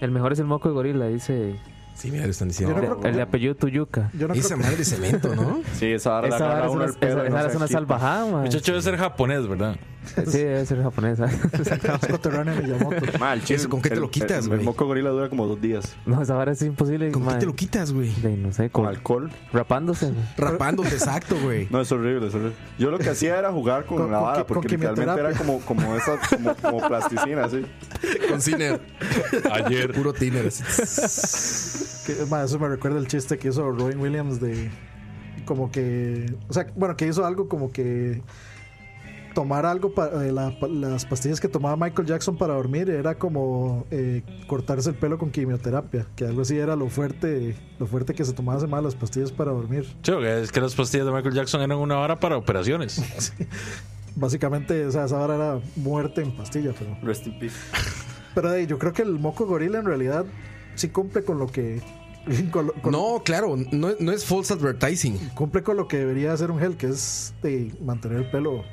[SPEAKER 6] El mejor es el moco de gorila, dice.
[SPEAKER 1] Sí, mira, lo están
[SPEAKER 3] Yo no
[SPEAKER 1] diciendo.
[SPEAKER 3] creo
[SPEAKER 6] El de apellido Tuyuca.
[SPEAKER 3] Yo no
[SPEAKER 1] Esa
[SPEAKER 3] creo que...
[SPEAKER 1] madre de cemento, ¿no?
[SPEAKER 5] Sí, esa ahora la
[SPEAKER 6] Esa
[SPEAKER 5] agarra
[SPEAKER 6] vara es
[SPEAKER 5] uno
[SPEAKER 6] una,
[SPEAKER 5] al pelo.
[SPEAKER 6] esa-
[SPEAKER 5] y
[SPEAKER 6] esa
[SPEAKER 5] no
[SPEAKER 6] vara
[SPEAKER 5] se
[SPEAKER 6] es una
[SPEAKER 5] quita.
[SPEAKER 6] salvajada, man. Sí,
[SPEAKER 4] Muchacho debe ser japonés, ¿verdad?
[SPEAKER 6] debe ser japonesa.
[SPEAKER 3] Es coterráneo de Miyamoto.
[SPEAKER 5] Mal, chile.
[SPEAKER 1] ¿Eso con qué te
[SPEAKER 5] El-
[SPEAKER 1] lo quitas,
[SPEAKER 5] el- El
[SPEAKER 1] güey?
[SPEAKER 5] moco gorila dura como dos días.
[SPEAKER 6] no, esa vara es imposible.
[SPEAKER 1] ¿Con qué
[SPEAKER 6] man.
[SPEAKER 1] te lo quitas, güey?
[SPEAKER 6] De, no sé,
[SPEAKER 5] Con
[SPEAKER 6] con-
[SPEAKER 5] alcohol.
[SPEAKER 6] rapándose. man.
[SPEAKER 1] Rapándote, exacto, güey.
[SPEAKER 5] No, es horrible, es horrible. Yo lo que hacía era jugar con,
[SPEAKER 3] Con-
[SPEAKER 5] la
[SPEAKER 3] con
[SPEAKER 5] vara,
[SPEAKER 3] qui- con
[SPEAKER 5] porque literalmente era
[SPEAKER 3] quimioterapia.
[SPEAKER 5] como, como esa, como, como plasticina, así.
[SPEAKER 1] Con Ciner.
[SPEAKER 4] Ayer.
[SPEAKER 1] Puro Tiner. así.
[SPEAKER 3] Que, ma, eso me recuerda el chiste que hizo Robin Williams de como que, o sea, bueno, que hizo algo como que tomar algo para eh, la- pa- las pastillas que tomaba Michael Jackson para dormir era como eh, cortarse el pelo con quimioterapia, que algo así era lo fuerte, lo fuerte que se tomaba más las pastillas para dormir.
[SPEAKER 4] Che, que es que las pastillas de Michael Jackson eran una hora para operaciones.
[SPEAKER 3] Básicamente, o sea, esa hora era muerte en pastilla, pero.
[SPEAKER 5] Rest in peace.
[SPEAKER 3] Pero eh, yo creo que el moco gorila en realidad sí cumple con lo que. con lo- con-
[SPEAKER 1] No, claro, no, no es false advertising.
[SPEAKER 3] Cumple con lo que debería hacer un gel, que es de mantener el pelo,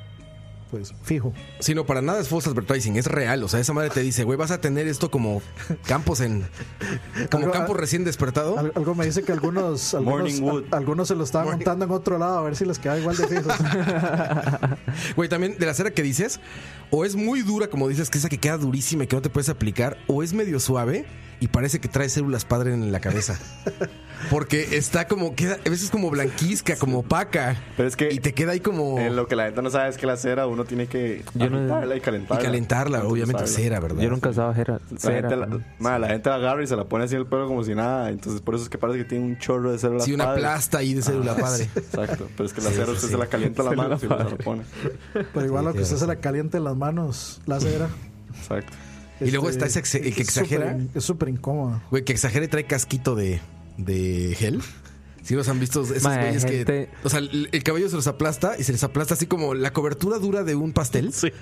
[SPEAKER 3] pues, fijo.
[SPEAKER 1] Sino para nada es false advertising, es real. O sea, esa madre te dice, güey, vas a tener esto como campos en. Como
[SPEAKER 3] Algo-
[SPEAKER 1] campo recién despertado.
[SPEAKER 3] Al- algo me dice que algunos. algunos,
[SPEAKER 5] Morning wood.
[SPEAKER 3] a- algunos se lo estaban montando en otro lado a ver si les queda igual de fijos.
[SPEAKER 1] Güey, también de la cera que dices, o es muy dura, como dices, que esa que queda durísima y que no te puedes aplicar, o es medio suave y parece que trae células padre en la cabeza. Porque está como, queda, a veces como blanquizca, como opaca.
[SPEAKER 5] Pero es que-
[SPEAKER 1] Y te queda ahí como.
[SPEAKER 5] Eh, lo que la gente no sabe es que la cera uno tiene que
[SPEAKER 6] Yo no-
[SPEAKER 5] agitarla y
[SPEAKER 1] Y
[SPEAKER 5] calentarla.
[SPEAKER 1] calentarla,
[SPEAKER 5] Antes de
[SPEAKER 1] obviamente,
[SPEAKER 5] usarla.
[SPEAKER 1] cera, ¿verdad?
[SPEAKER 6] Yo nunca usaba jera-
[SPEAKER 5] La
[SPEAKER 6] cera.
[SPEAKER 5] gente, la, ma, la gente la agarra y se la pone así en el pelo como si nada. Entonces, por eso es que parece que tiene un chorro de células.
[SPEAKER 1] Sí, una
[SPEAKER 5] padre.
[SPEAKER 1] plasta ahí de célula
[SPEAKER 6] Ah,
[SPEAKER 1] padre.
[SPEAKER 5] Exacto. Pero es que la
[SPEAKER 1] Sí,
[SPEAKER 5] cera
[SPEAKER 1] eso
[SPEAKER 5] usted
[SPEAKER 1] sí.
[SPEAKER 5] se la calienta la mano y se la pone.
[SPEAKER 3] Pero igual, aunque usted se la caliente en las manos, la cera.
[SPEAKER 5] Exacto.
[SPEAKER 1] Y luego está ese ex- el que
[SPEAKER 3] es súper
[SPEAKER 1] exagera.
[SPEAKER 3] in- es súper incómodo.
[SPEAKER 1] Güey, que exagere trae casquito de, de gel. Si los han visto esos
[SPEAKER 6] Madre,
[SPEAKER 1] güeyes que.
[SPEAKER 6] gente-
[SPEAKER 1] O sea, el, el cabello se los aplasta y se les aplasta así como la cobertura dura de un pastel. Sí.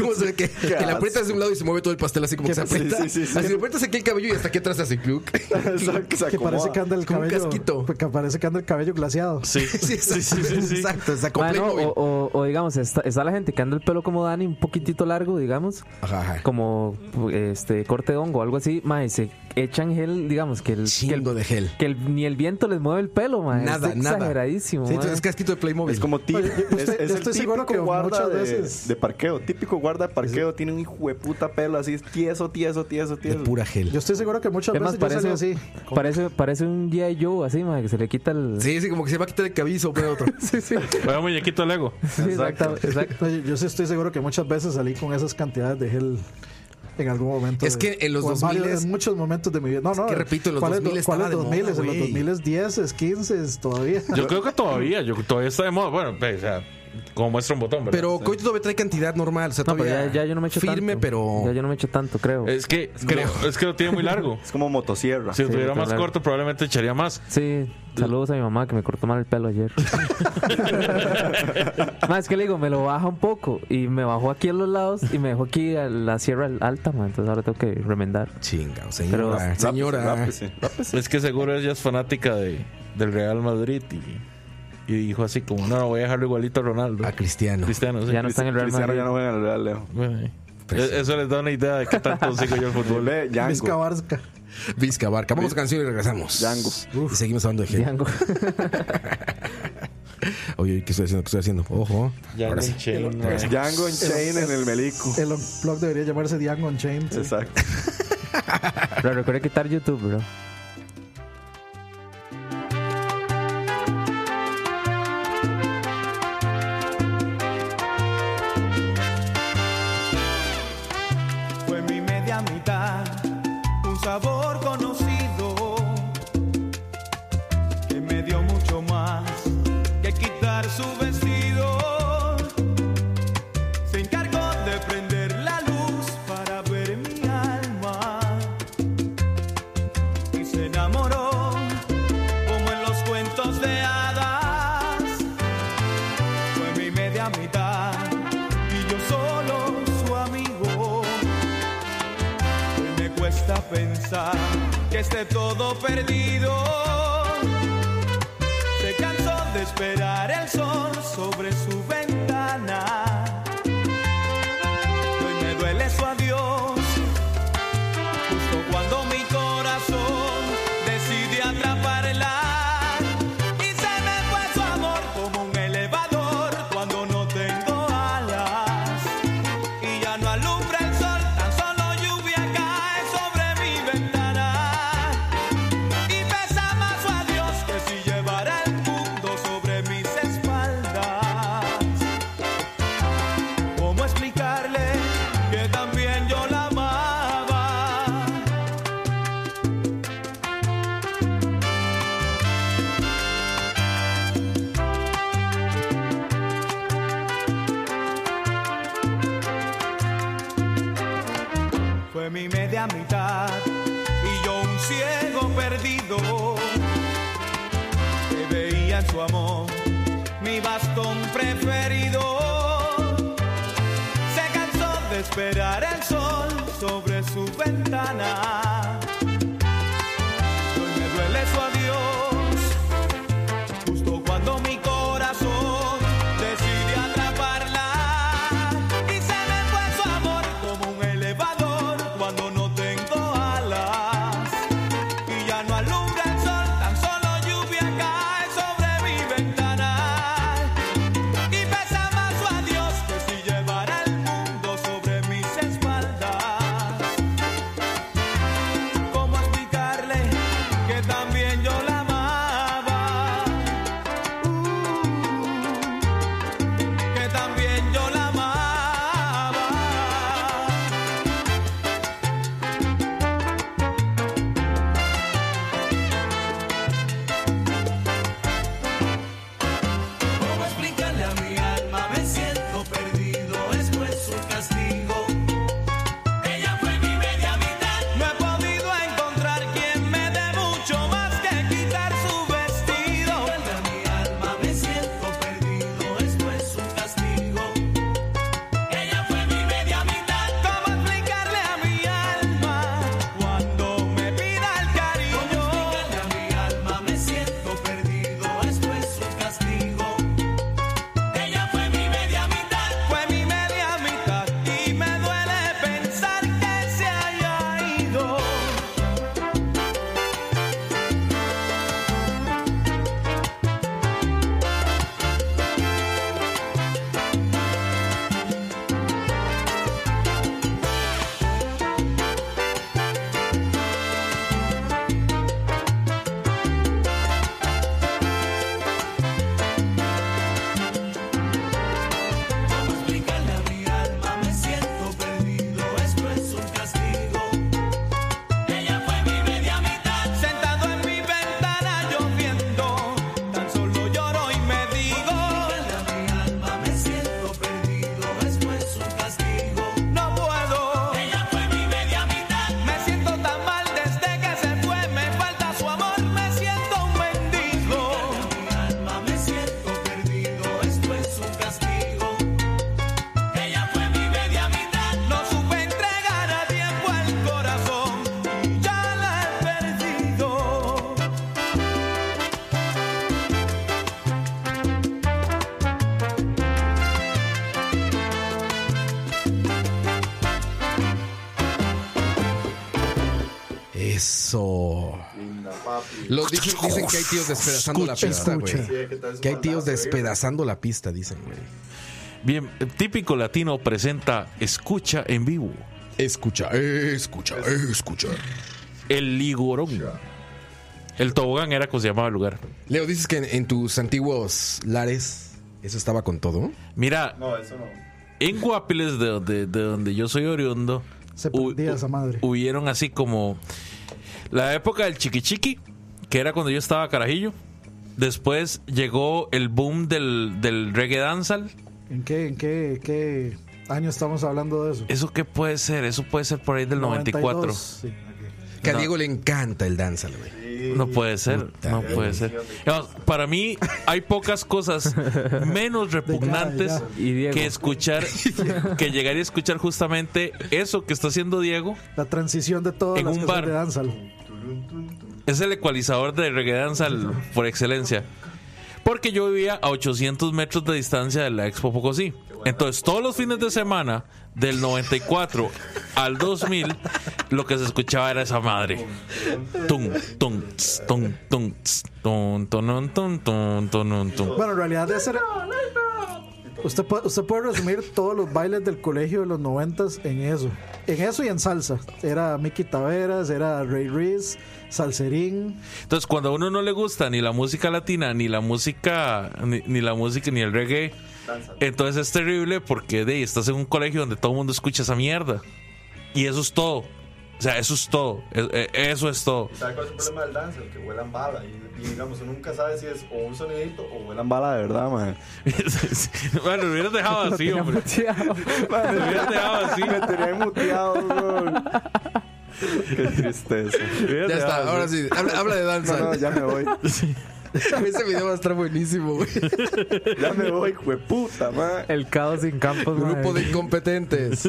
[SPEAKER 1] como se ve que, que le
[SPEAKER 5] asco.
[SPEAKER 1] aprietas de un lado y se mueve todo el pastel así como que se
[SPEAKER 5] Sí,
[SPEAKER 1] aprieta.
[SPEAKER 5] sí, sí, sí.
[SPEAKER 1] Así le aprietas aquí el cabello y hasta aquí atrás hace cluck.
[SPEAKER 5] Exacto. Se
[SPEAKER 3] Que parece que
[SPEAKER 5] acomoda.
[SPEAKER 3] anda el
[SPEAKER 1] Como un
[SPEAKER 3] cabello. pues,
[SPEAKER 1] casquito.
[SPEAKER 3] Que parece que anda el cabello glaciado.
[SPEAKER 4] Sí, sí, sí, sí, sí.
[SPEAKER 1] Exacto, está
[SPEAKER 6] Ma,
[SPEAKER 1] complejo.
[SPEAKER 6] no, o, o- o digamos, está, está la gente que anda el pelo como Dani, un poquitito largo, digamos,
[SPEAKER 1] Ajá, ajá.
[SPEAKER 6] como este corte de hongo o algo así, mae, se echan gel, digamos, que el, que,
[SPEAKER 1] Chingo
[SPEAKER 6] el-
[SPEAKER 1] de gel.
[SPEAKER 6] que el- ni el viento les mueve el pelo, mae.
[SPEAKER 1] Nada,
[SPEAKER 6] es
[SPEAKER 1] nada.
[SPEAKER 6] exageradísimo,
[SPEAKER 1] Sí,
[SPEAKER 6] mae.
[SPEAKER 1] entonces es casquito de Playmobil.
[SPEAKER 5] Es como típico.
[SPEAKER 3] Yo- yo
[SPEAKER 5] Es,
[SPEAKER 3] estoy-
[SPEAKER 5] es
[SPEAKER 3] yo
[SPEAKER 5] el
[SPEAKER 3] estoy seguro
[SPEAKER 5] típico
[SPEAKER 3] que
[SPEAKER 5] guarda
[SPEAKER 3] muchas
[SPEAKER 5] de,
[SPEAKER 3] veces-
[SPEAKER 5] de parqueo. Típico guarda de parqueo. Tiene un hijo de puta pelo así, tieso, tieso, tieso,
[SPEAKER 1] de
[SPEAKER 5] tieso.
[SPEAKER 1] pura gel.
[SPEAKER 3] Yo estoy seguro que muchas
[SPEAKER 6] Es más,
[SPEAKER 3] veces yo salí así.
[SPEAKER 6] Parece, parece un G.I. Joe así, mae, que se le quita el...
[SPEAKER 1] Sí, sí, como que se va a quitar el cabello y se va a poner otro.
[SPEAKER 6] sí, sí.
[SPEAKER 4] Vaya muñequito Lego.
[SPEAKER 6] Sí, exacto, exacto.
[SPEAKER 3] No, yo- Yo sí estoy seguro que muchas veces salí con esas cantidades de gel en algún momento.
[SPEAKER 1] Es que en los
[SPEAKER 3] o
[SPEAKER 1] 2000s
[SPEAKER 3] varios- en muchos momentos de mi vida. No, no.
[SPEAKER 1] que repito, en los
[SPEAKER 3] ¿cuáles
[SPEAKER 1] 2000s
[SPEAKER 3] ¿cuáles
[SPEAKER 1] estaba de
[SPEAKER 3] 2000s?
[SPEAKER 1] moda,
[SPEAKER 3] En los
[SPEAKER 1] güey.
[SPEAKER 3] 2010, 15 todavía.
[SPEAKER 4] Yo creo que todavía, yo todavía está de moda. Bueno, pues, o sea, como muestra un botón, ¿verdad?
[SPEAKER 1] Pero
[SPEAKER 4] Sí.
[SPEAKER 1] Coito todavía trae cantidad normal. O sea,
[SPEAKER 6] No, pero
[SPEAKER 1] todavía
[SPEAKER 6] ya, ya yo no me echo tanto.
[SPEAKER 1] firme, pero.
[SPEAKER 6] Ya yo no me echo tanto, creo.
[SPEAKER 4] Es que, creo, es que lo tiene muy largo.
[SPEAKER 5] Es como motosierra.
[SPEAKER 4] Si lo
[SPEAKER 6] Sí,
[SPEAKER 4] tuviera
[SPEAKER 6] está
[SPEAKER 4] más
[SPEAKER 6] largo.
[SPEAKER 4] corto, probablemente echaría más.
[SPEAKER 6] Sí, saludos a mi mamá que me cortó mal el pelo ayer. más es que le digo, me lo baja un poco y me bajó aquí a los lados y me dejó aquí a la sierra alta, man. Entonces ahora tengo que remendar.
[SPEAKER 1] Chinga, señora.
[SPEAKER 6] Pero-
[SPEAKER 1] señora.
[SPEAKER 5] Lápice, lápice.
[SPEAKER 4] Es que seguro ella es fanática de, del Real Madrid y, y dijo así como, no, no, voy a dejarlo igualito a Ronaldo.
[SPEAKER 1] A Cristiano.
[SPEAKER 4] Cristiano, sí.
[SPEAKER 6] Ya no está en el Real
[SPEAKER 5] Cristiano
[SPEAKER 6] Madrid.
[SPEAKER 5] ya no juega en el Real Leo.
[SPEAKER 4] Bueno, eh.
[SPEAKER 1] Pues
[SPEAKER 4] E- Eso les da una idea de qué tanto sigo yo el fútbol.
[SPEAKER 5] Volvé, Django.
[SPEAKER 3] Vizca Barca.
[SPEAKER 1] Vizca Barca. Vamos a canción y regresamos.
[SPEAKER 5] Django.
[SPEAKER 1] Y seguimos hablando de gente.
[SPEAKER 6] Django.
[SPEAKER 1] Oye, ¿qué estoy haciendo? ¿Qué estoy haciendo? Ojo.
[SPEAKER 4] Ya
[SPEAKER 1] Ahora
[SPEAKER 4] no
[SPEAKER 1] sí.
[SPEAKER 4] enché, no.
[SPEAKER 5] Django en Chain en el Melico.
[SPEAKER 3] El blog debería llamarse Django Unchained.
[SPEAKER 5] Exacto.
[SPEAKER 6] Pero recuerda quitar YouTube, bro.
[SPEAKER 8] fue mi media mitad, un sabor conocido que me dio mucho más que quitar su vestido. Se encargó de prender la luz para ver mi alma y se enamoró como en los cuentos de hadas fue mi media mitad y yo solo su amigo. Hoy me cuesta pensar que esté todo perdido. Se cansó de esperar el sol sobre su ventana. Hoy me duele su adiós, justo cuando mi corazón decide atraparla. Y se me fue su amor como un elevador cuando no tengo alas. Y ya no alumbra el sol, tan solo lluvia cae sobre mi ventana. Y pesa más su adiós que si llevara el mundo sobre mis espaldas. ¿Cómo explicarle que también yo la amaba? fue mi media mitad y yo un ciego perdido que veía en su amor mi bastón preferido esperar el sol sobre su ventana. Hoy me duele su adiós, justo cuando mi corazón decide atraparla. Y se me fue su amor como un elevador cuando no tengo alas. Y ya no alumbra el sol, tan solo lluvia cae sobre mi ventana. Y pesa más su adiós que si llevara el mundo sobre mis espaldas. ¿Cómo explicarle que también yo la amaba? Uh, que también yo la amaba. ¿Cómo explicarle a mi alma? Me siento perdido, esto es pues un castigo. Ella fue mi media mitad. No he podido encontrar quien me dé mucho más que quitar su vestido. a mi alma, me siento perdido, esto es un castigo. Ella fue mi media mitad. ¿Cómo explicarle a mi alma cuando me pida el cariño? ¿Cómo explicarle a mi alma? Me siento perdido, esto es un castigo. Ella fue mi media mitad, fue mi media mitad y me duele pensar que se haya ido. ¿Cómo explicarle a mi alma? Me siento perdido, esto es un castigo. Ella fue mi media mitad. Sentado en mi ventana lloviendo, tan solo lloro y me digo. a mi alma? Me siento perdido, esto es un castigo. No puedo. Ella fue mi media mitad. Me siento tan mal desde que se fue, me falta su amor, me siento un mendigo. mi alma? Me siento perdido, esto es un castigo. Ella fue mi media mitad, no supe entregar a tiempo el corazón y ya la he perdido.
[SPEAKER 1] Eso. Los dicen, dicen que hay tíos despedazando la pista, güey. Que hay tíos despedazando la pista, dicen, güey.
[SPEAKER 4] Bien, típico latino presenta Escucha en vivo.
[SPEAKER 1] Escucha, escucha, escucha.
[SPEAKER 4] El Ligorón. El tobogán era como se llamaba el lugar.
[SPEAKER 1] Leo, dices que en, en tus antiguos lares eso estaba con todo.
[SPEAKER 4] Mira,
[SPEAKER 5] No, eso no.
[SPEAKER 4] en Guapiles, de, donde- de donde yo soy oriundo,
[SPEAKER 3] Se
[SPEAKER 4] hu-
[SPEAKER 3] prendía
[SPEAKER 4] hu-
[SPEAKER 3] esa madre.
[SPEAKER 4] hubieron así como la época del chiquichiqui, que era cuando yo estaba carajillo. Después llegó el boom del, del reggae danzal.
[SPEAKER 3] ¿En qué, en qué, qué año estamos hablando de eso?
[SPEAKER 4] ¿Eso qué puede ser? Eso puede ser por ahí del 94.
[SPEAKER 3] 92, sí, ok.
[SPEAKER 1] Que a
[SPEAKER 4] No.
[SPEAKER 1] Diego le encanta el danza, güey.
[SPEAKER 4] No puede ser, no puede ser. Digamos, Para mí hay pocas cosas menos repugnantes
[SPEAKER 3] ya.
[SPEAKER 6] Y Diego.
[SPEAKER 4] que escuchar, que llegar y escuchar justamente eso que está haciendo Diego.
[SPEAKER 3] La transición de todas
[SPEAKER 4] En
[SPEAKER 3] las
[SPEAKER 4] un
[SPEAKER 3] canciones
[SPEAKER 4] bar.
[SPEAKER 3] de danzal.
[SPEAKER 4] Es el ecualizador de reggae danzal por excelencia. Porque yo vivía a 800 metros de distancia de la Expo Pocosí. Entonces todos los fines de semana, del 94 al 2000, lo que se escuchaba era esa madre. Tum, tum, tss, tum, tum, tss, tum, tonun, tum, tum, tonun, tum.
[SPEAKER 3] Bueno, en realidad de ser... Usted puede, usted puede resumir todos los bailes del colegio de los noventas en eso. En eso y en salsa. Era Miki Taveras, era Ray Reese, Salserín.
[SPEAKER 4] Entonces, cuando a uno no le gusta ni la música latina, ni la música, ni, ni la música, ni el reggae, entonces es terrible porque de ahí, estás en un colegio donde todo el mundo escucha esa mierda. Y eso es todo. O sea, eso es todo. E- e- Eso es todo.
[SPEAKER 5] ¿Sabes cuál es el problema del dancer? Que vuelan bala. Y, y digamos, uno nunca sabe si es o un sonidito o vuelan bala de verdad, man.
[SPEAKER 4] bueno, lo hubieras dejado así, hombre. Lo hubieras dejado así.
[SPEAKER 5] Me tenían muteado, bro. Qué tristeza.
[SPEAKER 1] Ya está, ahora sí. Habla, habla de danza.
[SPEAKER 5] No, no, ya me voy.
[SPEAKER 1] Ese video va a estar buenísimo, güey.
[SPEAKER 5] Ya me voy, hueputa, ma.
[SPEAKER 6] El caos sin campos, mae.
[SPEAKER 1] Grupo de incompetentes.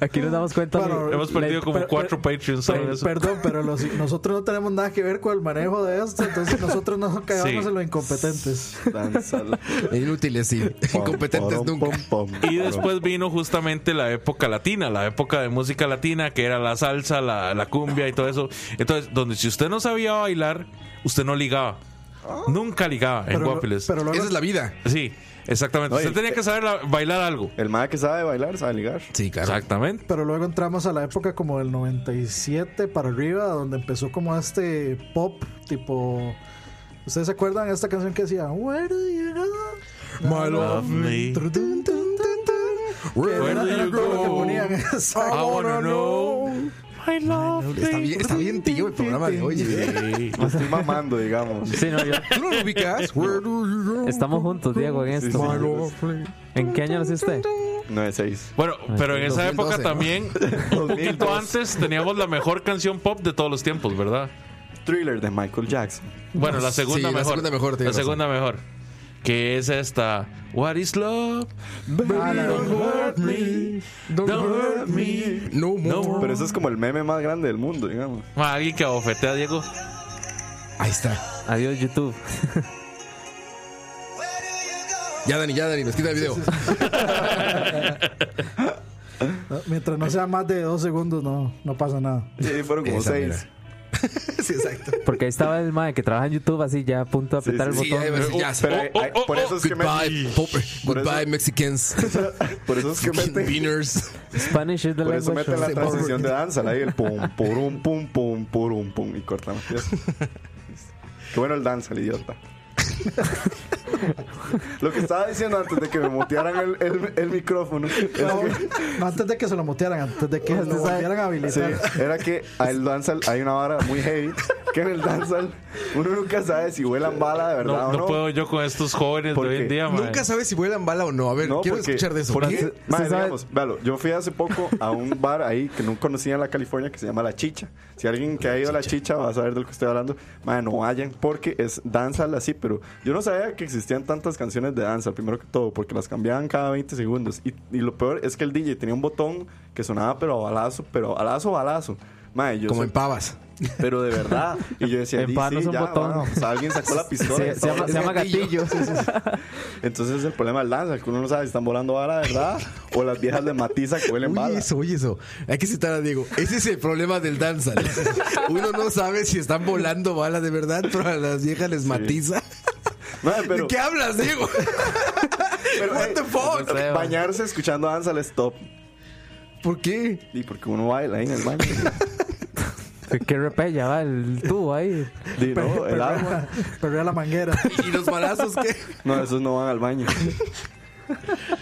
[SPEAKER 6] Aquí nos damos cuenta.
[SPEAKER 3] Bueno,
[SPEAKER 6] que-
[SPEAKER 4] Hemos perdido
[SPEAKER 6] la-
[SPEAKER 4] como
[SPEAKER 6] per-
[SPEAKER 4] cuatro Patreons.
[SPEAKER 3] Per-
[SPEAKER 4] sobre eso.
[SPEAKER 3] perdón, pero los- nosotros no tenemos nada que ver con el manejo de esto, entonces nosotros no caemos
[SPEAKER 4] Sí.
[SPEAKER 3] en los incompetentes.
[SPEAKER 5] Danzala.
[SPEAKER 1] Inútiles, sí. Incompetentes
[SPEAKER 5] Pom,
[SPEAKER 1] nunca.
[SPEAKER 5] pom, pom,
[SPEAKER 4] Y
[SPEAKER 5] pom.
[SPEAKER 4] después vino justamente la época latina, la época de música latina, que era la salsa, la, la cumbia y todo eso. Entonces, donde si usted no sabía bailar, usted no ligaba. Nunca ligaba en
[SPEAKER 3] Ah. Pero,
[SPEAKER 4] Guapiles.
[SPEAKER 3] pero eh, luego-
[SPEAKER 1] Esa es la vida.
[SPEAKER 4] Sí, exactamente.
[SPEAKER 5] No, y-
[SPEAKER 4] usted tenía que saber la- bailar algo.
[SPEAKER 5] El mae que sabe bailar sabe ligar.
[SPEAKER 1] Sí, claro.
[SPEAKER 4] Exactamente.
[SPEAKER 3] Pero luego entramos a la época como del 97 para arriba, donde empezó como este pop tipo... ¿Ustedes se acuerdan de esta canción que decía Where do you go?
[SPEAKER 1] My love
[SPEAKER 4] me.
[SPEAKER 3] Tru, tun, tun, tun, tun. Que
[SPEAKER 1] Where
[SPEAKER 3] era-
[SPEAKER 4] do
[SPEAKER 3] era
[SPEAKER 4] you
[SPEAKER 3] como lo que
[SPEAKER 4] go?
[SPEAKER 3] ponían. Exacto.
[SPEAKER 4] I wanna know. I love
[SPEAKER 1] Está bien, está bien, tío, el programa de hoy. güey.
[SPEAKER 4] Sí.
[SPEAKER 5] Lo estoy mamando, digamos.
[SPEAKER 6] Sí, no, yo-
[SPEAKER 1] ¿Tú no lo ubicas? Where do you go?
[SPEAKER 6] Estamos juntos, Diego, ¿eh? en
[SPEAKER 5] Sí,
[SPEAKER 6] esto.
[SPEAKER 5] sí, sí.
[SPEAKER 6] ¿En qué año nació usted?
[SPEAKER 5] 9-6.
[SPEAKER 4] Bueno, pero en esa
[SPEAKER 1] 2012,
[SPEAKER 4] época
[SPEAKER 1] ¿no?
[SPEAKER 4] también, un poquito antes, teníamos la mejor canción pop de todos los tiempos, ¿verdad?
[SPEAKER 5] Thriller de Michael Jackson.
[SPEAKER 4] Bueno, la segunda
[SPEAKER 1] Sí, la
[SPEAKER 4] mejor.
[SPEAKER 1] segunda mejor,
[SPEAKER 4] La
[SPEAKER 1] tienes razón.
[SPEAKER 4] segunda mejor. Que es esta. What is love? Baby,
[SPEAKER 5] Ah,
[SPEAKER 4] don't hurt me. Don't hurt me.
[SPEAKER 1] No
[SPEAKER 4] No
[SPEAKER 1] more.
[SPEAKER 5] Pero eso es como el meme más grande del mundo, digamos.
[SPEAKER 4] Ma, alguien que abofetea a Diego.
[SPEAKER 1] Ahí está.
[SPEAKER 6] Adiós, YouTube.
[SPEAKER 1] Ya, Dani, ya, Dani, nos quita el video.
[SPEAKER 3] No, Mientras no sea más de dos segundos, no, no pasa nada.
[SPEAKER 5] Sí, fueron como
[SPEAKER 1] Esa
[SPEAKER 5] 6.
[SPEAKER 1] mera. Sí, exacto.
[SPEAKER 6] Porque ahí estaba el mae que trabaja en YouTube, así ya a punto de
[SPEAKER 5] Sí,
[SPEAKER 6] apretar
[SPEAKER 5] sí,
[SPEAKER 1] Sí,
[SPEAKER 6] el
[SPEAKER 1] ahí va a
[SPEAKER 6] botón.
[SPEAKER 1] ser, ya.
[SPEAKER 5] Pero
[SPEAKER 4] Oh,
[SPEAKER 5] hay-
[SPEAKER 4] oh,
[SPEAKER 5] hay-
[SPEAKER 4] oh,
[SPEAKER 5] por eso es que
[SPEAKER 1] Goodbye,
[SPEAKER 5] meten.
[SPEAKER 1] pop-
[SPEAKER 5] Por
[SPEAKER 1] Goodbye,
[SPEAKER 5] eso-
[SPEAKER 1] Mexicans.
[SPEAKER 5] Por eso es que
[SPEAKER 1] Fucking
[SPEAKER 5] meten.
[SPEAKER 1] beaners.
[SPEAKER 6] Spanish is the
[SPEAKER 5] Por eso
[SPEAKER 6] language.
[SPEAKER 5] meten la
[SPEAKER 6] of-
[SPEAKER 5] transición de danza, ahí el pum, porum, pum, pum, porum, pum, y cortamos. Dios. Qué bueno el danza, el idiota. Lo que estaba diciendo antes de que me mutearan el, el- el micrófono es que-
[SPEAKER 3] No, antes de que se lo mutearan, antes de que lo volvieran a habilitar.
[SPEAKER 5] sí, era que al danza hay una vara muy heavy que en el danza uno nunca sabe si vuelan bala de verdad
[SPEAKER 4] No,
[SPEAKER 5] o
[SPEAKER 4] no
[SPEAKER 5] no.
[SPEAKER 4] puedo yo con estos jóvenes de
[SPEAKER 5] Porque
[SPEAKER 4] hoy en día, ma.
[SPEAKER 1] Nunca sabes si vuelan bala o no. A ver,
[SPEAKER 5] No,
[SPEAKER 1] quiero
[SPEAKER 5] porque-
[SPEAKER 1] escuchar de eso.
[SPEAKER 5] porque-
[SPEAKER 1] ¿Qué?
[SPEAKER 5] Madre,
[SPEAKER 6] ¿Se sabe?
[SPEAKER 5] digamos, véalo, yo fui hace poco a un bar ahí que nunca conocía en la California que se llama La Chicha. Si alguien que ha ido a La Chicha va a saber de lo que estoy hablando, madre, no vayan porque es danza así, pero yo no sabía que existían tantas canciones de danza, primero que todo, porque las cambiaban cada 20 segundos. Y, y lo peor es que el DJ tenía un botón que sonaba pero a balazo, pero a balazo, balazo. Madre, yo
[SPEAKER 1] Como
[SPEAKER 5] sé-
[SPEAKER 1] en pavas.
[SPEAKER 5] pero de verdad. Y yo decía,
[SPEAKER 6] En
[SPEAKER 5] "Di,
[SPEAKER 6] paz no
[SPEAKER 5] sí,
[SPEAKER 6] es un
[SPEAKER 5] ya,
[SPEAKER 6] botón".
[SPEAKER 5] bueno, pues, alguien sacó la pistola.
[SPEAKER 6] Se, se llama, se llama gatillo.
[SPEAKER 5] Entonces el problema del danza, que uno no sabe si están volando bala de verdad o las viejas de matiza que huelen
[SPEAKER 1] Oye
[SPEAKER 5] bala.
[SPEAKER 1] eso, oye eso. Hay que citar a Diego. Ese es el problema del danza. Uno no sabe si están volando balas de verdad, pero a las viejas les matiza.
[SPEAKER 5] Madre, pero,
[SPEAKER 1] ¿De qué hablas, Diego?
[SPEAKER 5] pero,
[SPEAKER 1] What the fuck?
[SPEAKER 5] eh, Bañarse escuchando danza al stop.
[SPEAKER 1] ¿Por qué?
[SPEAKER 5] Y porque uno baila ahí en el baño.
[SPEAKER 6] Qué repella, va el tubo ahí.
[SPEAKER 5] Di, no, el agua.
[SPEAKER 3] Perrea- perrea la manguera.
[SPEAKER 1] ¿Y los balazos qué?
[SPEAKER 5] No, esos no van al baño.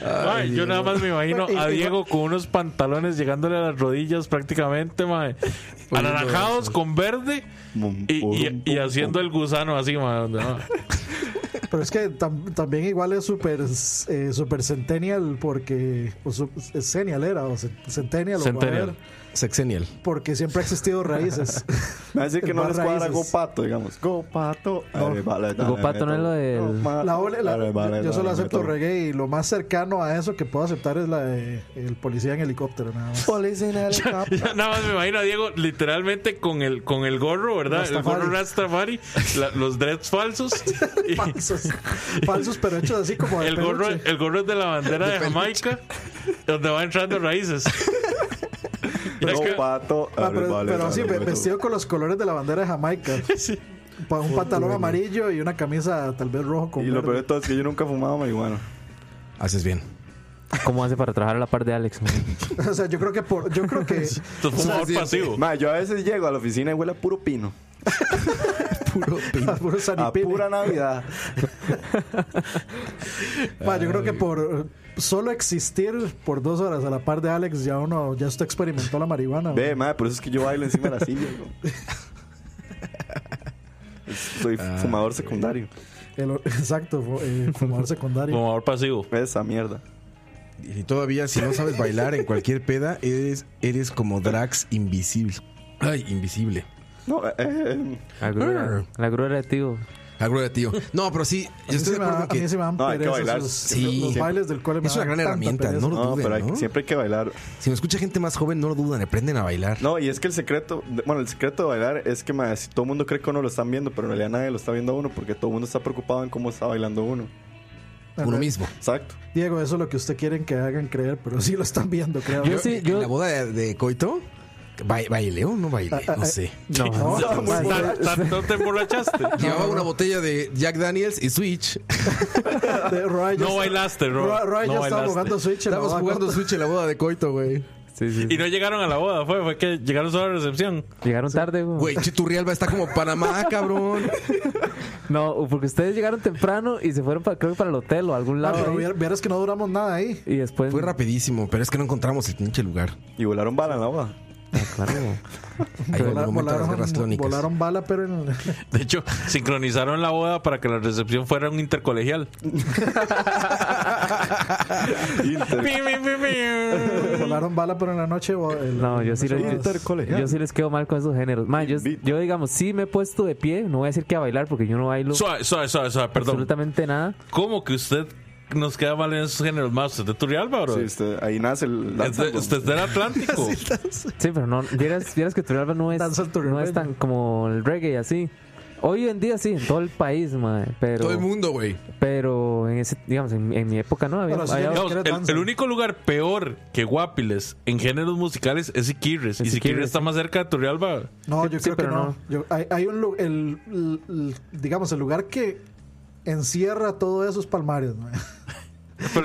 [SPEAKER 4] Ma, yo nada más me imagino a Diego con unos pantalones llegándole a las rodillas prácticamente, ma. Anaranjados con verde
[SPEAKER 5] Bum,
[SPEAKER 4] y, y-
[SPEAKER 5] bum,
[SPEAKER 4] y
[SPEAKER 5] bum,
[SPEAKER 4] haciendo el gusano así, ma. donde, ma.
[SPEAKER 3] Pero es que tam- también igual es super, eh, super centennial porque... O su- es centennial era, o cen- centennial. o
[SPEAKER 4] Centennial.
[SPEAKER 3] whatever,
[SPEAKER 1] Sexenial.
[SPEAKER 3] porque siempre ha existido raíces.
[SPEAKER 5] Me va a decir que no
[SPEAKER 3] Más
[SPEAKER 5] les cuadra
[SPEAKER 3] raíces.
[SPEAKER 5] Gopato, digamos. Gopato. Dale, vale, dale,
[SPEAKER 6] Gopato no es lo del-
[SPEAKER 5] Gopato,
[SPEAKER 3] La ole- la-
[SPEAKER 5] dale, vale,
[SPEAKER 3] yo- yo solo
[SPEAKER 5] dale,
[SPEAKER 3] acepto
[SPEAKER 5] meto.
[SPEAKER 3] reggae y lo más cercano a eso que puedo aceptar es la de el policía en helicóptero. Nada más.
[SPEAKER 4] Yo nada más me imagino a Diego literalmente con el con el gorro, ¿verdad?
[SPEAKER 3] Rastafari.
[SPEAKER 4] El gorro Rastafari, la- los dreads falsos. y
[SPEAKER 3] Falsos. Falsos, pero hechos así como de
[SPEAKER 4] el gorro,
[SPEAKER 3] peluche.
[SPEAKER 4] el gorro es de la bandera de, Jamaica, donde va entrando raíces. Y es que-
[SPEAKER 5] Gopato.
[SPEAKER 3] Ah,
[SPEAKER 5] dale,
[SPEAKER 3] pero,
[SPEAKER 5] vale,
[SPEAKER 3] pero
[SPEAKER 5] dale,
[SPEAKER 3] así, ve-
[SPEAKER 5] meto.
[SPEAKER 3] vestido con los colores de la bandera de Jamaica. Pa- Un pantalón amarillo y una camisa tal vez rojo con
[SPEAKER 5] Y lo
[SPEAKER 3] verde.
[SPEAKER 5] peor de todo es que yo nunca he fumado marihuana.
[SPEAKER 1] Haces bien.
[SPEAKER 6] ¿Cómo hace para trabajar a la par de Alex? man?
[SPEAKER 3] O sea, yo creo que por, yo creo que
[SPEAKER 4] tu fumador pasivo.
[SPEAKER 5] Ma, yo a veces llego a la oficina y huele a puro pino.
[SPEAKER 1] Puro pin.
[SPEAKER 3] a puro
[SPEAKER 5] A
[SPEAKER 3] sanipine.
[SPEAKER 5] pura Navidad.
[SPEAKER 3] Ma, yo creo que por eh, solo existir por dos horas a la par de Alex ya uno ya usted experimentó la marihuana.
[SPEAKER 5] Ve, madre, por eso es que yo bailo encima de la silla. güey. Soy fumador secundario.
[SPEAKER 3] El- exacto, fu- eh, fumador secundario.
[SPEAKER 4] Fumador pasivo.
[SPEAKER 5] Esa mierda.
[SPEAKER 1] Y todavía, si no sabes bailar en cualquier peda, eres, eres como Drax invisible. Ay, invisible.
[SPEAKER 5] No, eh, eh,
[SPEAKER 6] La grúa, la grúa era de tío.
[SPEAKER 1] Agro de tío. oh. No, pero sí, Pues yo
[SPEAKER 3] Yo
[SPEAKER 1] estoy de acuerdo que
[SPEAKER 3] a mí sí me dan
[SPEAKER 5] No, hay que
[SPEAKER 3] pereza
[SPEAKER 5] bailar.
[SPEAKER 3] esos-
[SPEAKER 1] Sí.
[SPEAKER 3] Los bailes del cole me
[SPEAKER 1] es una
[SPEAKER 3] dan
[SPEAKER 1] gran
[SPEAKER 3] tanta
[SPEAKER 1] herramienta,
[SPEAKER 3] pereza.
[SPEAKER 1] no lo
[SPEAKER 5] No,
[SPEAKER 1] duden,
[SPEAKER 5] pero hay-
[SPEAKER 1] ¿no?
[SPEAKER 5] siempre hay que bailar.
[SPEAKER 1] Si me escucha gente más joven, no lo dudan, aprenden a bailar.
[SPEAKER 5] No, y es que el secreto, bueno, el secreto de bailar es que ma, si todo el mundo cree que uno lo están viendo, pero en realidad nadie lo está viendo a uno porque todo el mundo está preocupado en cómo está bailando uno.
[SPEAKER 1] Uno mismo.
[SPEAKER 5] Exacto.
[SPEAKER 3] Diego, eso es lo que usted quieren que hagan creer, pero sí lo están viendo, creo.
[SPEAKER 6] Yo sí,
[SPEAKER 1] En
[SPEAKER 6] yo,
[SPEAKER 1] la boda de, de Coito, ba- ¿bailé o no bailé?
[SPEAKER 3] Ah,
[SPEAKER 1] No sé.
[SPEAKER 3] No, no, pues,
[SPEAKER 4] ¿Tan- tan- ¿No te emborrachaste?
[SPEAKER 3] ah,
[SPEAKER 1] Llevaba una botella de Jack Daniels y Switch.
[SPEAKER 3] de- Roy ya
[SPEAKER 4] No
[SPEAKER 3] está-
[SPEAKER 4] bailaste, Roy.
[SPEAKER 3] Roy, Roy
[SPEAKER 4] No
[SPEAKER 3] ya estaba
[SPEAKER 4] bailaste.
[SPEAKER 3] jugando Switch. en la
[SPEAKER 1] Estábamos
[SPEAKER 3] banca.
[SPEAKER 1] jugando Switch en la boda de Coito, güey.
[SPEAKER 6] sí, sí,
[SPEAKER 4] Y
[SPEAKER 6] sí.
[SPEAKER 4] no llegaron a la boda, fue, fue que llegaron solo a la recepción.
[SPEAKER 6] Llegaron tarde, güey.
[SPEAKER 1] Güey, Chiturrialba está como Panamá, cabrón.
[SPEAKER 6] No, porque ustedes llegaron temprano y se fueron, para, creo que para el hotel o a algún
[SPEAKER 3] Ah,
[SPEAKER 6] lado.
[SPEAKER 3] pero
[SPEAKER 6] ahí.
[SPEAKER 3] vier- vieras que no duramos nada ahí.
[SPEAKER 6] y después.
[SPEAKER 1] Fue rapidísimo, pero es que no encontramos el pinche lugar.
[SPEAKER 5] Y volaron bala en la boda.
[SPEAKER 6] Ah, claro.
[SPEAKER 1] Ahí en el
[SPEAKER 3] Vola-
[SPEAKER 1] momento de las guerras
[SPEAKER 3] volaron,
[SPEAKER 1] clónicas.
[SPEAKER 3] volaron bala, pero en el-
[SPEAKER 4] De hecho, sincronizaron la boda para que la recepción fuera un intercolegial.
[SPEAKER 5] Inter-
[SPEAKER 4] Pi, pi, pi, pi.
[SPEAKER 3] volaron bala, pero en la noche. o el-
[SPEAKER 6] No, yo sí,
[SPEAKER 3] en
[SPEAKER 6] les,
[SPEAKER 3] las-
[SPEAKER 6] yo, yo sí les quedo mal con esos géneros. Man, yo, yo, digamos, sí me he puesto de pie. No voy a decir que a bailar porque yo no bailo
[SPEAKER 4] Suave, suave, suave, suave, perdón.
[SPEAKER 6] absolutamente nada.
[SPEAKER 4] ¿Cómo que usted nos queda mal en esos géneros más? ¿Usted es de Turrialba, bro?
[SPEAKER 5] Sí, usted- ahí nace el
[SPEAKER 4] Es de-
[SPEAKER 5] danzando.
[SPEAKER 4] usted Este, es del Atlántico.
[SPEAKER 6] Sí, pero no, vieras, vieras que Turrialba no es,
[SPEAKER 3] Danza el
[SPEAKER 6] no es tan como el reggae así. Hoy en día sí, en todo el país, madre, pero,
[SPEAKER 1] Todo el mundo, güey.
[SPEAKER 6] pero en ese, digamos, en, en mi época no había,
[SPEAKER 3] Pero sí
[SPEAKER 6] había-
[SPEAKER 3] hay-
[SPEAKER 4] Digamos, el,
[SPEAKER 3] danza.
[SPEAKER 4] el único lugar peor que Guapiles en géneros musicales es Iquirres.
[SPEAKER 6] Es
[SPEAKER 4] Y Iquirres
[SPEAKER 6] Iquirres,
[SPEAKER 4] está
[SPEAKER 6] sí.
[SPEAKER 4] más cerca de Turrialba.
[SPEAKER 3] No,
[SPEAKER 6] Sí,
[SPEAKER 3] yo
[SPEAKER 6] sí,
[SPEAKER 3] creo que
[SPEAKER 6] pero
[SPEAKER 3] no.
[SPEAKER 6] no.
[SPEAKER 3] Yo- hay, hay un lu- el, el- el- digamos el lugar que encierra todo eso es Palmares. ¿no?
[SPEAKER 4] Pero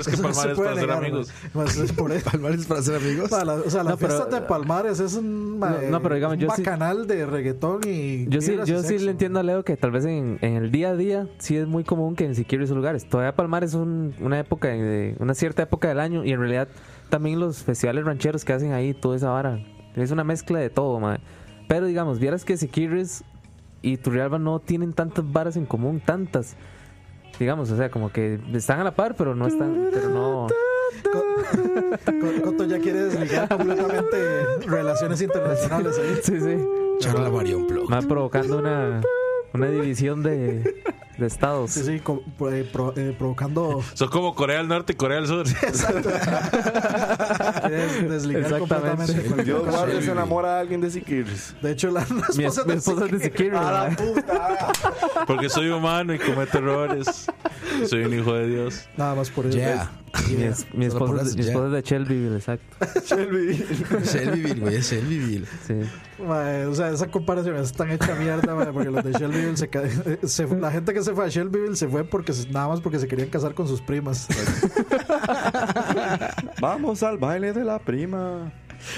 [SPEAKER 4] es que
[SPEAKER 3] Eso no se
[SPEAKER 4] Palmares
[SPEAKER 3] puede
[SPEAKER 4] para ser
[SPEAKER 3] negar,
[SPEAKER 4] amigos.
[SPEAKER 3] ¿no? Pues es por eso.
[SPEAKER 1] Palmares para ser amigos.
[SPEAKER 3] Para la- o sea, las
[SPEAKER 6] Pues, No, pero- eh,
[SPEAKER 3] fiestas de Palmares es un, ma-
[SPEAKER 6] No, no, pero digamos,
[SPEAKER 3] un
[SPEAKER 6] yo sí-
[SPEAKER 3] bacanal de reggaetón y.
[SPEAKER 6] Yo sí,
[SPEAKER 3] vibras y
[SPEAKER 6] yo sí
[SPEAKER 3] sexo.
[SPEAKER 6] le entiendo a Leo que tal vez en, en el día a día sí es muy común que ni siquiera esos lugares. Todavía Palmar es un- una época, de, una cierta época del año y en realidad también los festivales rancheros que hacen ahí, toda esa vara. Es una mezcla de todo, madre. Pero digamos, vieras que Siquiris y Turrialba no tienen tantas varas en común, tantas. Digamos, o sea, como que están a la par, pero no están, pero no...
[SPEAKER 3] Co- Coto ya quiere desligar completamente relaciones internacionales ahí.
[SPEAKER 6] Sí, sí.
[SPEAKER 1] Charla Varion Plug.
[SPEAKER 6] Más provocando una, una división de, de estados.
[SPEAKER 3] Sí, sí, co- pro- eh, pro- eh, provocando.
[SPEAKER 4] Son como Corea del Norte y Corea del Sur.
[SPEAKER 3] quiere desligar
[SPEAKER 6] Exactamente.
[SPEAKER 3] completamente. cualquier
[SPEAKER 5] Dios
[SPEAKER 3] cosa.
[SPEAKER 5] guarde, se enamora a alguien de Sikiris.
[SPEAKER 3] De Ah, hecho, la, la
[SPEAKER 6] Mi,
[SPEAKER 3] esposa
[SPEAKER 6] es- mi esposa es de Siquiris. madre.
[SPEAKER 4] Porque soy humano y cometo errores. Soy un hijo de Dios.
[SPEAKER 3] Nada más por eso.
[SPEAKER 1] Yeah.
[SPEAKER 6] Mi, es- mi
[SPEAKER 1] Solo por
[SPEAKER 6] esposa, es-
[SPEAKER 1] eso,
[SPEAKER 6] mi
[SPEAKER 1] ya.
[SPEAKER 6] esposa es de Shelbyville, exacto.
[SPEAKER 5] Shelby.
[SPEAKER 1] Shelbyville, güey, es Shelbyville.
[SPEAKER 6] Sí.
[SPEAKER 3] Mae, o sea, esa comparación es tan hecha mierda, mae, porque los de Shelbyville se, ca- se- La gente que se fue a Shelbyville se fue porque se- nada más porque se querían casar con sus primas.
[SPEAKER 5] Vamos al baile de la prima.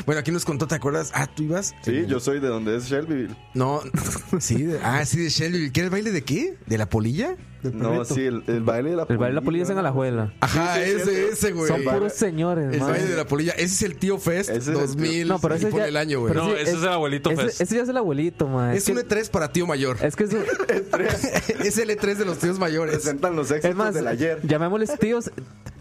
[SPEAKER 1] Bueno, aquí nos contó, ¿te acuerdas? Ah, ¿tú ibas?
[SPEAKER 5] Sí, yo soy de donde es Shelbyville.
[SPEAKER 1] No, sí, de- ah, sí, de Shelbyville. ¿Qué era el baile de qué? ¿De la polilla?
[SPEAKER 5] No, sí, el, el baile de la
[SPEAKER 6] El baile de la polilla es en Alajuela.
[SPEAKER 1] Ajá, ese, ese, güey.
[SPEAKER 6] Son puros señores,
[SPEAKER 1] El
[SPEAKER 6] madre.
[SPEAKER 1] baile de la polilla. Ese es el tío Fest
[SPEAKER 5] Ese es el
[SPEAKER 1] 2000.
[SPEAKER 6] No, pero ese
[SPEAKER 1] y pone
[SPEAKER 6] ya-
[SPEAKER 1] el año, güey.
[SPEAKER 6] pero
[SPEAKER 4] No, ese es el abuelito
[SPEAKER 6] ese,
[SPEAKER 4] Fest.
[SPEAKER 6] ese ya es el abuelito, man.
[SPEAKER 1] pues. es un E3 para tío mayor.
[SPEAKER 6] Es que es, un-
[SPEAKER 1] es el E3 de los tíos mayores.
[SPEAKER 5] Presentan los
[SPEAKER 6] es
[SPEAKER 5] éxitos
[SPEAKER 6] más,
[SPEAKER 5] del ayer.
[SPEAKER 6] llamémosles tíos,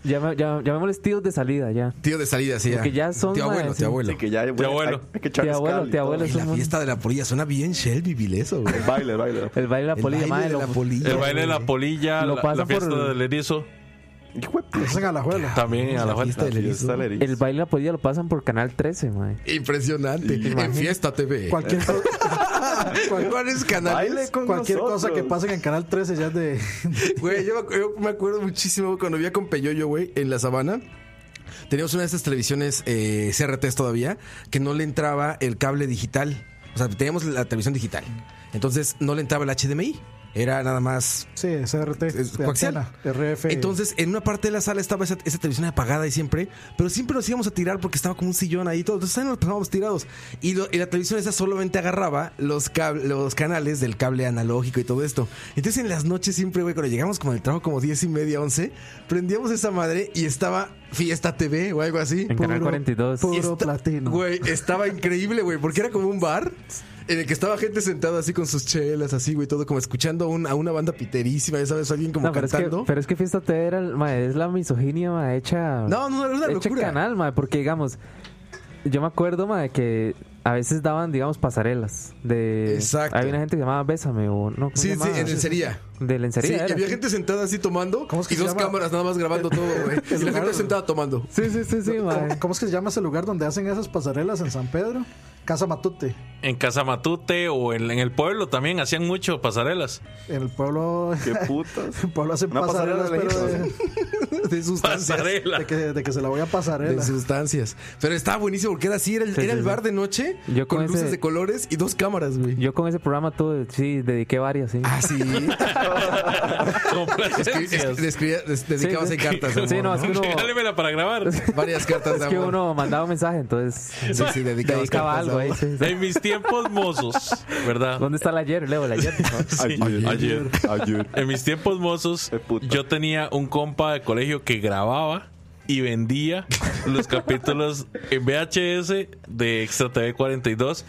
[SPEAKER 6] llama- llama- llamémosles tíos de salida ya.
[SPEAKER 1] Tío de salida, sí.
[SPEAKER 6] Porque ya son,
[SPEAKER 1] Tío abuelo,
[SPEAKER 6] madre,
[SPEAKER 1] tío
[SPEAKER 6] sí.
[SPEAKER 1] abuelo.
[SPEAKER 5] Sí, que ya hay-
[SPEAKER 4] Tío abuelo.
[SPEAKER 5] hay- hay que echar
[SPEAKER 6] Tío abuelo,
[SPEAKER 5] mezcal y
[SPEAKER 6] tío
[SPEAKER 5] todo.
[SPEAKER 6] abuelo.
[SPEAKER 1] Y
[SPEAKER 6] es
[SPEAKER 1] la
[SPEAKER 6] un-
[SPEAKER 1] fiesta de la polilla suena bien Shelbyville eso, güey.
[SPEAKER 5] El baile, el baile.
[SPEAKER 6] El baile de la
[SPEAKER 1] El
[SPEAKER 6] polilla,
[SPEAKER 1] baile
[SPEAKER 6] madre,
[SPEAKER 1] de
[SPEAKER 6] lo-
[SPEAKER 1] la polilla.
[SPEAKER 4] El baile de la polilla,
[SPEAKER 6] Lo
[SPEAKER 4] la,
[SPEAKER 6] pasan
[SPEAKER 4] la fiesta
[SPEAKER 6] por-
[SPEAKER 4] del erizo.
[SPEAKER 5] Hijo de
[SPEAKER 3] Es en Alajuela.
[SPEAKER 4] También a la
[SPEAKER 1] La
[SPEAKER 4] vuelta.
[SPEAKER 1] fiesta del erizo.
[SPEAKER 5] Está la eriza.
[SPEAKER 6] el baile de la polilla lo pasan por Canal 13, man.
[SPEAKER 1] Impresionante. En Fiesta TV.
[SPEAKER 3] Cualquier, co- cual-
[SPEAKER 1] ¿Cuáles canales?
[SPEAKER 5] Baile con
[SPEAKER 3] cualquier cosa que
[SPEAKER 5] nosotros.
[SPEAKER 3] pasen en Canal 13 ya es de.
[SPEAKER 1] Güey, yo, me- yo me acuerdo muchísimo güey, cuando vivía con Peyoyo, güey, en la sabana. Teníamos una de estas televisiones eh, CRTs todavía que no le entraba el cable digital. O sea, teníamos la televisión digital. Entonces no le entraba el HDMI. Era nada más
[SPEAKER 3] Sí, CRT.
[SPEAKER 1] Es
[SPEAKER 3] de
[SPEAKER 1] coaxial.
[SPEAKER 3] antena, RF.
[SPEAKER 1] Entonces, en una parte de la sala estaba esa, esa televisión apagada y siempre, pero siempre nos íbamos a tirar porque estaba como un sillón ahí y todo. Entonces, ahí nos pasábamos tirados. Y, lo- y la televisión esa solamente agarraba los, cab- los canales del cable analógico y todo esto. Entonces, en las noches siempre, güey, cuando llegamos como del trabajo, como 10 y media, 11, prendíamos esa madre y estaba Fiesta TV o algo así.
[SPEAKER 6] En Canal 42.
[SPEAKER 1] Y
[SPEAKER 3] Puro platino.
[SPEAKER 1] Güey, estaba increíble, güey, porque era como un bar en el que estaba gente sentada así con sus chelas, así, güey, todo como escuchando a un- a una banda piterísima, ya sabes, alguien como
[SPEAKER 6] No, pero es, que,
[SPEAKER 1] cantando.
[SPEAKER 6] pero es que Fiesta TV era, el- mae, es la misoginia mae, hecha.
[SPEAKER 1] No, no, era una
[SPEAKER 6] hecha
[SPEAKER 1] locura.
[SPEAKER 6] canal, mae, porque digamos, yo me acuerdo, mae, que a veces daban, digamos, pasarelas. De,
[SPEAKER 1] Exacto.
[SPEAKER 6] Había una gente que llamaba Bésame o no. ¿cómo se
[SPEAKER 1] Sí, sí,
[SPEAKER 6] llamaba?
[SPEAKER 1] en lencería.
[SPEAKER 6] De lencería.
[SPEAKER 1] Sí,
[SPEAKER 6] era.
[SPEAKER 1] y había gente sentada así tomando
[SPEAKER 3] ¿Cómo es que
[SPEAKER 1] y
[SPEAKER 3] se
[SPEAKER 1] dos
[SPEAKER 3] llama?
[SPEAKER 1] cámaras nada más grabando todo, güey.
[SPEAKER 3] El
[SPEAKER 1] Y la
[SPEAKER 3] lugar-
[SPEAKER 1] gente sentada tomando.
[SPEAKER 6] sí, sí, sí, sí, mae.
[SPEAKER 3] ¿Cómo es que se llama ese lugar donde hacen esas pasarelas en San Pedro? Casa Matute,
[SPEAKER 4] En Casa Matute o en, en el pueblo también hacían mucho pasarelas.
[SPEAKER 3] en el pueblo.
[SPEAKER 5] Qué putas.
[SPEAKER 3] En el pueblo hacen
[SPEAKER 5] Una pasarela
[SPEAKER 3] pasarelas, pero
[SPEAKER 5] de
[SPEAKER 3] de,
[SPEAKER 1] De sustancias.
[SPEAKER 4] Pasarela.
[SPEAKER 3] de que, de que se la voy a
[SPEAKER 1] De
[SPEAKER 3] pasarela.
[SPEAKER 1] sustancias. Pero estaba buenísimo porque era así, era el,
[SPEAKER 6] Sí,
[SPEAKER 1] era
[SPEAKER 6] sí,
[SPEAKER 1] el
[SPEAKER 6] sí.
[SPEAKER 1] bar de noche
[SPEAKER 6] Yo
[SPEAKER 1] con
[SPEAKER 6] con ese-
[SPEAKER 1] luces de colores y dos cámaras, güey.
[SPEAKER 6] Yo con ese programa todo, sí, dediqué varias, sí.
[SPEAKER 1] Ah, sí. Escri-
[SPEAKER 4] Complacencias.
[SPEAKER 1] es- describía- des- dedicabas
[SPEAKER 6] sí.
[SPEAKER 1] ahí cartas.
[SPEAKER 6] Sí,
[SPEAKER 1] amor,
[SPEAKER 6] no, es que uno-
[SPEAKER 4] Regálemela para grabar.
[SPEAKER 1] Varias cartas de
[SPEAKER 6] Es que
[SPEAKER 1] amor.
[SPEAKER 6] uno mandaba un mensaje, entonces
[SPEAKER 1] Sí, sí, dedicabas cartas
[SPEAKER 6] dedicaba
[SPEAKER 1] de
[SPEAKER 6] algo ahí.
[SPEAKER 1] amor.
[SPEAKER 6] sí, sí.
[SPEAKER 4] En mis tiempos mozos, ¿verdad?
[SPEAKER 6] ¿Dónde está el ayer, Leo? El ayer. por favor.
[SPEAKER 5] Ayer.
[SPEAKER 4] Ayer.
[SPEAKER 5] Ayer.
[SPEAKER 4] En mis tiempos mozos,
[SPEAKER 5] Qué puta.
[SPEAKER 4] yo tenía un compa de colegio que grababa y vendía los capítulos en VHS de Extra TV 42.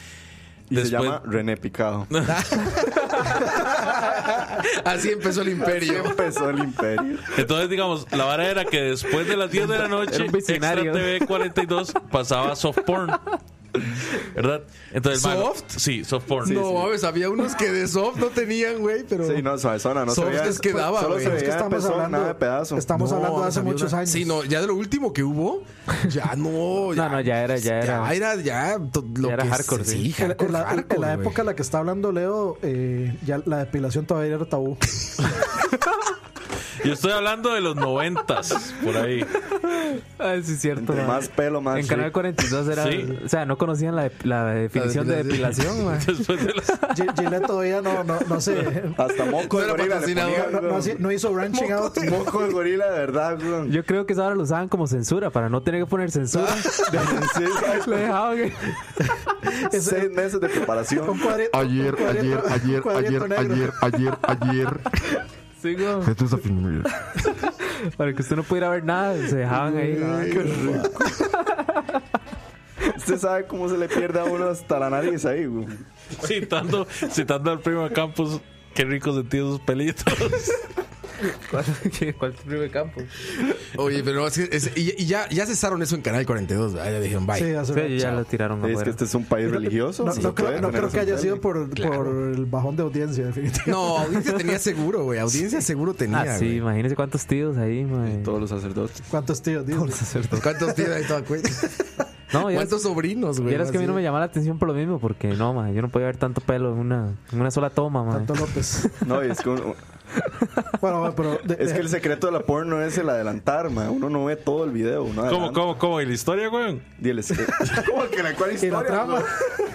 [SPEAKER 5] Y
[SPEAKER 4] Después-
[SPEAKER 5] se llama René Picado.
[SPEAKER 1] Así empezó el
[SPEAKER 5] Así
[SPEAKER 1] imperio.
[SPEAKER 5] empezó el imperio.
[SPEAKER 4] Entonces, digamos, la vara era que después de las 10 de la noche,
[SPEAKER 6] Era un visionario.
[SPEAKER 4] Extra TV 42 pasaba soft porn. ¿Verdad? Entonces, el malo-
[SPEAKER 1] ¿Soft?
[SPEAKER 4] sí, soft porn.
[SPEAKER 1] no, mames, había unos que de soft no tenían, güey, pero.
[SPEAKER 5] Sí, no, suavezona, no se
[SPEAKER 1] Soft
[SPEAKER 5] veía.
[SPEAKER 1] es que daba,
[SPEAKER 5] Solo
[SPEAKER 1] güey.
[SPEAKER 5] se
[SPEAKER 1] Es
[SPEAKER 3] Es que
[SPEAKER 5] veía de
[SPEAKER 3] estamos
[SPEAKER 5] pezón,
[SPEAKER 3] hablando,
[SPEAKER 5] nada de pedazo.
[SPEAKER 3] estamos
[SPEAKER 1] No,
[SPEAKER 3] hablando de hace
[SPEAKER 1] había
[SPEAKER 3] muchos
[SPEAKER 1] una-
[SPEAKER 3] años.
[SPEAKER 1] Sí, no, ya de lo último que hubo, ya no. Ya,
[SPEAKER 6] no, ya era, ya era.
[SPEAKER 1] era, ya to- lo
[SPEAKER 6] era
[SPEAKER 1] que es-
[SPEAKER 6] hardcore,
[SPEAKER 1] Sí,
[SPEAKER 6] sí.
[SPEAKER 1] hardcore,
[SPEAKER 3] En la, en
[SPEAKER 1] hardcore,
[SPEAKER 3] la
[SPEAKER 1] güey.
[SPEAKER 3] época en la que está hablando Leo, eh, ya la depilación todavía era tabú.
[SPEAKER 4] Yo estoy hablando de los noventas, por ahí.
[SPEAKER 1] Ah,
[SPEAKER 6] Ay, sí, es cierto.
[SPEAKER 5] Entre
[SPEAKER 6] mae.
[SPEAKER 5] más pelo, más.
[SPEAKER 6] en
[SPEAKER 5] chic.
[SPEAKER 6] Canal 42 era.
[SPEAKER 4] Sí.
[SPEAKER 6] O sea, no conocían la, la definición de
[SPEAKER 1] depilación.
[SPEAKER 6] depilación, mae.
[SPEAKER 4] Después de las
[SPEAKER 3] G- Gillette todavía no, no, no se.
[SPEAKER 5] Hasta moco
[SPEAKER 1] No
[SPEAKER 5] de
[SPEAKER 1] era
[SPEAKER 5] gorila. le
[SPEAKER 1] patrocinador,
[SPEAKER 5] ponían,
[SPEAKER 3] No, no
[SPEAKER 5] weón.
[SPEAKER 3] hacía- no hizo branching out.
[SPEAKER 5] Moco de gorila, de verdad, weón.
[SPEAKER 6] Yo creo que esa ahora lo usaban como censura para no tener que poner censura.
[SPEAKER 5] Sí,
[SPEAKER 6] lo dejaban. que-
[SPEAKER 5] Seis meses de
[SPEAKER 3] Un
[SPEAKER 5] preparación.
[SPEAKER 3] cuadrito-
[SPEAKER 9] Ayer,
[SPEAKER 3] un
[SPEAKER 9] ayer,
[SPEAKER 3] cuadrito-
[SPEAKER 9] ayer,
[SPEAKER 3] un cuadrito
[SPEAKER 9] ayer,
[SPEAKER 3] negro.
[SPEAKER 9] ayer, ayer, ayer.
[SPEAKER 6] Sí, como
[SPEAKER 9] Esto es afirmar.
[SPEAKER 6] para que usted no pudiera ver nada, se dejaban ahí.
[SPEAKER 5] Usted sabe cómo se le pierde a uno hasta la nariz ahí, weón.
[SPEAKER 4] citando, citando al primo de Campos, qué rico sentido sus pelitos.
[SPEAKER 6] ¿Cuál, qué- cuál primer campo?
[SPEAKER 1] Oye, pero no, es que es- y, y ya, ya cesaron eso en Canal 42, ¿verdad? Ya dijeron, bye.
[SPEAKER 3] Sí, hace
[SPEAKER 6] Sí, ya
[SPEAKER 3] chao.
[SPEAKER 6] lo tiraron
[SPEAKER 5] Es que
[SPEAKER 6] afuera.
[SPEAKER 5] este es un país religioso.
[SPEAKER 3] No,
[SPEAKER 5] sí,
[SPEAKER 3] no
[SPEAKER 5] se puede
[SPEAKER 3] creo, no
[SPEAKER 5] tener
[SPEAKER 3] creo que
[SPEAKER 5] su
[SPEAKER 3] haya
[SPEAKER 5] tele.
[SPEAKER 3] sido por, por el bajón de audiencia, definitivamente.
[SPEAKER 1] No, audiencia tenía seguro, güey. Audiencia seguro tenía.
[SPEAKER 6] Ah, sí,
[SPEAKER 1] güey.
[SPEAKER 6] imagínense cuántos tíos ahí, mae.
[SPEAKER 5] Todos los sacerdotes.
[SPEAKER 3] ¿Cuántos tíos? Dios?
[SPEAKER 1] ¿Cuántos tíos ahí toda cuenta?
[SPEAKER 6] No, ya
[SPEAKER 1] ¿Cuántos sobrinos, güey?
[SPEAKER 6] Vieras que a mí no me llamaba la atención por lo mismo, porque no, ma, yo no podía ver tanto pelo en una, en una sola toma, ma.
[SPEAKER 3] Tanto López.
[SPEAKER 5] No, es que, uno-
[SPEAKER 3] Bueno, bueno, pero. de-
[SPEAKER 5] es que el
[SPEAKER 3] de-
[SPEAKER 5] secreto de la porno es el adelantar, man. Uno no ve todo el video. Uno
[SPEAKER 4] ¿Cómo,
[SPEAKER 5] adelanta.
[SPEAKER 4] cómo, cómo? ¿Y la historia, weón?
[SPEAKER 5] Diles, eh, ¿Cómo que la cual
[SPEAKER 3] y la
[SPEAKER 5] historia?
[SPEAKER 3] trama.
[SPEAKER 5] weón?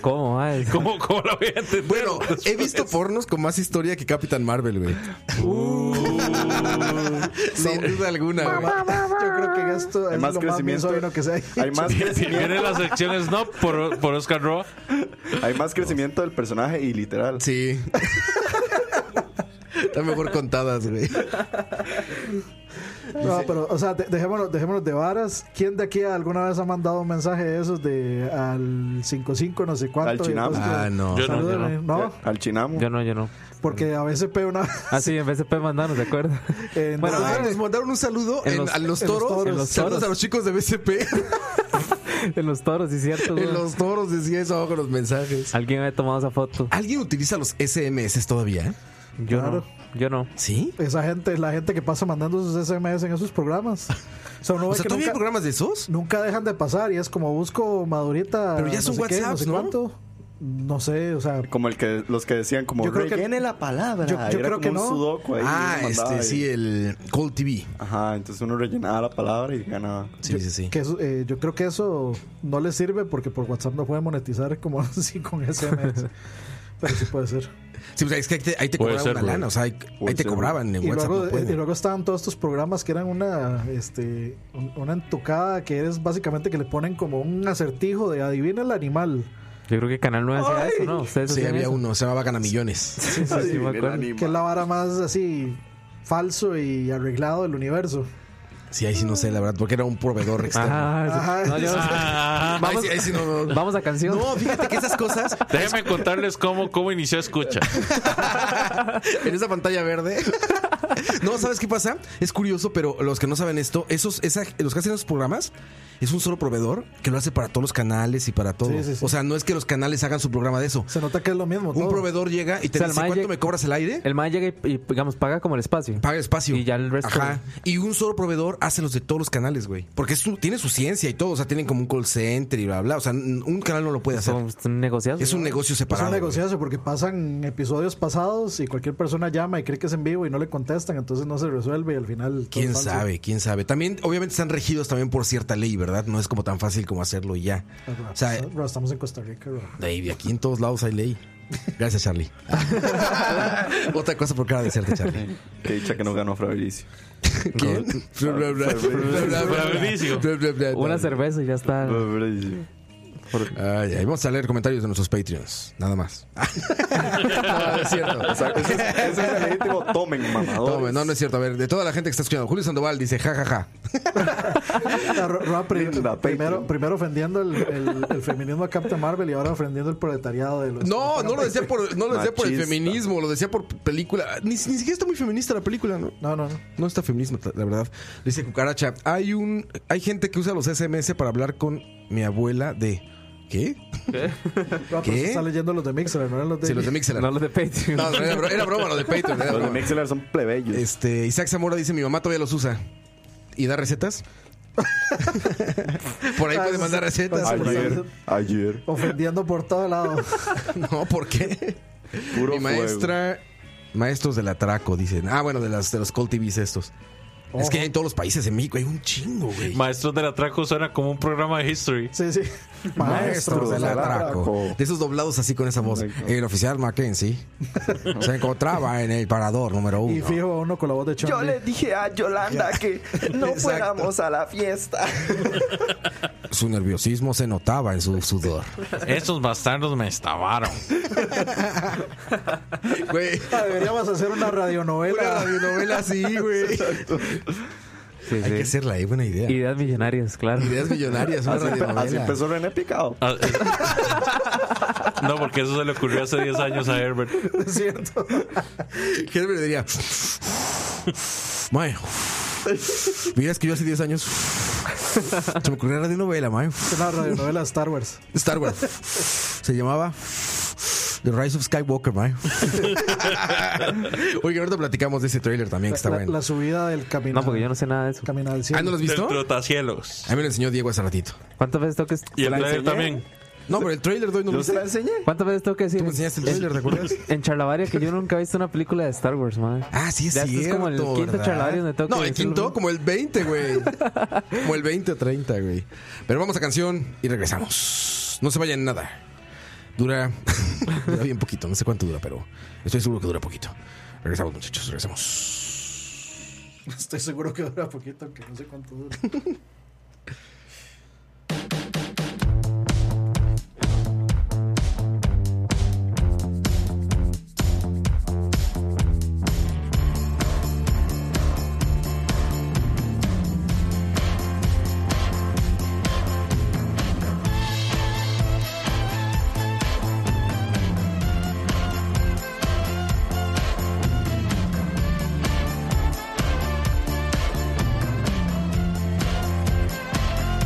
[SPEAKER 6] ¿Cómo, ma?
[SPEAKER 4] ¿Cómo, cómo la voy a entender?
[SPEAKER 1] Bueno, he visto pornos con más historia que Capitán Marvel, güey.
[SPEAKER 6] Uh.
[SPEAKER 1] Sin duda alguna, güey.
[SPEAKER 3] Yo creo que esto es
[SPEAKER 5] Hay más
[SPEAKER 3] lo más
[SPEAKER 5] crecimiento.
[SPEAKER 3] misógino que se hay.
[SPEAKER 5] Hay más crecimiento.
[SPEAKER 4] Viene la sección Snob por, por Oscar Roa.
[SPEAKER 5] Hay más crecimiento del personaje y literal.
[SPEAKER 1] Sí. Están mejor contadas, güey.
[SPEAKER 3] No, pero, o sea, de- dejémonos, dejémonos de varas. ¿Quién de aquí alguna vez ha mandado un mensaje de esos de al 55 no sé cuánto?
[SPEAKER 5] Al Chinamo.
[SPEAKER 3] Entonces,
[SPEAKER 1] Ah, no.
[SPEAKER 4] Yo no, yo
[SPEAKER 3] salúdenme.
[SPEAKER 6] no.
[SPEAKER 3] no.
[SPEAKER 5] Al chinamo.
[SPEAKER 6] Yo no, yo no.
[SPEAKER 3] porque a veces pega una.
[SPEAKER 6] Ah, sí, en vez de P mandarnos, ¿de acuerdo?
[SPEAKER 3] en-
[SPEAKER 6] Bueno,
[SPEAKER 1] Ah,
[SPEAKER 3] entonces,
[SPEAKER 1] nos mandaron un saludo
[SPEAKER 6] en
[SPEAKER 1] en-
[SPEAKER 6] los-
[SPEAKER 1] a los
[SPEAKER 3] en los
[SPEAKER 1] toros.
[SPEAKER 3] toros. En los
[SPEAKER 1] Saludos
[SPEAKER 6] toros.
[SPEAKER 1] a los chicos de BCP.
[SPEAKER 6] en los toros, sí, cierto,
[SPEAKER 1] en
[SPEAKER 6] weón.
[SPEAKER 1] los toros decía eso abajo en los mensajes.
[SPEAKER 6] Alguien había tomado esa foto.
[SPEAKER 1] ¿Alguien utiliza los SMS todavía?
[SPEAKER 6] Yo
[SPEAKER 3] Claro.
[SPEAKER 6] no. Yo no.
[SPEAKER 1] ¿Sí?
[SPEAKER 3] esa gente, la gente que pasa mandando sus SMS en esos programas. O sea, uno
[SPEAKER 1] O
[SPEAKER 3] ve
[SPEAKER 1] sea,
[SPEAKER 3] que
[SPEAKER 1] ¿todavía hay
[SPEAKER 3] nunca,
[SPEAKER 1] programas de esos?
[SPEAKER 3] nunca dejan de pasar y es como busco madurita.
[SPEAKER 1] Pero ya son
[SPEAKER 3] no sé qué, no
[SPEAKER 1] WhatsApps,
[SPEAKER 3] sé
[SPEAKER 1] ¿no?
[SPEAKER 3] cuánto. No sé, o sea,
[SPEAKER 5] Como el que los que decían como
[SPEAKER 3] Yo creo que-
[SPEAKER 5] rellene la palabra.
[SPEAKER 3] yo- yo
[SPEAKER 5] Era
[SPEAKER 3] creo
[SPEAKER 5] como
[SPEAKER 3] que
[SPEAKER 5] un
[SPEAKER 3] no.
[SPEAKER 5] sudoku ahí,
[SPEAKER 1] Ah,
[SPEAKER 5] uno mandaba
[SPEAKER 1] este,
[SPEAKER 5] ahí.
[SPEAKER 1] sí, el Cold TV.
[SPEAKER 5] Ajá, entonces uno rellenaba la palabra y ganaba.
[SPEAKER 1] Sí, sí, sí.
[SPEAKER 3] que eso- eh, yo creo que eso no les sirve porque por WhatsApp no puede monetizar como así con SMS. Pero sí puede ser.
[SPEAKER 1] Sí, pues, es que ahí te, ahí te
[SPEAKER 4] Puede
[SPEAKER 1] cobraban
[SPEAKER 4] ser,
[SPEAKER 1] una
[SPEAKER 4] güey.
[SPEAKER 1] lana, o sea, ahí, ahí te
[SPEAKER 5] ser,
[SPEAKER 1] cobraban en
[SPEAKER 3] Y
[SPEAKER 1] WhatsApp.
[SPEAKER 3] luego,
[SPEAKER 1] no pueden.
[SPEAKER 3] y luego estaban todos estos programas que eran una este un- una entucada que es básicamente que le ponen como un acertijo de adivina el animal.
[SPEAKER 6] Yo creo que Canal 9 hacía eso, ¿no? Ustedes
[SPEAKER 1] sí,
[SPEAKER 6] hacían
[SPEAKER 1] había
[SPEAKER 6] eso.
[SPEAKER 1] uno, se llamaba Gana Millones.
[SPEAKER 6] Sí, sí, sí, me
[SPEAKER 5] Adivina el
[SPEAKER 6] acuerdo.
[SPEAKER 5] animal.
[SPEAKER 3] Que es la vara más así falso y arreglado del universo.
[SPEAKER 1] Sí, ahí sí no sé, la verdad, porque era un proveedor externo.
[SPEAKER 6] Ajá, sí.
[SPEAKER 3] Ajá.
[SPEAKER 6] No, yo-
[SPEAKER 4] Ah,
[SPEAKER 1] Ahí
[SPEAKER 6] vamos,
[SPEAKER 1] sí- ahí sí no- no.
[SPEAKER 6] vamos a canción.
[SPEAKER 1] No, fíjate que esas cosas
[SPEAKER 4] déjenme contarles cómo, cómo inició Escucha.
[SPEAKER 1] en esa pantalla verde. No, ¿sabes qué pasa? Es curioso, pero los que no saben esto, esos, esa- los que hacen esos programas es un solo proveedor que lo hace para todos los canales y para todo.
[SPEAKER 3] Sí, sí, sí.
[SPEAKER 1] O sea, no es que los canales hagan su programa de eso.
[SPEAKER 3] Se nota que es lo mismo.
[SPEAKER 1] Un
[SPEAKER 3] todo.
[SPEAKER 1] proveedor llega y te
[SPEAKER 6] O sea, el
[SPEAKER 1] dice,
[SPEAKER 6] mae
[SPEAKER 1] ¿cuánto
[SPEAKER 6] llega-
[SPEAKER 1] me cobras el aire?
[SPEAKER 6] El man llega y, y, digamos, paga como el espacio.
[SPEAKER 1] Paga el espacio.
[SPEAKER 6] Y ya el resto-
[SPEAKER 1] Ajá. Y un solo proveedor hace los de todos los canales, güey. Porque es su- tiene su ciencia y todo. O sea, tienen como un call center y bla, bla. O sea, n- un canal no lo puede hacer.
[SPEAKER 6] Son- son negociados.
[SPEAKER 1] Es un negocio
[SPEAKER 3] Es
[SPEAKER 1] separado.
[SPEAKER 3] un
[SPEAKER 1] güey.
[SPEAKER 3] negociazo porque pasan episodios pasados y cualquier persona llama y cree que es en vivo y no le contestan, entonces no se resuelve y al final. todo
[SPEAKER 1] ¿Quién
[SPEAKER 3] es falso.
[SPEAKER 1] sabe? ¿Quién sabe? También, obviamente, están regidos también por cierta ley, ¿verdad? No es como tan fácil como hacerlo y ya.
[SPEAKER 3] Pero,
[SPEAKER 1] O sea, eh,
[SPEAKER 3] pero estamos en Costa Rica, bro.
[SPEAKER 1] Dave, aquí en todos lados hay ley. Gracias, Charlie. Otra cosa por cara de serte, Charlie.
[SPEAKER 5] Que dicha que no ganó Fabricio.
[SPEAKER 1] ¿Quién?
[SPEAKER 4] Fabricio.
[SPEAKER 6] Una cerveza y ya
[SPEAKER 1] Ah.
[SPEAKER 6] está.
[SPEAKER 5] Fabricio.
[SPEAKER 1] Ay, ay, vamos a leer comentarios de nuestros Patreons. Nada más. no, no es cierto.
[SPEAKER 5] O sea, ese, es- ese es el legítimo tomen, mamador.
[SPEAKER 1] Tome, no, no es cierto. A ver, de toda la gente que está escuchando, Julio Sandoval dice jajaja. Ja, ja.
[SPEAKER 3] Ah, Ro- Roa, pri-
[SPEAKER 5] Linda,
[SPEAKER 3] primero,
[SPEAKER 5] Patreon.
[SPEAKER 3] primero ofendiendo el, el- el feminismo a Captain Marvel y ahora ofendiendo el proletariado de los.
[SPEAKER 1] No, no lo decía por, no lo decía por el
[SPEAKER 5] Pues, Machista.
[SPEAKER 1] feminismo, lo decía por película. Ni, ni siquiera está muy feminista la película, ¿no?
[SPEAKER 3] No, no, no.
[SPEAKER 1] No está feminismo, la verdad. Dice Cucaracha, hay un hay gente que usa los SMS para hablar con mi abuela de ¿Qué?
[SPEAKER 3] Roa, pero
[SPEAKER 1] ¿Qué?
[SPEAKER 3] se está leyendo los de Mixer, no eran los de.
[SPEAKER 1] Sí, los de Mixelar.
[SPEAKER 6] No los de Patreon.
[SPEAKER 1] No, era, bro- era broma lo de Patreon. era
[SPEAKER 5] Los de
[SPEAKER 1] broma.
[SPEAKER 5] Mixler son plebeyos.
[SPEAKER 1] Este, Isaac Zamora dice, mi mamá todavía los usa. ¿Y da recetas? Por ahí
[SPEAKER 3] Ah,
[SPEAKER 1] puede
[SPEAKER 3] eso
[SPEAKER 1] mandar
[SPEAKER 3] sí.
[SPEAKER 1] recetas.
[SPEAKER 3] Ah, sí.
[SPEAKER 5] ayer, ayer.
[SPEAKER 3] Ofendiendo por todo lado.
[SPEAKER 1] No, ¿por qué?
[SPEAKER 5] Puro
[SPEAKER 1] mi maestra, maestros del atraco, dicen. Ah, bueno, de, las, de los call TVs estos. Es que hay en todos los países en México, hay un chingo, güey.
[SPEAKER 4] Maestros del Atraco suena como un programa de history.
[SPEAKER 3] Sí, sí.
[SPEAKER 1] Maestros del atraco. De esos doblados así con esa voz.
[SPEAKER 5] Correcto.
[SPEAKER 1] El oficial Mackenzie se encontraba en el parador número
[SPEAKER 3] Y
[SPEAKER 1] uno.
[SPEAKER 3] fijo a uno con la voz de Chun.
[SPEAKER 7] Yo le dije a Yolanda que no
[SPEAKER 1] Exacto.
[SPEAKER 7] fuéramos a la fiesta.
[SPEAKER 1] Su nerviosismo se notaba en su sudor.
[SPEAKER 4] Estos bastardos me estabaron.
[SPEAKER 1] Güey,
[SPEAKER 3] Deberíamos hacer una
[SPEAKER 1] una
[SPEAKER 3] radionovela.
[SPEAKER 1] radionovela así, güey.
[SPEAKER 6] Sí,
[SPEAKER 1] Hay que
[SPEAKER 6] sí.
[SPEAKER 1] hacerla, es buena idea.
[SPEAKER 6] Ideas millonarias, claro.
[SPEAKER 1] Ideas millonarias, una radionovela.
[SPEAKER 5] Así empezó René Picado.
[SPEAKER 4] Ah, es- No, porque eso se le ocurrió hace 10 años a Herbert.
[SPEAKER 3] Es cierto.
[SPEAKER 1] Herbert diría. Mae. Mira, es que yo hace 10 años. Se me ocurrió una radionovela, mae.
[SPEAKER 3] Una radionovela de Star Wars.
[SPEAKER 1] Star Wars. Se llamaba The Rise of Skywalker, mae. Oye, ahorita platicamos de ese trailer también, que está
[SPEAKER 3] la,
[SPEAKER 1] bueno.
[SPEAKER 3] la subida del camino.
[SPEAKER 6] No, porque yo no sé nada de eso.
[SPEAKER 3] Camino al cielo.
[SPEAKER 1] Ah, ¿no lo has
[SPEAKER 4] Del
[SPEAKER 1] visto? A
[SPEAKER 4] Trotacielos.
[SPEAKER 1] mí me lo enseñó Diego hace ratito.
[SPEAKER 6] ¿Cuántas veces tengo que,
[SPEAKER 4] Y el
[SPEAKER 5] ¿La
[SPEAKER 4] trailer
[SPEAKER 5] enseñé?
[SPEAKER 4] también.
[SPEAKER 1] No, pero el trailer de hoy no lo
[SPEAKER 5] Yo se la
[SPEAKER 1] viste.
[SPEAKER 5] enseñé.
[SPEAKER 6] cuántas veces tengo que decir?
[SPEAKER 1] Tú me enseñaste el trailer, ¿te acuerdas?
[SPEAKER 6] En Charlavaria que yo nunca he visto una película de Star Wars, madre.
[SPEAKER 1] Ah, sí, es
[SPEAKER 6] Ya,
[SPEAKER 1] cierto.
[SPEAKER 6] este es como el quinto
[SPEAKER 1] ¿verdad?
[SPEAKER 6] charlavario donde tengo
[SPEAKER 1] No,
[SPEAKER 6] que
[SPEAKER 1] el
[SPEAKER 6] decirlo.
[SPEAKER 1] quinto, como el 20, güey. como el 20 o 30, güey. Pero vamos a canción y regresamos. No se vayan nada. Dura, dura bien poquito, no sé cuánto dura, pero estoy seguro que dura poquito. Regresamos, muchachos, regresamos.
[SPEAKER 3] Estoy seguro que dura poquito, aunque no sé cuánto dura.
[SPEAKER 10] Thank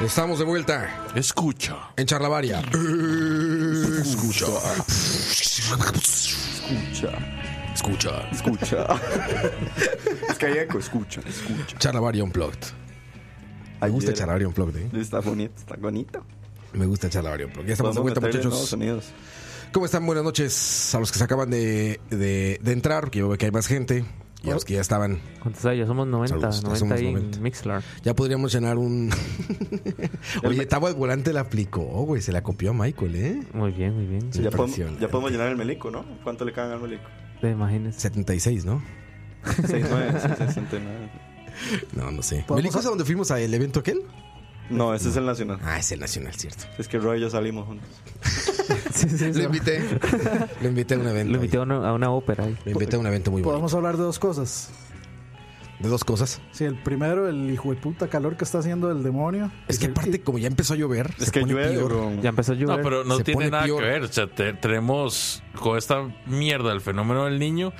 [SPEAKER 1] Estamos de vuelta
[SPEAKER 4] Escucha.
[SPEAKER 1] en Charlavaria. Escucha.
[SPEAKER 5] Escucha,
[SPEAKER 1] Escucha.
[SPEAKER 5] escucha. es que hay eco, escucha, escucha.
[SPEAKER 1] Charlavaria Unplugged. Me gusta
[SPEAKER 5] Ayer-
[SPEAKER 1] Charlavaria Unplugged, ¿eh?
[SPEAKER 5] Está bonito, está bonito.
[SPEAKER 1] Me gusta Charlavaria Unplugged. Ya estamos de vuelta,
[SPEAKER 5] Podemos meterle nuevos
[SPEAKER 1] muchachos.
[SPEAKER 5] sonidos.
[SPEAKER 1] ¿Cómo están? Buenas noches a los que se acaban de, de, de entrar, porque yo veo que hay más gente. Y a los que ya estaban.
[SPEAKER 6] ¿Cuántos hay? Ya somos 90,
[SPEAKER 1] Saludos, ya
[SPEAKER 6] 90
[SPEAKER 1] somos
[SPEAKER 6] ahí
[SPEAKER 1] 90.
[SPEAKER 6] en Mixlar.
[SPEAKER 1] Ya podríamos llenar un. Oye, Tabo al volante la aplicó, güey. Se la copió a Michael, ¿eh?
[SPEAKER 6] Muy bien, muy bien.
[SPEAKER 5] Sí, ya, podemos,
[SPEAKER 1] Impresionante.
[SPEAKER 5] ya podemos llenar el melico, ¿no? ¿Cuánto le cagan al melico?
[SPEAKER 6] Te imaginas.
[SPEAKER 1] 76, ¿no?
[SPEAKER 5] 69, 69.
[SPEAKER 1] No, no sé.
[SPEAKER 3] ¿Podemos
[SPEAKER 1] ¿Melico es
[SPEAKER 3] a-
[SPEAKER 1] a donde fuimos al evento aquel?
[SPEAKER 5] No, ese es el nacional.
[SPEAKER 1] Ah, es el Nacional, cierto.
[SPEAKER 5] Es que Roy y yo salimos juntos.
[SPEAKER 6] Sí, sí,
[SPEAKER 1] Lo
[SPEAKER 6] sí.
[SPEAKER 1] invité. Lo invité a un evento.
[SPEAKER 6] Lo invité a una, a una ópera ahí.
[SPEAKER 1] ahí. Lo invité a un evento muy bueno.
[SPEAKER 3] Podemos hablar de dos cosas.
[SPEAKER 1] De dos cosas.
[SPEAKER 3] Sí, el primero, el hijo de puta calor que está haciendo el demonio.
[SPEAKER 1] Es que
[SPEAKER 3] Y-
[SPEAKER 1] aparte, como ya empezó a llover,
[SPEAKER 5] Es
[SPEAKER 1] se
[SPEAKER 5] que
[SPEAKER 1] pone
[SPEAKER 5] llueve,
[SPEAKER 1] peor.
[SPEAKER 5] bro.
[SPEAKER 6] Ya empezó a llover.
[SPEAKER 4] No, pero no
[SPEAKER 1] Se
[SPEAKER 4] tiene
[SPEAKER 1] pone
[SPEAKER 4] nada
[SPEAKER 1] peor.
[SPEAKER 4] que ver. O sea, te- tenemos con esta mierda del fenómeno del niño,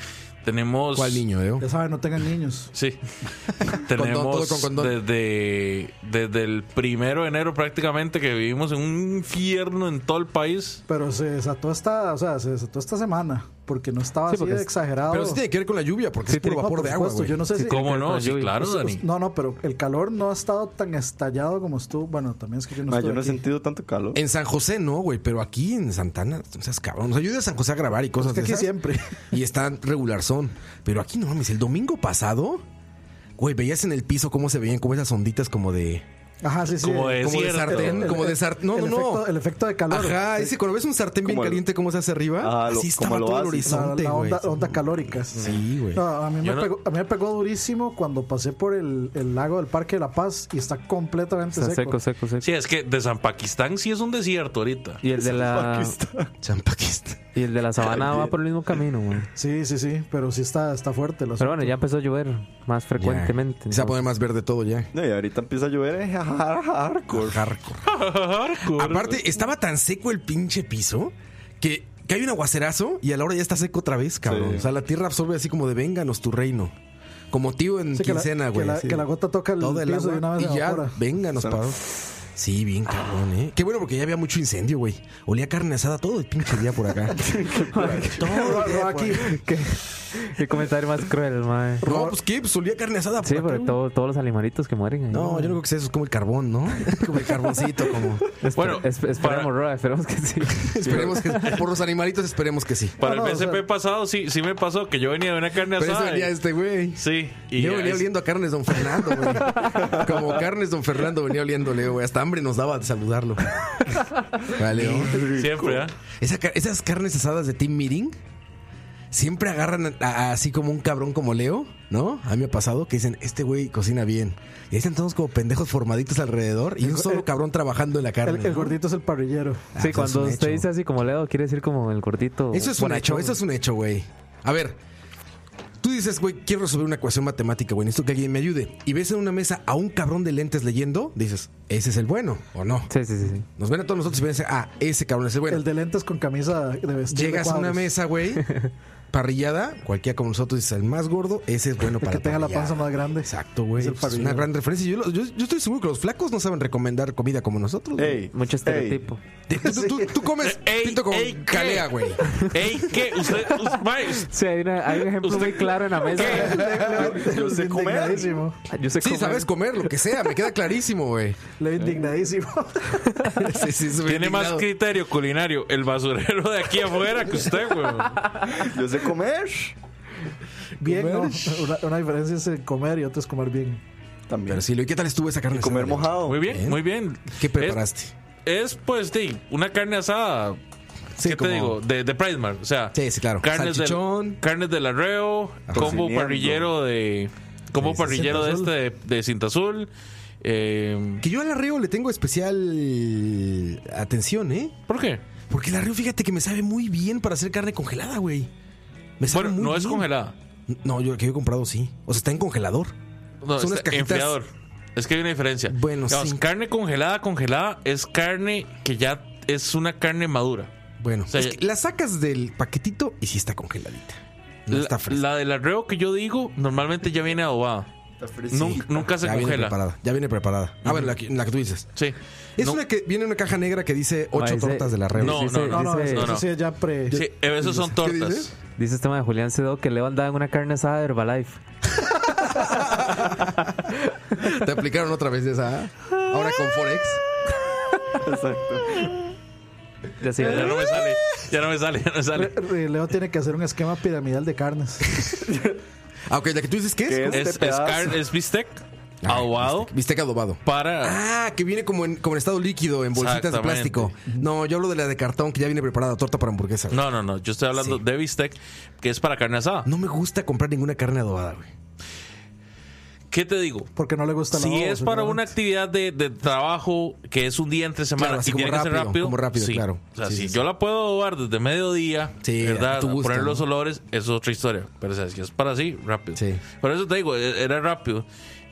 [SPEAKER 4] tenemos.
[SPEAKER 5] pues
[SPEAKER 1] ¿Cuál niño, eh?
[SPEAKER 3] y- Ya saben, no tengan niños.
[SPEAKER 4] Sí.
[SPEAKER 1] Condón, todo
[SPEAKER 4] tenemos
[SPEAKER 1] con condón.
[SPEAKER 4] Desde, desde el primero de enero prácticamente que vivimos en un infierno en todo el país.
[SPEAKER 3] Pero se desató esta, o sea, se desató esta semana. Porque no estaba
[SPEAKER 6] Sí,
[SPEAKER 3] así
[SPEAKER 6] porque
[SPEAKER 3] de
[SPEAKER 6] es-
[SPEAKER 3] exagerado.
[SPEAKER 1] Pero sí tiene que ver con la lluvia, porque
[SPEAKER 6] Sí,
[SPEAKER 1] es puro
[SPEAKER 3] No,
[SPEAKER 1] vapor
[SPEAKER 3] por
[SPEAKER 1] de agua,
[SPEAKER 3] supuesto,
[SPEAKER 1] güey.
[SPEAKER 3] Yo no sé si.
[SPEAKER 4] ¿Cómo
[SPEAKER 6] con la
[SPEAKER 4] no? Sí,
[SPEAKER 6] lluvia.
[SPEAKER 4] claro,
[SPEAKER 3] Pues,
[SPEAKER 4] Dani.
[SPEAKER 3] No, no, pero el calor no ha estado tan estallado como estuvo. Bueno, también es que yo no
[SPEAKER 5] Ma,
[SPEAKER 3] estuve
[SPEAKER 5] yo no he
[SPEAKER 3] aquí.
[SPEAKER 5] sentido tanto calor.
[SPEAKER 1] En San José no, güey, pero aquí en Santana, o sea, es cabrón. Nos ayuda a San José a grabar y cosas
[SPEAKER 3] Es que
[SPEAKER 1] de
[SPEAKER 3] aquí
[SPEAKER 1] esas.
[SPEAKER 3] siempre.
[SPEAKER 1] Y están regular son. Pero aquí no mames, el domingo pasado, güey, veías en el piso cómo se veían como esas onditas como de
[SPEAKER 3] Ajá, sí, sí.
[SPEAKER 4] Como
[SPEAKER 3] el-
[SPEAKER 4] Es
[SPEAKER 1] como de
[SPEAKER 4] cierto.
[SPEAKER 1] sartén,
[SPEAKER 3] el-
[SPEAKER 1] como de
[SPEAKER 3] el-
[SPEAKER 1] sartén. No, no,
[SPEAKER 3] el
[SPEAKER 1] no.
[SPEAKER 3] efecto- El efecto de calor.
[SPEAKER 1] Ajá, ese cuando ves un sartén bien
[SPEAKER 5] Como el-
[SPEAKER 1] caliente como se hace arriba,
[SPEAKER 5] Ah, lo-
[SPEAKER 1] así estaba
[SPEAKER 5] como lo
[SPEAKER 1] todo el
[SPEAKER 5] hace.
[SPEAKER 3] La,
[SPEAKER 1] horizonte,
[SPEAKER 3] la
[SPEAKER 1] güey.
[SPEAKER 3] onda, onda calórica.
[SPEAKER 1] Sí, güey.
[SPEAKER 3] No, a, mí me
[SPEAKER 4] Yo no-
[SPEAKER 3] pegó, a mí me pegó durísimo cuando pasé por el, el lago del Parque de la Paz y está completamente
[SPEAKER 6] Está
[SPEAKER 3] seco.
[SPEAKER 6] seco, seco, seco.
[SPEAKER 4] Sí, es que de San Pakistán sí es un desierto ahorita.
[SPEAKER 6] Y el de la
[SPEAKER 1] Champaquista.
[SPEAKER 6] y el de la sabana va por el mismo camino, güey.
[SPEAKER 3] Sí, sí, sí, pero sí está, está fuerte. Lo
[SPEAKER 6] Pero bueno, ya empezó a llover más frecuentemente.
[SPEAKER 1] Ya. Se va a poner más verde todo ya.
[SPEAKER 5] No, y ahorita empieza a llover. eh, jar- hardcore.
[SPEAKER 1] Hardcore. Aparte, estaba tan seco el pinche piso que, que hay un aguacerazo y a la hora ya está seco otra vez, cabrón.
[SPEAKER 5] Sí.
[SPEAKER 1] O sea, la tierra absorbe así como de vénganos tu reino. Como tío en
[SPEAKER 3] Sí, que la-
[SPEAKER 1] quincena, güey.
[SPEAKER 3] que la-
[SPEAKER 1] así.
[SPEAKER 3] que la gota toca el
[SPEAKER 1] Todo
[SPEAKER 3] piso de una vez
[SPEAKER 1] y
[SPEAKER 3] se
[SPEAKER 1] ya,
[SPEAKER 3] evapora.
[SPEAKER 1] vénganos, paro. Sí, bien cabrón, ¿eh? Qué bueno porque ya había mucho incendio, güey. Olía carne asada todo el pinche día por acá. todo el día
[SPEAKER 3] Ro-
[SPEAKER 1] por
[SPEAKER 3] Rocky,
[SPEAKER 1] acá.
[SPEAKER 6] ¿Qué, qué comentario más cruel, mae.
[SPEAKER 1] No, pues qué, pues olía carne asada por
[SPEAKER 6] Sí,
[SPEAKER 1] acá,
[SPEAKER 6] pero
[SPEAKER 1] güey.
[SPEAKER 6] todo- todos los animalitos que mueren ahí.
[SPEAKER 1] No,
[SPEAKER 6] mae.
[SPEAKER 1] yo no creo que sea eso, es como el carbón, ¿no? Como el carboncito, como...
[SPEAKER 6] Espe-
[SPEAKER 4] Bueno,
[SPEAKER 6] es- esperemos,
[SPEAKER 4] para-
[SPEAKER 6] Roa, esperemos que sí.
[SPEAKER 1] Esperemos que... Por los animalitos esperemos que sí.
[SPEAKER 4] Para
[SPEAKER 3] No, no,
[SPEAKER 4] el
[SPEAKER 3] o sea-
[SPEAKER 4] BCP pasado sí, sí me pasó que yo venía de una carne
[SPEAKER 1] Pero eso
[SPEAKER 4] asada.
[SPEAKER 1] venía
[SPEAKER 4] y-
[SPEAKER 1] este güey.
[SPEAKER 4] Sí, y
[SPEAKER 1] Yo
[SPEAKER 4] ya
[SPEAKER 1] venía
[SPEAKER 4] es-
[SPEAKER 1] oliendo a carnes don Fernando, güey. Como carnes don Fernando venía oliéndole, güey. Hasta hambre nos daba de saludarlo. Vale, ¿no?
[SPEAKER 4] siempre, ¿ah?
[SPEAKER 1] Esa ca- esas carnes asadas de Team Meeting siempre agarran a- a- así como un cabrón como Leo, ¿no? A mí me ha pasado que dicen, este güey cocina bien. Y ahí están todos como pendejos formaditos alrededor y un solo cabrón trabajando en la carne.
[SPEAKER 3] el, el
[SPEAKER 1] ¿no?
[SPEAKER 3] gordito es el parrillero.
[SPEAKER 1] Ah, eso es
[SPEAKER 6] Sí,
[SPEAKER 1] un
[SPEAKER 6] cuando usted
[SPEAKER 1] hecho.
[SPEAKER 6] dice así como Leo, quiere decir como el cortito.
[SPEAKER 1] Eso es un hecho, eso es un hecho, güey. A ver, tú dices, güey, quiero resolver una ecuación matemática, güey, necesito que alguien me ayude. Y ves en una mesa a un cabrón de lentes leyendo, dices, ese es el bueno, o no.
[SPEAKER 6] Sí, sí, sí. sí.
[SPEAKER 1] Nos ven a todos nosotros y ven, ah, ese cabrón es el bueno.
[SPEAKER 3] El de lentes con camisa de vestir. de
[SPEAKER 1] Llegas a una
[SPEAKER 3] cuadros.
[SPEAKER 1] mesa, güey, parrillada, cualquiera como nosotros dices, el más gordo, ese es bueno
[SPEAKER 3] El
[SPEAKER 1] para
[SPEAKER 3] que tenga la
[SPEAKER 1] parrillada.
[SPEAKER 3] panza más grande.
[SPEAKER 1] Exacto, güey.
[SPEAKER 3] Es el
[SPEAKER 1] Eso Es una
[SPEAKER 3] parrillero.
[SPEAKER 1] gran referencia. Yo, lo- yo- yo estoy seguro que los flacos no saben recomendar comida como nosotros. güey.
[SPEAKER 5] Ey,
[SPEAKER 6] Mucho
[SPEAKER 5] ey,
[SPEAKER 6] estereotipo.
[SPEAKER 1] Tú, tú- tú- tú comes
[SPEAKER 4] Ey,
[SPEAKER 1] pito con
[SPEAKER 4] ey, ¿qué?
[SPEAKER 1] calea, güey.
[SPEAKER 4] Ey, ¿qué? Usted, us- mae, us-
[SPEAKER 6] Sí, hay, una- hay un ejemplo
[SPEAKER 4] Usted-
[SPEAKER 6] muy claro en la mesa.
[SPEAKER 5] Yo- Yo sé comer.
[SPEAKER 3] Indignadísimo.
[SPEAKER 6] Yo sé
[SPEAKER 1] Sí,
[SPEAKER 6] cómo-
[SPEAKER 1] sabes comer lo que sea, me queda clarísimo, güey.
[SPEAKER 3] Leo indignadísimo.
[SPEAKER 1] Sí, sí, es
[SPEAKER 4] tiene más
[SPEAKER 1] indignado.
[SPEAKER 4] criterio culinario el basurero de aquí afuera que usted, güey.
[SPEAKER 5] Yo sé comer.
[SPEAKER 3] Bien, ¿no?
[SPEAKER 1] Comer.
[SPEAKER 3] Una, una diferencia es el comer y otra es comer bien.
[SPEAKER 5] También.
[SPEAKER 1] Pero sí, Luis, ¿qué tal estuvo esa carne?
[SPEAKER 5] Comer
[SPEAKER 1] asada?
[SPEAKER 5] mojado.
[SPEAKER 4] Muy bien,
[SPEAKER 1] Bien.
[SPEAKER 4] muy bien.
[SPEAKER 1] ¿Qué preparaste?
[SPEAKER 4] Es, es, pues, sí, una carne asada.
[SPEAKER 1] Sí,
[SPEAKER 4] ¿Qué
[SPEAKER 1] como-
[SPEAKER 4] te digo? De, de Pride Mart, O sea,
[SPEAKER 1] Sí, sí, claro.
[SPEAKER 4] carnes, del,
[SPEAKER 1] Salchichón.
[SPEAKER 4] carnes del arreo, combo
[SPEAKER 5] Cocineando.
[SPEAKER 4] parrillero de. Combo
[SPEAKER 1] Sí, sí,
[SPEAKER 4] parrillero de este
[SPEAKER 3] Cinta
[SPEAKER 4] de, de cinta azul. Eh,
[SPEAKER 1] Que yo al arreo le tengo especial atención, ¿eh?
[SPEAKER 4] ¿Por qué?
[SPEAKER 1] Porque el arreo, fíjate que me sabe muy bien para hacer carne congelada, güey. Me sabe
[SPEAKER 4] Bueno,
[SPEAKER 1] muy
[SPEAKER 4] no es
[SPEAKER 1] bien.
[SPEAKER 4] congelada.
[SPEAKER 1] No, yo que yo he comprado sí. O sea, está en congelador. Son
[SPEAKER 4] No, es
[SPEAKER 1] unas cajitas-
[SPEAKER 4] enfriador. Es que hay una diferencia.
[SPEAKER 1] Bueno, sí.
[SPEAKER 4] Carne congelada, congelada es carne que ya es una carne madura.
[SPEAKER 1] Bueno,
[SPEAKER 4] O sea,
[SPEAKER 1] es que la sacas del paquetito y sí está congeladita. No
[SPEAKER 4] La,
[SPEAKER 1] está fresca.
[SPEAKER 4] la del arreo que yo digo, normalmente ya viene adobada. Nun- nunca se
[SPEAKER 1] ya viene
[SPEAKER 4] congela.
[SPEAKER 1] preparada. Ya viene preparada. Ah, bueno, la, que- la que tú dices.
[SPEAKER 4] Sí.
[SPEAKER 1] Es
[SPEAKER 4] No-
[SPEAKER 1] una que viene en una caja negra que dice ocho
[SPEAKER 6] Mae, ese-
[SPEAKER 1] tortas de la red.
[SPEAKER 4] No,
[SPEAKER 6] dice-
[SPEAKER 4] no,
[SPEAKER 3] No,
[SPEAKER 4] no,
[SPEAKER 3] no,
[SPEAKER 6] dice-
[SPEAKER 3] eso
[SPEAKER 4] no, no.
[SPEAKER 3] sí, ya pre.
[SPEAKER 4] Sí, eh, esos son
[SPEAKER 1] ¿Qué dice?
[SPEAKER 4] tortas.
[SPEAKER 6] Dice este tema de Julián Cedo que Leo andaba en una carne asada de Herbalife.
[SPEAKER 1] Te aplicaron otra vez esa. ¿ah? Ahora con Forex.
[SPEAKER 5] Exacto.
[SPEAKER 6] Ya sí,
[SPEAKER 4] Ya
[SPEAKER 1] ¿Eh?
[SPEAKER 4] no me sale. Ya no me sale, ya no me sale.
[SPEAKER 3] Re- Re- Leo tiene que hacer un esquema piramidal de carnes.
[SPEAKER 1] Ah, ok, la que tú dices, ¿qué es?
[SPEAKER 5] ¿Qué
[SPEAKER 1] ¿Cómo?
[SPEAKER 5] Este
[SPEAKER 4] Es, es,
[SPEAKER 5] pedazo.
[SPEAKER 4] car- es bistec
[SPEAKER 1] Ah,
[SPEAKER 4] adobado
[SPEAKER 1] bistec- Bistec adobado.
[SPEAKER 4] para.
[SPEAKER 1] Ah, que viene como en, como en estado líquido, en bolsitas de
[SPEAKER 4] Exactamente.
[SPEAKER 1] plástico. No, yo hablo de la de cartón que ya viene preparada, torta para hamburguesa. güey.
[SPEAKER 4] No, no, no. Yo estoy hablando
[SPEAKER 1] Sí.
[SPEAKER 4] de bistec, que es para carne asada.
[SPEAKER 1] No me gusta comprar ninguna carne adobada, güey.
[SPEAKER 4] ¿Qué te digo?
[SPEAKER 3] Porque no le gusta la
[SPEAKER 4] Si
[SPEAKER 3] boba,
[SPEAKER 4] es para una
[SPEAKER 3] seguramente.
[SPEAKER 4] actividad de, de trabajo que es un día entre semana
[SPEAKER 1] Claro, así
[SPEAKER 4] y
[SPEAKER 1] como
[SPEAKER 4] tiene que ser
[SPEAKER 1] rápido,
[SPEAKER 4] rápido,
[SPEAKER 1] como rápido,
[SPEAKER 4] sí.
[SPEAKER 1] claro.
[SPEAKER 4] O sea,
[SPEAKER 1] Sí,
[SPEAKER 4] si
[SPEAKER 1] sí, sí.
[SPEAKER 4] yo la puedo adobar desde mediodía,
[SPEAKER 1] Sí, a
[SPEAKER 4] ¿verdad?
[SPEAKER 1] tu gusto,
[SPEAKER 4] poner
[SPEAKER 1] ¿no?
[SPEAKER 4] los olores, es otra historia. Pero o sea, si es para así, rápido.
[SPEAKER 1] Sí.
[SPEAKER 4] Por eso te digo, e- era rápido.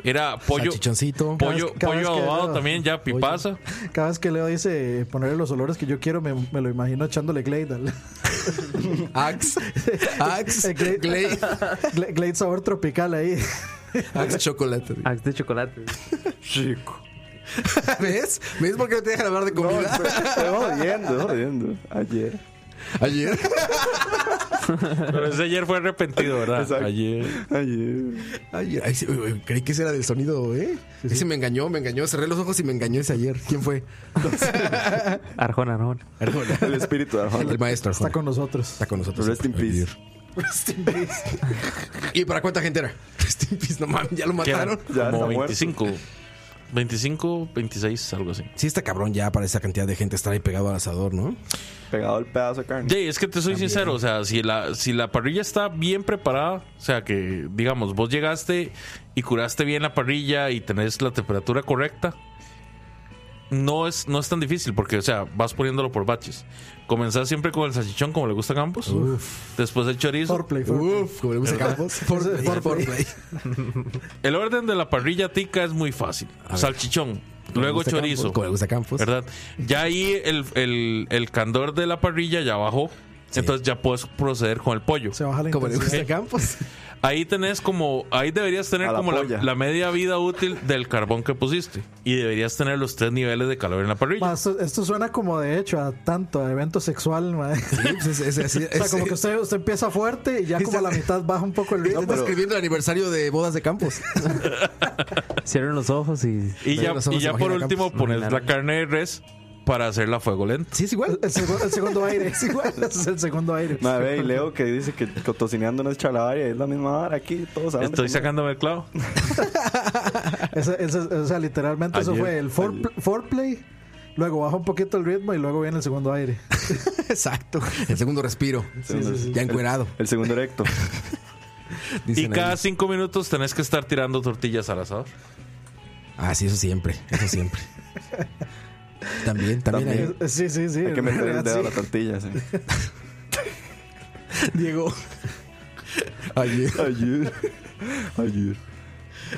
[SPEAKER 4] Era pollo.
[SPEAKER 1] Salchichoncito.
[SPEAKER 4] Pollo,
[SPEAKER 3] Cada vez- cada
[SPEAKER 4] pollo
[SPEAKER 3] vez que
[SPEAKER 4] adobado
[SPEAKER 3] veo-
[SPEAKER 4] también, ya pipaza.
[SPEAKER 3] Cada vez que Leo dice ponerle los olores que yo quiero, me, me lo imagino echándole Glade. al-
[SPEAKER 1] Axe. Axe.
[SPEAKER 3] Eh, Glade.
[SPEAKER 1] Glade.
[SPEAKER 3] Gla- Glade sabor tropical ahí.
[SPEAKER 1] Axe chocolate. güey.
[SPEAKER 6] Axe Ah, de chocolate.
[SPEAKER 5] Chico.
[SPEAKER 1] ¿Ves? ¿Ves por qué no te dejan hablar de comida?
[SPEAKER 5] Estoy jodiendo, estoy jodiendo. Ayer.
[SPEAKER 1] Ayer.
[SPEAKER 4] Pero ese ayer fue arrepentido, ¿verdad?
[SPEAKER 5] Exacto.
[SPEAKER 4] Ayer.
[SPEAKER 5] Ayer.
[SPEAKER 1] Ayer. Ay, sí, uy, uy, creí que ese era del sonido, ¿eh? Ese me engañó, me engañó. Cerré los ojos y me engañó ese ayer. ¿Quién fue?
[SPEAKER 6] Arjona, Arjona.
[SPEAKER 1] Arjona.
[SPEAKER 5] El espíritu de Arjona.
[SPEAKER 1] El maestro Arjona.
[SPEAKER 3] Está con nosotros.
[SPEAKER 1] Está con nosotros.
[SPEAKER 5] Rest in peace.
[SPEAKER 1] Rest in peace. ¿Y para cuánta gente era? Rest in peace, no mames, ya lo
[SPEAKER 4] Que eran
[SPEAKER 1] mataron.
[SPEAKER 5] Ya está
[SPEAKER 4] como
[SPEAKER 5] muerto.
[SPEAKER 4] 25. 25, 26, algo así.
[SPEAKER 1] Sí, está cabrón ya para esa cantidad de gente estar ahí pegado al asador, ¿no?
[SPEAKER 5] Pegado al pedazo de carne.
[SPEAKER 4] Jay, es que te soy sincero, o sea, si la, si la parrilla está bien preparada, o sea, que digamos, vos llegaste y curaste bien la parrilla y tenés la temperatura correcta, no es, no es tan difícil porque, o sea, vas poniéndolo por baches. Comenzás siempre con el salchichón como le gusta a Campos, después el chorizo.
[SPEAKER 3] Foreplay, foreplay.
[SPEAKER 1] Uf, como le gusta a Campos. Foreplay,
[SPEAKER 3] Foreplay.
[SPEAKER 1] foreplay.
[SPEAKER 4] El orden de la parrilla tica es muy fácil. Salchichón, luego
[SPEAKER 1] Como le gusta a
[SPEAKER 4] chorizo.
[SPEAKER 1] Campos, Como le gusta a Campos.
[SPEAKER 4] ¿Verdad? Ya ahí el, el- el candor de la parrilla ya bajó. Entonces ya puedes proceder con el pollo.
[SPEAKER 3] Se baja la
[SPEAKER 1] Como le
[SPEAKER 3] intensidad.
[SPEAKER 1] gusta a Campos.
[SPEAKER 4] Ahí tenés como, ahí deberías tener
[SPEAKER 5] A la
[SPEAKER 4] como la,
[SPEAKER 5] polla.
[SPEAKER 4] la media vida útil del carbón que pusiste. Y deberías tener los tres niveles de calor en la parrilla.
[SPEAKER 3] Ma, esto, esto suena como de hecho a tanto, a evento sexual. ma.
[SPEAKER 1] Sí, pues es, es así.
[SPEAKER 3] O sea,
[SPEAKER 1] es-
[SPEAKER 3] como que usted, usted empieza fuerte y ya como a la mitad baja un poco el
[SPEAKER 1] Estás
[SPEAKER 3] ritmo.
[SPEAKER 1] escribiendo el aniversario de bodas de Campos.
[SPEAKER 6] Cierren los ojos y.
[SPEAKER 4] y ya,
[SPEAKER 1] Pero eso no
[SPEAKER 4] y
[SPEAKER 1] se
[SPEAKER 4] ya
[SPEAKER 1] imagina
[SPEAKER 4] por último
[SPEAKER 1] Campos.
[SPEAKER 4] pones la
[SPEAKER 6] Imaginaron.
[SPEAKER 4] carne de res para hacerla a fuego lento.
[SPEAKER 1] Sí, es igual.
[SPEAKER 3] El, segu- el segundo aire. Es igual. Ese es el segundo aire.
[SPEAKER 5] Madre, ve, y Leo que dice que cotocineando no es chalabaria, es la misma vara aquí, todos saben.
[SPEAKER 4] Estoy sacándome el clavo.
[SPEAKER 3] Ese- ese- o sea, literalmente eso
[SPEAKER 5] Ayer,
[SPEAKER 3] fue el forepl- foreplay. Luego baja un poquito el ritmo y luego viene el segundo aire.
[SPEAKER 1] Exacto. El segundo respiro. Ya encuerado.
[SPEAKER 5] El segundo recto.
[SPEAKER 4] Y
[SPEAKER 1] dicen ahí.
[SPEAKER 4] cada cinco minutos tenés que estar tirando tortillas al asador.
[SPEAKER 1] Ah, sí, eso siempre. Eso siempre. También, también.
[SPEAKER 5] También.
[SPEAKER 1] ahí.
[SPEAKER 3] Sí, sí, sí.
[SPEAKER 5] Hay que
[SPEAKER 3] en
[SPEAKER 5] meter el
[SPEAKER 3] realidad,
[SPEAKER 5] dedo a la
[SPEAKER 3] sí.
[SPEAKER 5] tortilla. sí.
[SPEAKER 1] Diego. Ayer.
[SPEAKER 5] Ayer. Ayer.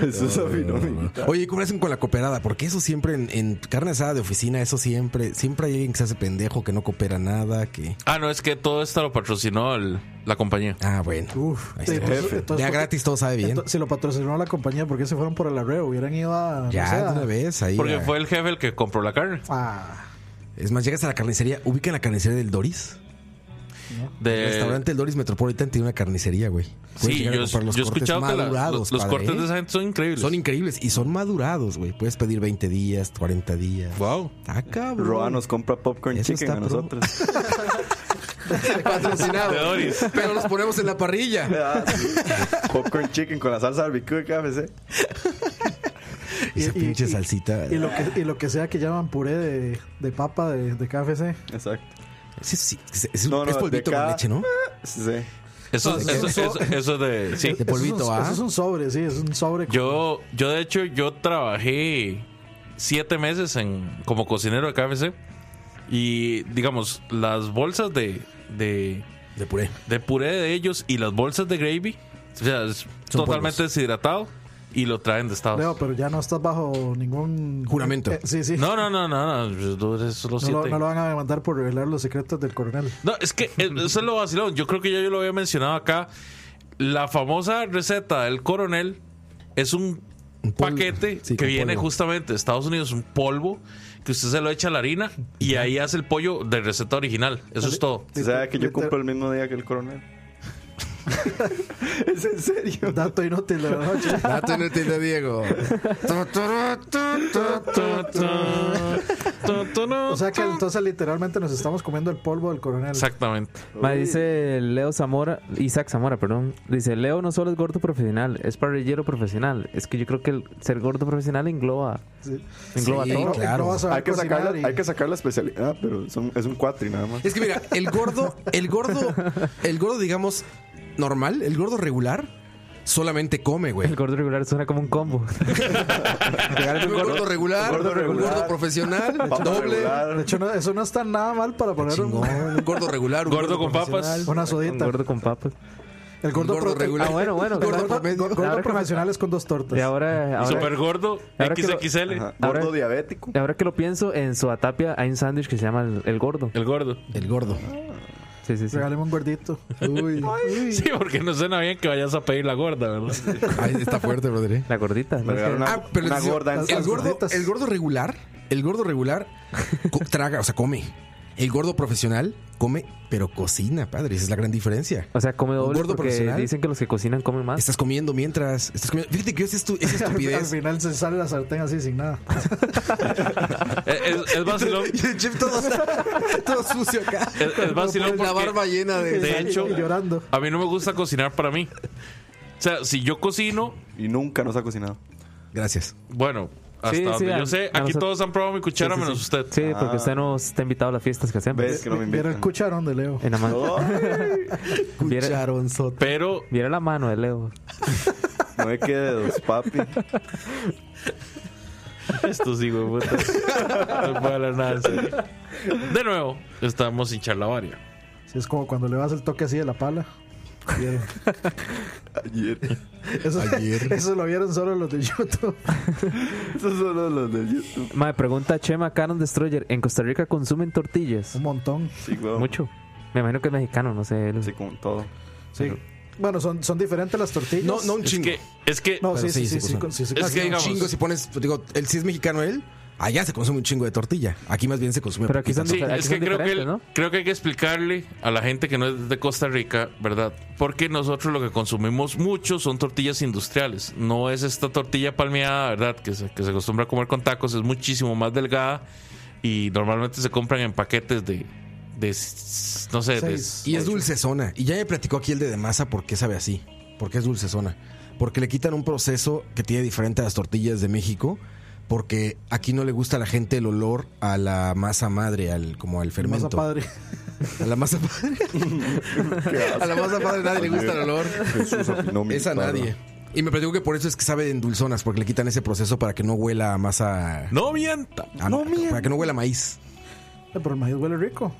[SPEAKER 5] Eso es afinó mi guitarra.
[SPEAKER 1] Oye, ¿y ¿cómo le hacen con la cooperada? Porque eso siempre en, en carne asada de oficina, eso siempre, siempre hay alguien que se hace pendejo, que no coopera nada, que...
[SPEAKER 4] Ah, no, es que todo esto lo patrocinó el- la compañía.
[SPEAKER 1] Ah, bueno. Uf, ahí está.
[SPEAKER 3] Sí, entonces-
[SPEAKER 5] Jefe.
[SPEAKER 3] entonces,
[SPEAKER 1] ya
[SPEAKER 3] ¿por qué-
[SPEAKER 1] gratis todo sabe bien.
[SPEAKER 3] ento- si lo patrocinó la compañía, ¿por qué se fueron por el arreo? Hubieran ido a. no sé,
[SPEAKER 1] ya,
[SPEAKER 3] a-
[SPEAKER 1] de una vez, ahí.
[SPEAKER 4] Porque
[SPEAKER 1] a-
[SPEAKER 4] fue el jefe el que compró la carne.
[SPEAKER 3] Ah,
[SPEAKER 1] Es más, llegas a la carnicería, ubican la carnicería del Doris. El
[SPEAKER 4] De,
[SPEAKER 1] restaurante del Doris Metropolitan tiene una carnicería, güey. Puedes
[SPEAKER 4] Eh, sí,
[SPEAKER 1] llegar a
[SPEAKER 4] yo,
[SPEAKER 1] comprar
[SPEAKER 4] yo he escuchado que la- los, los
[SPEAKER 1] padre,
[SPEAKER 4] cortes
[SPEAKER 1] ¿eh?
[SPEAKER 4] de esa gente son increíbles.
[SPEAKER 1] Son increíbles y son madurados, güey. Puedes pedir 20 días, 40 días.
[SPEAKER 4] Wow.
[SPEAKER 1] Está cabrón.
[SPEAKER 5] Roa nos compra popcorn
[SPEAKER 1] Eso
[SPEAKER 5] chicken
[SPEAKER 1] está
[SPEAKER 5] a
[SPEAKER 1] pro.
[SPEAKER 5] nosotros.
[SPEAKER 1] patrocinado.
[SPEAKER 4] De Doris.
[SPEAKER 1] Pero los ponemos en la parrilla.
[SPEAKER 5] Ah, sí. popcorn chicken con la salsa barbecue de KFC.
[SPEAKER 1] Esa
[SPEAKER 3] Y- y-
[SPEAKER 1] pinche
[SPEAKER 3] y-
[SPEAKER 1] salsita.
[SPEAKER 3] y lo, que, y lo que sea que llaman puré de, de papa de, de KFC.
[SPEAKER 5] Exacto.
[SPEAKER 1] Sí, sí, es, es-
[SPEAKER 5] No, no,
[SPEAKER 1] es polvito
[SPEAKER 5] de cada-
[SPEAKER 1] con leche, ¿no?
[SPEAKER 5] Sí.
[SPEAKER 4] Eso,
[SPEAKER 1] Entonces,
[SPEAKER 4] eso, eso, eso de. Sí.
[SPEAKER 1] De
[SPEAKER 3] Eso es un-
[SPEAKER 1] polvito, ¿ah?
[SPEAKER 3] Eso es un sobre, sí, es un sobre. con-
[SPEAKER 4] Yo, yo de hecho, yo trabajé siete meses en, como cocinero de KFC. Y digamos, las bolsas de, de,
[SPEAKER 1] De puré.
[SPEAKER 4] de puré de ellos y las bolsas de gravy, o sea, es
[SPEAKER 1] Son
[SPEAKER 4] totalmente deshidratado y lo traen de Estados
[SPEAKER 3] Leo, pero ya no estás bajo ningún
[SPEAKER 1] Juramento.
[SPEAKER 3] Eh, sí, sí.
[SPEAKER 4] No, no, no, no, no, tú eres solo
[SPEAKER 3] No lo,
[SPEAKER 4] siete.
[SPEAKER 3] no lo van a demandar por revelar los secretos del coronel.
[SPEAKER 4] No, es que eh, eso es lo vacilón. Yo creo que ya yo lo había mencionado acá. La famosa receta del coronel es un,
[SPEAKER 1] Un polvo.
[SPEAKER 4] paquete
[SPEAKER 1] Sí,
[SPEAKER 4] que
[SPEAKER 1] con
[SPEAKER 4] viene
[SPEAKER 1] polvo.
[SPEAKER 4] justamente de Estados Unidos, un polvo que usted se lo echa a la harina y ahí hace el pollo de receta original. Eso es todo.
[SPEAKER 5] O sea, que yo cumplo el mismo día que el coronel. es en serio.
[SPEAKER 3] Dato inútil de la noche.
[SPEAKER 1] Dato inútil de Diego. Tu, tu, tu, tu, tu, tu.
[SPEAKER 3] O sea que entonces literalmente nos estamos comiendo el polvo del coronel.
[SPEAKER 4] Exactamente.
[SPEAKER 6] Ma, dice Leo Zamora, Isaac Zamora, perdón. Dice, Leo no solo es gordo profesional, es parrillero profesional. Es que yo creo que el ser gordo profesional engloba,
[SPEAKER 3] Sí.
[SPEAKER 6] engloba
[SPEAKER 1] Sí,
[SPEAKER 6] todo.
[SPEAKER 1] claro.
[SPEAKER 5] Hay que, sacar la, hay que sacar la especialidad, pero son- es un cuatri nada más.
[SPEAKER 1] Es que mira, el gordo, el gordo, el gordo, digamos, normal, el gordo regular, solamente come, güey.
[SPEAKER 6] El gordo regular suena como un combo.
[SPEAKER 1] Un gordo regular,
[SPEAKER 5] gordo
[SPEAKER 1] un
[SPEAKER 5] regular.
[SPEAKER 1] gordo profesional,
[SPEAKER 5] Vamos a
[SPEAKER 1] doble.
[SPEAKER 5] regular.
[SPEAKER 3] De hecho, no- eso no está nada mal para poner un,
[SPEAKER 1] Chingón, un gordo regular, un
[SPEAKER 4] Gordo con papas.
[SPEAKER 3] una
[SPEAKER 6] un
[SPEAKER 3] sodita.
[SPEAKER 6] gordo con papas.
[SPEAKER 3] el gordo,
[SPEAKER 1] un gordo
[SPEAKER 3] prote-
[SPEAKER 1] regular.
[SPEAKER 6] Ah, bueno, bueno.
[SPEAKER 3] El gordo,
[SPEAKER 1] Gordo promedio.
[SPEAKER 3] gordo
[SPEAKER 6] Ahora que me-
[SPEAKER 3] profesional es con dos tortas.
[SPEAKER 6] Y ahora, ahora-
[SPEAKER 4] Super gordo,
[SPEAKER 6] ahora que lo-
[SPEAKER 4] XXL,
[SPEAKER 5] Ajá.
[SPEAKER 6] Ahora-
[SPEAKER 5] Gordo diabético.
[SPEAKER 6] y ahora que lo pienso, en Suatapia hay un sándwich que se llama el, el gordo.
[SPEAKER 4] el gordo.
[SPEAKER 1] El gordo.
[SPEAKER 6] Sí, sí, sí.
[SPEAKER 3] Regáleme un gordito. Uy.
[SPEAKER 4] Sí, porque no suena bien que vayas a pedir la gorda, ¿verdad?
[SPEAKER 1] Ahí está fuerte, brother. eh.
[SPEAKER 6] La gordita. ¿no?
[SPEAKER 5] Me regalaron una,
[SPEAKER 1] Ah, pero
[SPEAKER 5] una
[SPEAKER 1] les digo,
[SPEAKER 5] gorda en
[SPEAKER 1] el
[SPEAKER 3] las
[SPEAKER 1] gordo,
[SPEAKER 3] gorditas.
[SPEAKER 1] el gordo regular, el gordo regular co- traga, o sea, come. El gordo profesional come, pero cocina, padre. Esa es la gran diferencia.
[SPEAKER 6] O sea, come
[SPEAKER 1] Un
[SPEAKER 6] doble
[SPEAKER 1] gordo
[SPEAKER 6] porque
[SPEAKER 1] profesional.
[SPEAKER 6] dicen que los que cocinan comen más.
[SPEAKER 1] Estás comiendo mientras. Estás comiendo. Fíjate que esa, estu- esa
[SPEAKER 3] Al
[SPEAKER 1] estupidez.
[SPEAKER 3] final se sale la sartén así sin nada.
[SPEAKER 4] Es, Eh, es- es vacilón.
[SPEAKER 1] Y el chef todo, todo sucio acá.
[SPEAKER 4] Es, es vacilón
[SPEAKER 1] la
[SPEAKER 4] porque-
[SPEAKER 1] barba llena de.
[SPEAKER 4] De hecho,
[SPEAKER 3] Y llorando.
[SPEAKER 4] a mí no me gusta cocinar para mí. O sea, si yo cocino,
[SPEAKER 5] Y nunca nos ha cocinado.
[SPEAKER 1] Gracias.
[SPEAKER 4] bueno, hasta
[SPEAKER 6] Sí, sí,
[SPEAKER 4] donde
[SPEAKER 6] a-
[SPEAKER 4] yo sé, aquí
[SPEAKER 6] a nosotros-
[SPEAKER 4] todos han probado mi cuchara
[SPEAKER 6] Sí, sí,
[SPEAKER 4] menos
[SPEAKER 6] sí.
[SPEAKER 4] usted.
[SPEAKER 6] Sí, porque usted no está invitado a las fiestas que hacemos.
[SPEAKER 5] ¿Ves que no me
[SPEAKER 3] Pero el
[SPEAKER 5] invitan? Eh.
[SPEAKER 3] cucharón de Leo.
[SPEAKER 6] En la mano.
[SPEAKER 5] Ay,
[SPEAKER 6] Viera-
[SPEAKER 1] Cucharonzote.
[SPEAKER 4] Pero
[SPEAKER 6] Viera la mano de Leo.
[SPEAKER 5] No me quede dos, papi.
[SPEAKER 4] Estos sí, güey, putas. No puedo hablar nada en serio. De nuevo, estamos sin charlavaria.
[SPEAKER 3] Sí, es como cuando le vas el toque así de la pala. Vieron.
[SPEAKER 5] Ayer.
[SPEAKER 3] Eso,
[SPEAKER 1] Ayer.
[SPEAKER 3] eso lo vieron solo los de YouTube.
[SPEAKER 5] Esos son los- los del YouTube.
[SPEAKER 6] Madre, pregunta Chema Canon Destroyer. ¿En Costa Rica consumen tortillas?
[SPEAKER 3] Un montón.
[SPEAKER 5] Sí, güey.
[SPEAKER 6] Mucho. Me imagino que es mexicano, no sé.
[SPEAKER 5] Sí, con todo.
[SPEAKER 3] Sí. Bueno, son, son diferentes las tortillas.
[SPEAKER 1] No, no un
[SPEAKER 4] Es
[SPEAKER 1] chingo.
[SPEAKER 4] que, es que
[SPEAKER 3] No,
[SPEAKER 1] Pero
[SPEAKER 3] sí, sí,
[SPEAKER 1] sí, sí,
[SPEAKER 3] sí. sí,
[SPEAKER 1] sí.
[SPEAKER 3] con- sí, sí,
[SPEAKER 4] Es
[SPEAKER 3] con-
[SPEAKER 4] que
[SPEAKER 1] un
[SPEAKER 4] digamos-
[SPEAKER 1] chingo si pones, digo, él si es mexicano él, allá se consume un chingo de tortilla. Aquí más bien se consume
[SPEAKER 6] Pero aquí
[SPEAKER 1] poquita.
[SPEAKER 6] son
[SPEAKER 4] sí,
[SPEAKER 6] difer- aquí
[SPEAKER 4] es
[SPEAKER 6] son
[SPEAKER 4] que creo que
[SPEAKER 6] diferentes, ¿no?
[SPEAKER 4] creo que hay que explicarle a la gente que no es de Costa Rica, ¿verdad? Porque nosotros lo que consumimos mucho son tortillas industriales. No es esta tortilla palmeada, ¿verdad? Que se, que se acostumbra a comer con tacos, es muchísimo más delgada y normalmente se compran en paquetes de de s- no sé, de,
[SPEAKER 3] seis.
[SPEAKER 1] Y es dulcezona. Y ya me platicó aquí el de, de masa por qué sabe así. Por qué es dulcezona. Porque le quitan un proceso que tiene diferente a las tortillas de México. Porque aquí no le gusta a la gente el olor a la masa madre, al como al
[SPEAKER 3] Masa
[SPEAKER 1] fermento.
[SPEAKER 3] padre.
[SPEAKER 1] A la masa padre. a la masa padre nadie le gusta el olor.
[SPEAKER 5] Jesús afinó mi
[SPEAKER 1] Es a
[SPEAKER 5] guitarra.
[SPEAKER 1] nadie. Y me platicó que por eso es que sabe en dulzonas, porque le quitan ese proceso para que no huela a masa.
[SPEAKER 4] No mienta.
[SPEAKER 1] a- para que no huela a maíz.
[SPEAKER 3] Eh, Pero el maíz huele rico.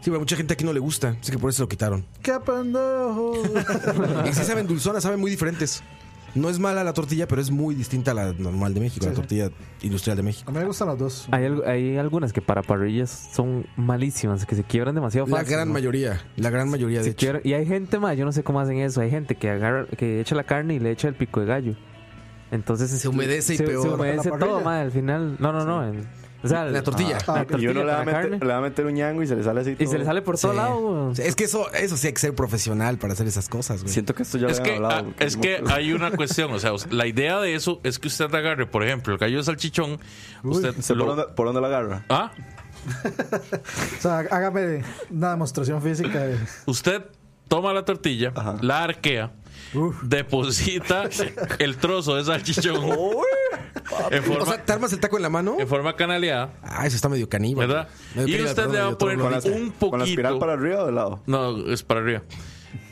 [SPEAKER 1] Sí, pero a mucha gente aquí no le gusta, así que por eso lo quitaron.
[SPEAKER 3] ¡Qué pendejo!
[SPEAKER 1] Y sí saben dulzonas, saben muy diferentes. No es mala la tortilla, pero es muy distinta a la normal de México, la
[SPEAKER 3] sí.
[SPEAKER 1] tortilla industrial de
[SPEAKER 3] A
[SPEAKER 1] México.
[SPEAKER 3] mí me gustan las dos.
[SPEAKER 6] Hay, al- hay algunas que para parrillas son malísimas, que se quiebran demasiado
[SPEAKER 1] La
[SPEAKER 6] fácil.
[SPEAKER 1] gran
[SPEAKER 6] ¿no?
[SPEAKER 1] mayoría, la gran mayoría de
[SPEAKER 6] Se
[SPEAKER 1] hecho.
[SPEAKER 6] quiebran- y hay gente más, yo no sé cómo hacen eso. Hay gente que agarra, que echa la carne y le echa el pico de gallo. Entonces
[SPEAKER 1] Se humedece y peor.
[SPEAKER 6] Se
[SPEAKER 3] ¿La
[SPEAKER 6] humedece
[SPEAKER 3] parrilla?
[SPEAKER 6] todo, madre, al final. No, no, no. el- o sea,
[SPEAKER 1] La
[SPEAKER 6] el-
[SPEAKER 1] tortilla.
[SPEAKER 6] la
[SPEAKER 3] Ah, ok.
[SPEAKER 5] Y
[SPEAKER 6] tortilla
[SPEAKER 5] uno le va, a
[SPEAKER 6] con la
[SPEAKER 5] meter,
[SPEAKER 6] carne.
[SPEAKER 5] le va a meter un ñango y se le sale así.
[SPEAKER 6] Y se le sale por todo
[SPEAKER 1] Sí.
[SPEAKER 6] lado. güey.
[SPEAKER 1] Es que eso, eso sí hay que ser profesional para hacer esas cosas, güey.
[SPEAKER 5] Siento que esto ya
[SPEAKER 4] Es
[SPEAKER 5] lo
[SPEAKER 4] que,
[SPEAKER 5] habían hablado.
[SPEAKER 4] ah, es que hay una cuestión, o sea, us- la idea de eso es que usted agarre, por ejemplo, el gallo de salchichón, usted
[SPEAKER 5] ¿Usted
[SPEAKER 4] lo-
[SPEAKER 5] por, dónde, ¿Por dónde la agarra?
[SPEAKER 4] ¿Ah?
[SPEAKER 3] O sea, hágame una demostración física. de-
[SPEAKER 4] usted toma la tortilla,
[SPEAKER 5] Ajá.
[SPEAKER 4] la arquea, deposita el trozo de salchichón en
[SPEAKER 1] O
[SPEAKER 4] forma,
[SPEAKER 1] sea, te armas el taco en la mano.
[SPEAKER 4] en forma canaleada,
[SPEAKER 1] Ah, eso está medio caníbal.
[SPEAKER 4] ¿verdad?
[SPEAKER 1] Medio
[SPEAKER 4] Y
[SPEAKER 1] caníbal,
[SPEAKER 4] usted
[SPEAKER 1] perdón,
[SPEAKER 4] le va
[SPEAKER 1] medio
[SPEAKER 4] a poner
[SPEAKER 1] tronco.
[SPEAKER 5] ¿Con la,
[SPEAKER 4] un
[SPEAKER 5] ¿Con la espiral
[SPEAKER 4] poquito.
[SPEAKER 5] para arriba o de lado?
[SPEAKER 4] No, es para arriba.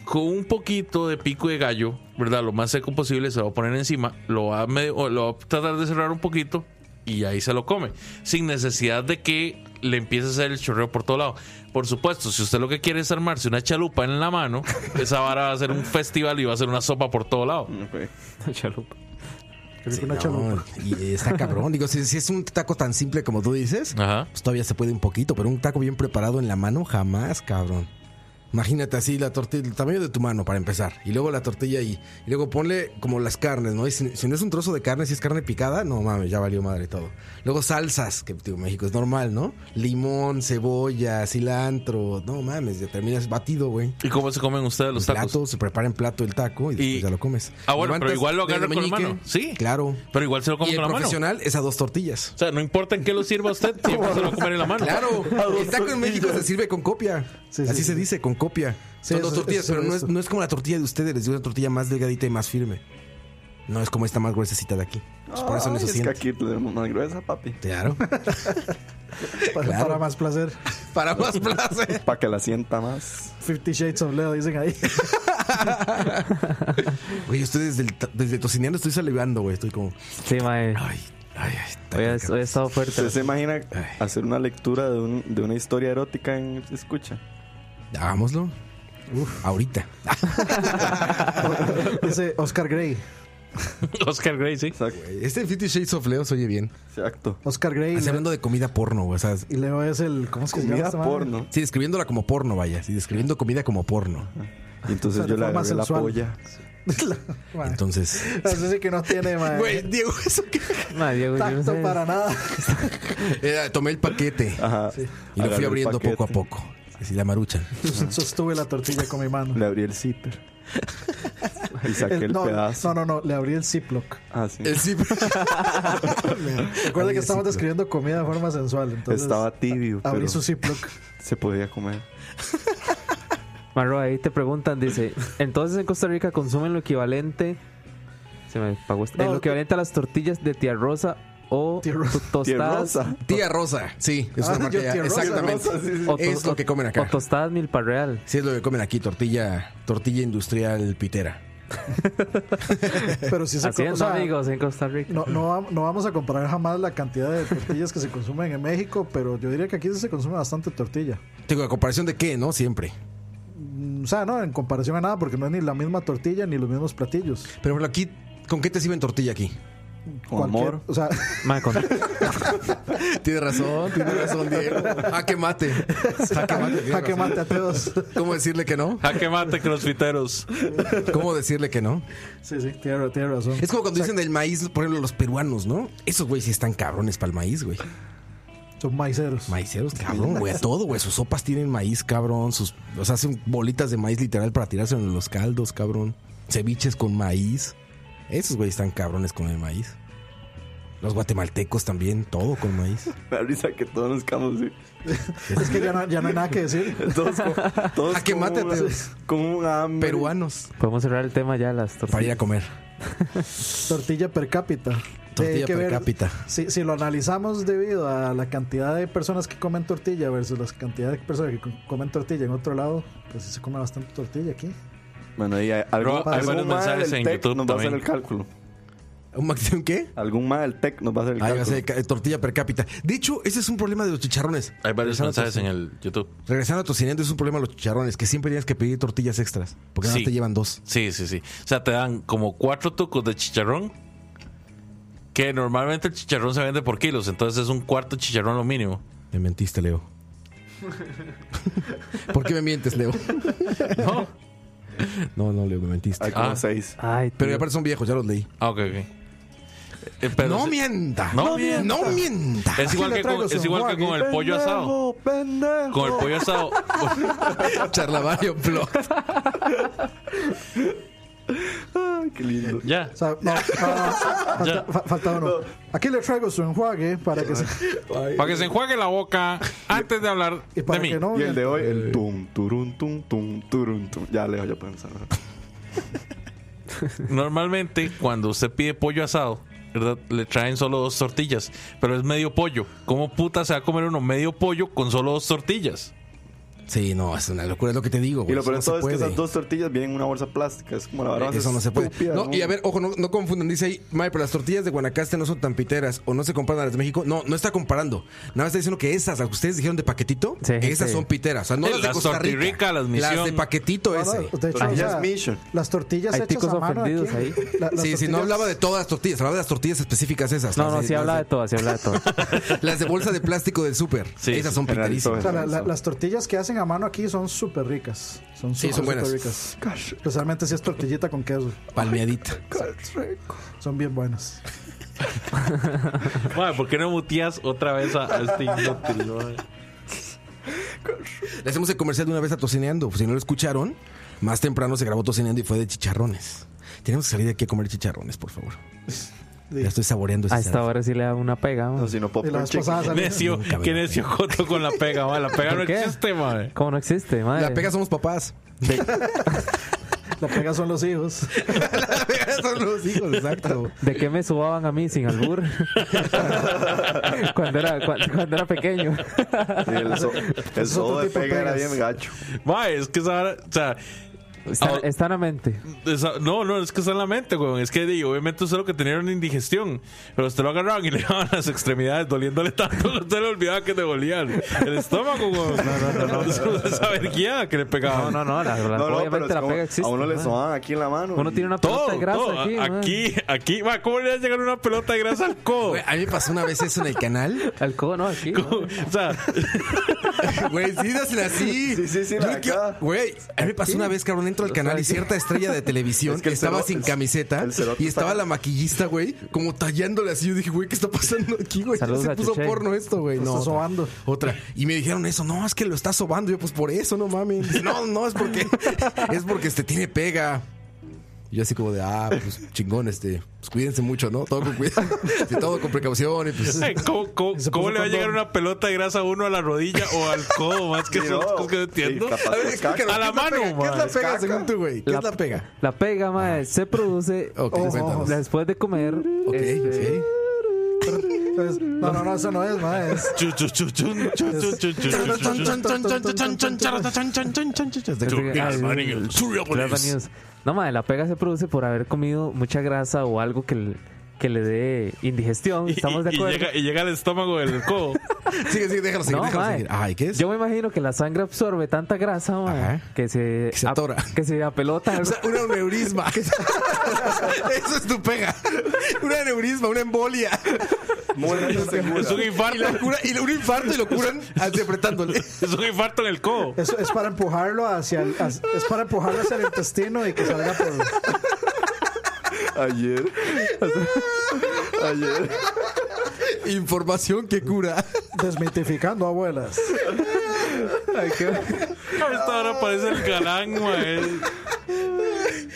[SPEAKER 4] Con un poquito de pico de gallo, ¿verdad? Lo más seco posible se va a poner encima, lo va a, medio- o lo va a tratar de cerrar un poquito y ahí se lo come. Sin necesidad de que le empiece a hacer el chorreo por todo lado. Por supuesto, si usted lo que quiere es armarse una chalupa en la mano, esa vara va a ser un festival y va a ser una sopa por todo lado.
[SPEAKER 5] Ok.
[SPEAKER 1] Pues
[SPEAKER 6] Chalupa.
[SPEAKER 3] Creo
[SPEAKER 1] Sí,
[SPEAKER 3] que una
[SPEAKER 1] no,
[SPEAKER 3] chalupa.
[SPEAKER 1] y está cabrón. Digo, si, si es un taco tan simple como tú dices,
[SPEAKER 4] Ajá.
[SPEAKER 1] pues todavía se puede un poquito, pero un taco bien preparado en la mano, jamás, cabrón. Imagínate así la tortilla, el tamaño de tu mano para empezar. Y luego la tortilla ahí. Y luego ponle como las carnes, ¿no? Y si, si no es un trozo de carne, si es carne picada, no mames, ya valió madre todo. Luego salsas, que digo, México es normal, ¿no? Limón, cebolla, cilantro. No mames, ya terminas batido, güey.
[SPEAKER 4] ¿Y cómo se comen ustedes los tacos?
[SPEAKER 1] Plato, se prepara en plato el taco y después
[SPEAKER 4] Y-
[SPEAKER 1] ya lo comes.
[SPEAKER 4] Ah, bueno, pero
[SPEAKER 1] Levantas
[SPEAKER 4] igual lo agarra
[SPEAKER 1] dedo
[SPEAKER 4] con la
[SPEAKER 1] meñique.
[SPEAKER 4] mano. Sí.
[SPEAKER 1] Claro.
[SPEAKER 4] Pero igual se lo
[SPEAKER 1] Y
[SPEAKER 4] comen
[SPEAKER 1] el
[SPEAKER 4] con la mano. O
[SPEAKER 1] profesional es a dos tortillas.
[SPEAKER 4] sea, no importa en qué lo sirva usted, siempre se lo va a comer en la mano.
[SPEAKER 1] Claro, el taco en México se sirve con copia.
[SPEAKER 3] Sí, sí,
[SPEAKER 1] Así
[SPEAKER 3] sí.
[SPEAKER 1] se dice, con copia.
[SPEAKER 3] Sí,
[SPEAKER 1] Son dos
[SPEAKER 3] eso-
[SPEAKER 1] tortillas,
[SPEAKER 3] eso
[SPEAKER 1] pero no es,
[SPEAKER 3] eso.
[SPEAKER 1] no es como la tortilla de ustedes, les digo una tortilla más delgadita y más firme. No es como esta más gruesecita de aquí. Pues por eso no
[SPEAKER 5] Ay,
[SPEAKER 1] se
[SPEAKER 5] es que
[SPEAKER 1] siente.
[SPEAKER 5] aquí tenemos más gruesa, papi.
[SPEAKER 1] Claro.
[SPEAKER 3] para,
[SPEAKER 1] Claro.
[SPEAKER 3] para más placer.
[SPEAKER 1] Para más placer.
[SPEAKER 5] Para que la sienta más.
[SPEAKER 3] Fifty Shades of Leo, dicen ahí.
[SPEAKER 1] Oye, ustedes desde, el ta- desde tocineando estoy salivando, güey. Estoy como.
[SPEAKER 6] Sí, mae.
[SPEAKER 1] Ay, ay, ay. está
[SPEAKER 6] Hoy
[SPEAKER 1] bien,
[SPEAKER 6] ha,
[SPEAKER 1] cabrón.
[SPEAKER 6] hoy ha estado fuerte.
[SPEAKER 5] ¿Usted se imagina
[SPEAKER 1] Ay.
[SPEAKER 5] hacer una lectura de, un- de una historia erótica en Escucha?
[SPEAKER 1] Hagámoslo. Ahorita.
[SPEAKER 3] Dice Oscar Gray.
[SPEAKER 4] Oscar Gray, sí.
[SPEAKER 5] Exacto.
[SPEAKER 1] Este Fifty Shades of Leo se oye bien.
[SPEAKER 5] Exacto.
[SPEAKER 3] Oscar Gray.
[SPEAKER 1] Así
[SPEAKER 3] le-
[SPEAKER 1] hablando de comida porno, güey. O sea,
[SPEAKER 3] y Leo es el. ¿Cómo es que se llama? este
[SPEAKER 5] Comida
[SPEAKER 3] esta madre?
[SPEAKER 5] porno.
[SPEAKER 1] sí, describiéndola como porno, vaya. Sí, describiendo comida como porno.
[SPEAKER 5] Y entonces
[SPEAKER 3] O sea, de
[SPEAKER 5] yo le
[SPEAKER 3] forma
[SPEAKER 5] agarré la
[SPEAKER 3] sensual.
[SPEAKER 5] polla.
[SPEAKER 3] Ma,
[SPEAKER 1] Entonces.
[SPEAKER 3] Eso sí que no tiene, mae.
[SPEAKER 1] Güey, Diego, eso que.
[SPEAKER 6] Mae, Diego, yo no
[SPEAKER 3] Tacto
[SPEAKER 6] sé.
[SPEAKER 3] para nada.
[SPEAKER 1] Era, tomé el paquete
[SPEAKER 5] Ajá.
[SPEAKER 1] y lo
[SPEAKER 5] Agarré
[SPEAKER 1] fui
[SPEAKER 5] el
[SPEAKER 1] abriendo
[SPEAKER 5] paquete.
[SPEAKER 1] poco a poco. Así la maruchan.
[SPEAKER 3] Sostuve la tortilla con mi mano.
[SPEAKER 5] Le abrí el zipper. y saqué el,
[SPEAKER 3] El- no,
[SPEAKER 5] pedazo.
[SPEAKER 3] no, no, no, le abrí el Ziploc.
[SPEAKER 5] Ah, sí.
[SPEAKER 1] El zip.
[SPEAKER 3] Recuerda
[SPEAKER 1] Abrí
[SPEAKER 3] que
[SPEAKER 1] el
[SPEAKER 3] estamos
[SPEAKER 1] Ziploc.
[SPEAKER 3] describiendo comida de forma sensual. Entonces,
[SPEAKER 5] Estaba tibio,
[SPEAKER 3] abrí
[SPEAKER 5] pero
[SPEAKER 3] su Ziploc.
[SPEAKER 5] se podía comer.
[SPEAKER 6] Marro, ahí te preguntan, dice, entonces en Costa Rica consumen lo equivalente, se me apagó este-
[SPEAKER 3] No,
[SPEAKER 6] lo equivalente a las tortillas de tía Rosa o
[SPEAKER 3] Tía Rosa.
[SPEAKER 6] to- tostadas
[SPEAKER 5] Tierrosa.
[SPEAKER 1] Tía Rosa, sí, es
[SPEAKER 3] Ah,
[SPEAKER 1] una marca
[SPEAKER 3] yo
[SPEAKER 1] ya-
[SPEAKER 3] tía Rosa.
[SPEAKER 1] Exactamente.
[SPEAKER 5] Tía Rosa, sí, sí.
[SPEAKER 6] o,
[SPEAKER 1] Es lo que comen acá.
[SPEAKER 6] o tostadas milparreal.
[SPEAKER 1] Sí, es lo que comen aquí, tortilla, tortilla industrial pitera.
[SPEAKER 3] Pero sí se
[SPEAKER 6] Así
[SPEAKER 3] come.
[SPEAKER 6] es, amigos, en Costa Rica.
[SPEAKER 3] no, no, vam- no vamos a comparar jamás la cantidad de tortillas que se consumen en México, pero yo diría que aquí sí se consume bastante tortilla.
[SPEAKER 1] Digo, a comparación de qué, ¿no? Siempre.
[SPEAKER 3] Mm, O sea, no, en comparación a nada, porque no es ni la misma tortilla ni los mismos platillos.
[SPEAKER 1] Pero bueno, aquí, ¿con qué te sirven tortilla aquí?
[SPEAKER 5] Con amor.
[SPEAKER 3] O sea,
[SPEAKER 6] Mae, con-
[SPEAKER 1] Tienes razón, tienes razón, Diego. Jaque Ah, mate. Jaque mate. tienes razón.
[SPEAKER 3] jaque Ah, mate a todos.
[SPEAKER 1] ¿Cómo decirle que no?
[SPEAKER 4] Jaque mate, crossfiteros.
[SPEAKER 1] ¿Cómo decirle que no?
[SPEAKER 3] Sí, sí, tiene, tiene razón.
[SPEAKER 1] Es como cuando dicen del maíz, por ejemplo, los peruanos, ¿no? Esos güey sí están cabrones para el maíz, güey.
[SPEAKER 3] Son maiceros.
[SPEAKER 1] Maiceros, cabrón, güey, a todo, güey. Sus sopas tienen maíz, cabrón. Sus, o sea, hacen bolitas de maíz literal para tirarse en los caldos, cabrón. Ceviches con maíz. Esos, güey, están cabrones con el maíz. Los guatemaltecos también, todo con maíz.
[SPEAKER 5] La risa que todos nos quedamos así.
[SPEAKER 3] Es que ya no, ya no hay nada que decir.
[SPEAKER 5] Todos, co- todos
[SPEAKER 1] Jaque
[SPEAKER 5] con
[SPEAKER 1] Ah, mate,
[SPEAKER 5] una-
[SPEAKER 1] Teos.
[SPEAKER 5] Con un hambre.
[SPEAKER 1] Peruanos.
[SPEAKER 6] podemos cerrar el tema ya, las
[SPEAKER 1] Para ir
[SPEAKER 6] tortillas.
[SPEAKER 1] a comer.
[SPEAKER 3] Tortilla per cápita.
[SPEAKER 1] Tortilla
[SPEAKER 3] Hay Eh, que
[SPEAKER 1] per
[SPEAKER 3] ver-
[SPEAKER 1] cápita.
[SPEAKER 3] Si, si lo analizamos debido a la cantidad de personas que comen tortilla versus la cantidad de personas que co- comen tortilla en otro lado, pues sí se come bastante tortilla aquí.
[SPEAKER 5] Bueno, y hay- algún,
[SPEAKER 4] Hay
[SPEAKER 5] algún
[SPEAKER 4] varios
[SPEAKER 5] ma
[SPEAKER 4] mensajes
[SPEAKER 5] del
[SPEAKER 4] en
[SPEAKER 5] tech
[SPEAKER 4] YouTube
[SPEAKER 5] nos va a
[SPEAKER 4] también.
[SPEAKER 5] hacer el cálculo.
[SPEAKER 1] ¿Un maximum qué?
[SPEAKER 5] Algún ma del tech nos va a hacer el
[SPEAKER 1] Ahí va a
[SPEAKER 5] cálculo.
[SPEAKER 1] ser ca- tortilla per cápita. De hecho, ese es un problema de los chicharrones.
[SPEAKER 4] Hay varios
[SPEAKER 1] Regresando a
[SPEAKER 4] mensajes
[SPEAKER 1] tu-
[SPEAKER 4] en el YouTube.
[SPEAKER 1] Regresando a tocineando, es un problema de los chicharrones, que siempre tienes que pedir tortillas extras. Porque nada más
[SPEAKER 4] Sí.
[SPEAKER 1] te llevan dos.
[SPEAKER 4] Sí, sí, sí. O sea, te dan como cuatro tucos de chicharrón. Que normalmente el chicharrón se vende por kilos. Entonces es un cuarto chicharrón lo mínimo.
[SPEAKER 1] Me mentiste, Leo. ¿Por qué me mientes, Leo?
[SPEAKER 4] No.
[SPEAKER 1] No, no, Leo, me mentiste.
[SPEAKER 5] Hay como
[SPEAKER 4] Ah.
[SPEAKER 5] seis.
[SPEAKER 6] Ay,
[SPEAKER 1] Pero
[SPEAKER 6] tío.
[SPEAKER 1] aparte son viejos, ya los leí.
[SPEAKER 4] Ah, ok, ok. Eh, pero
[SPEAKER 1] no
[SPEAKER 4] es-
[SPEAKER 1] mienta.
[SPEAKER 4] No mienta.
[SPEAKER 1] No mienta.
[SPEAKER 4] Es igual, que con, es igual que con el pollo asado. Con el pollo asado.
[SPEAKER 1] Charlavario blog.
[SPEAKER 5] Ay, qué lindo.
[SPEAKER 4] ya.
[SPEAKER 3] O sea, no, no, no,
[SPEAKER 4] Ya.
[SPEAKER 3] falta, fa- falta uno. Aquí le traigo su enjuague para que, se-
[SPEAKER 4] Para que se enjuague la boca antes de hablar
[SPEAKER 3] y para
[SPEAKER 4] de mí.
[SPEAKER 3] que no.
[SPEAKER 5] Y el de hoy, el tum, turun, tum, tum, turun, tum. Ya leo, ya pueden saber.
[SPEAKER 4] Normalmente, cuando usted pide pollo asado, ¿verdad? le traen solo dos tortillas, pero es medio pollo. ¿Cómo puta se va a comer uno medio pollo con solo dos tortillas?
[SPEAKER 1] Sí, no, es una locura, es lo que te digo.
[SPEAKER 5] Y
[SPEAKER 1] güey.
[SPEAKER 5] lo peor de
[SPEAKER 1] Eso
[SPEAKER 5] todo es
[SPEAKER 1] no
[SPEAKER 5] que
[SPEAKER 1] se
[SPEAKER 5] esas
[SPEAKER 1] puede. Eh,
[SPEAKER 5] dos tortillas vienen en una bolsa plástica. Es como la barra más
[SPEAKER 1] Eso no se puede.
[SPEAKER 5] estúpida del
[SPEAKER 1] No, y a
[SPEAKER 5] mundo.
[SPEAKER 1] ver, ojo, no, no confundan. Dice ahí, Mae, pero las tortillas de Guanacaste no son tan piteras o no se comparan a las de México. No, no está comparando. Nada más está diciendo que esas, las que ustedes dijeron de paquetito,
[SPEAKER 6] Sí,
[SPEAKER 1] esas
[SPEAKER 6] sí.
[SPEAKER 1] son piteras. O sea, no
[SPEAKER 4] Sí,
[SPEAKER 1] las de
[SPEAKER 4] las
[SPEAKER 1] Costa Rica.
[SPEAKER 4] Tortirrica, las
[SPEAKER 1] Las de
[SPEAKER 4] Misión.
[SPEAKER 1] paquetito
[SPEAKER 3] No, no,
[SPEAKER 1] ese.
[SPEAKER 3] de hecho,
[SPEAKER 5] Tortillas
[SPEAKER 3] o sea,
[SPEAKER 5] Mission.
[SPEAKER 3] las tortillas
[SPEAKER 6] Hay
[SPEAKER 3] hechas
[SPEAKER 6] ticos
[SPEAKER 3] a mano aquí.
[SPEAKER 6] ofendidos ahí.
[SPEAKER 3] La- las
[SPEAKER 1] Sí, sí, no
[SPEAKER 3] tortillas-
[SPEAKER 1] hablaba de todas las tortillas, hablaba de las tortillas específicas esas.
[SPEAKER 6] No,
[SPEAKER 1] las
[SPEAKER 6] no,
[SPEAKER 1] de-
[SPEAKER 6] sí
[SPEAKER 1] las
[SPEAKER 6] habla
[SPEAKER 1] de-
[SPEAKER 6] de todo, sí habla de todo.
[SPEAKER 1] Las de bolsa de plástico del súper.
[SPEAKER 4] Sí,
[SPEAKER 1] Esas
[SPEAKER 4] sí,
[SPEAKER 1] son
[SPEAKER 5] general,
[SPEAKER 1] piterísimas.
[SPEAKER 3] O sea, la- la- las tortillas que hacen a mano aquí son súper ricas. Son
[SPEAKER 1] Sí,
[SPEAKER 3] súper,
[SPEAKER 1] son buenas.
[SPEAKER 3] súper ricas. Especialmente si es tortillita con queso.
[SPEAKER 1] Palmeadita.
[SPEAKER 3] Son bien buenas.
[SPEAKER 4] Madre, ¿por qué no muteas otra vez a, a este inútil? madre?
[SPEAKER 1] Le hacemos el comercial de una vez a Tocineando. Si no lo escucharon, más temprano se grabó Tocineando y fue de chicharrones. Tenemos que salir de aquí a comer chicharrones, por favor. Ya estoy saboreando ese
[SPEAKER 6] A esta hora sí le da una pega.
[SPEAKER 5] No,
[SPEAKER 6] man.
[SPEAKER 5] si no,
[SPEAKER 3] Y la
[SPEAKER 5] popcorn
[SPEAKER 3] vez
[SPEAKER 5] chicken.
[SPEAKER 3] pasada salió-
[SPEAKER 4] Necio,
[SPEAKER 1] Nunca me
[SPEAKER 4] qué
[SPEAKER 1] lo
[SPEAKER 4] necio Joto con la pega, madre. La pega no
[SPEAKER 6] ¿Por qué?
[SPEAKER 4] existe, madre.
[SPEAKER 6] ¿Cómo no existe, madre?
[SPEAKER 1] La pega somos papás.
[SPEAKER 3] La pega son los hijos.
[SPEAKER 1] La pega son los hijos, exacto.
[SPEAKER 6] ¿De qué me subaban a mí sin albur? cuando, era, cuando, cuando era pequeño.
[SPEAKER 5] Sí, el so- el
[SPEAKER 3] es otro
[SPEAKER 5] sodo de
[SPEAKER 3] tipo de
[SPEAKER 5] pega era
[SPEAKER 3] pegas.
[SPEAKER 5] bien gacho.
[SPEAKER 4] Madre, es que esa, o sea,
[SPEAKER 6] Está,
[SPEAKER 4] Ah,
[SPEAKER 6] está en la mente.
[SPEAKER 4] esa- no, no, es que está en la mente, weón. Es que di, obviamente usted lo que tenía era una indigestión. Pero usted lo agarraban y le daban las extremidades doliéndole tanto que usted le olvidaba que te dolían el estómago, weón. No, no, no. Esa verguía que le
[SPEAKER 6] No,
[SPEAKER 4] pegaban.
[SPEAKER 6] no, no. la- la-
[SPEAKER 5] No, no, pero
[SPEAKER 6] obviamente
[SPEAKER 5] es
[SPEAKER 6] la
[SPEAKER 5] como-
[SPEAKER 6] pega existe.
[SPEAKER 5] a uno le
[SPEAKER 6] man.
[SPEAKER 5] sonaban aquí en la mano.
[SPEAKER 6] Uno tiene una pelota
[SPEAKER 4] Todo,
[SPEAKER 6] de grasa
[SPEAKER 4] todo.
[SPEAKER 6] aquí. man.
[SPEAKER 4] Aquí, aquí. Ma, ¿Cómo le va a llegar una pelota de grasa al codo?
[SPEAKER 1] Güey, a mí me pasó una vez eso en el canal.
[SPEAKER 6] Al codo, no, aquí. man.
[SPEAKER 4] O sea,
[SPEAKER 1] Güey, sí, dásela así.
[SPEAKER 5] Sí, sí, sí,
[SPEAKER 1] Yo
[SPEAKER 5] la
[SPEAKER 1] que-
[SPEAKER 5] acá.
[SPEAKER 1] Güey, a mí me pasó una vez, cabrón, entro al canal y cierta estrella de televisión
[SPEAKER 5] Es que el
[SPEAKER 1] estaba
[SPEAKER 5] cero-
[SPEAKER 1] sin
[SPEAKER 5] el-
[SPEAKER 1] camiseta
[SPEAKER 5] el cerote
[SPEAKER 1] y estaba
[SPEAKER 5] está-
[SPEAKER 1] la maquillista, güey, como tallándole así. Yo dije, güey, ¿qué está pasando aquí, güey? Ya
[SPEAKER 6] Saludos
[SPEAKER 1] se
[SPEAKER 6] a
[SPEAKER 1] puso
[SPEAKER 6] Cheche.
[SPEAKER 1] porno esto, güey.
[SPEAKER 3] Lo
[SPEAKER 1] No,
[SPEAKER 3] está
[SPEAKER 1] otra.
[SPEAKER 3] sobando.
[SPEAKER 1] Otra. Y me dijeron eso, no, es que lo está sobando. Yo, pues por eso, no mames. Dice, No, no, es porque, es porque este tiene pega. Y yo así como de, ah, pues chingón, este, pues cuídense mucho, ¿no? Todo con cuidado, Sí, todo con precaución y pues...
[SPEAKER 4] Ay, ¿Cómo, cómo-
[SPEAKER 3] Y se
[SPEAKER 4] cómo
[SPEAKER 3] puso
[SPEAKER 4] le va a llegar
[SPEAKER 3] condón.
[SPEAKER 4] una pelota de grasa a uno a la rodilla o al codo? Más que
[SPEAKER 5] Sí,
[SPEAKER 4] eso,
[SPEAKER 5] no.
[SPEAKER 4] cosas que no entiendo.
[SPEAKER 5] Sí, capaz
[SPEAKER 4] A ver,
[SPEAKER 5] es
[SPEAKER 4] explícalo,
[SPEAKER 5] caca.
[SPEAKER 4] a la mano,
[SPEAKER 1] ¿Qué es la
[SPEAKER 4] madre.
[SPEAKER 1] pega,
[SPEAKER 5] Caca.
[SPEAKER 1] según tú, güey? ¿Qué
[SPEAKER 6] La-
[SPEAKER 1] es la pega? Ah.
[SPEAKER 6] La pega, madre, se produce
[SPEAKER 1] Ok,
[SPEAKER 6] ojo,
[SPEAKER 1] cuéntanos.
[SPEAKER 6] después de comer.
[SPEAKER 1] Ok,
[SPEAKER 6] este,
[SPEAKER 1] sí.
[SPEAKER 3] Entonces, no, no, no, eso no es, ma, es-
[SPEAKER 4] Chu, chu, chu, chun, chu, chu, chu, chu, chu, chu, chu, chu.
[SPEAKER 6] Este, ah, el- Trevor News. No, madre, la pega se produce por haber comido mucha grasa o algo que le, que le dé indigestión.
[SPEAKER 4] Y,
[SPEAKER 6] Estamos de
[SPEAKER 4] y- y
[SPEAKER 6] acuerdo.
[SPEAKER 4] llega, y llega al estómago del codo.
[SPEAKER 1] Sigue, sigue, déjalo seguir,
[SPEAKER 6] No,
[SPEAKER 1] déjalo
[SPEAKER 6] mae.
[SPEAKER 1] seguir. Ay, ¿qué es?
[SPEAKER 6] Yo me imagino que la sangre absorbe tanta grasa, mae,
[SPEAKER 1] Ajá.
[SPEAKER 6] que se,
[SPEAKER 1] Que se
[SPEAKER 6] ap-
[SPEAKER 1] atora.
[SPEAKER 6] que se apelota.
[SPEAKER 1] O sea, un aneurisma. Eso es tu pega. Un aneurisma, una embolia.
[SPEAKER 5] Muerte segura.
[SPEAKER 4] Es un
[SPEAKER 1] Y,
[SPEAKER 4] infarto.
[SPEAKER 1] lo cura- y lo- un infarto y lo curan así apretándole.
[SPEAKER 4] Es un infarto en el codo.
[SPEAKER 3] es, es para empujarlo hacia el, as- es para empujarlo hacia el intestino y que salga pues, por
[SPEAKER 5] Ayer. Ayer.
[SPEAKER 1] Información que cura.
[SPEAKER 3] desmitificando abuelas.
[SPEAKER 4] Esta hora parece el galán, eh. güey.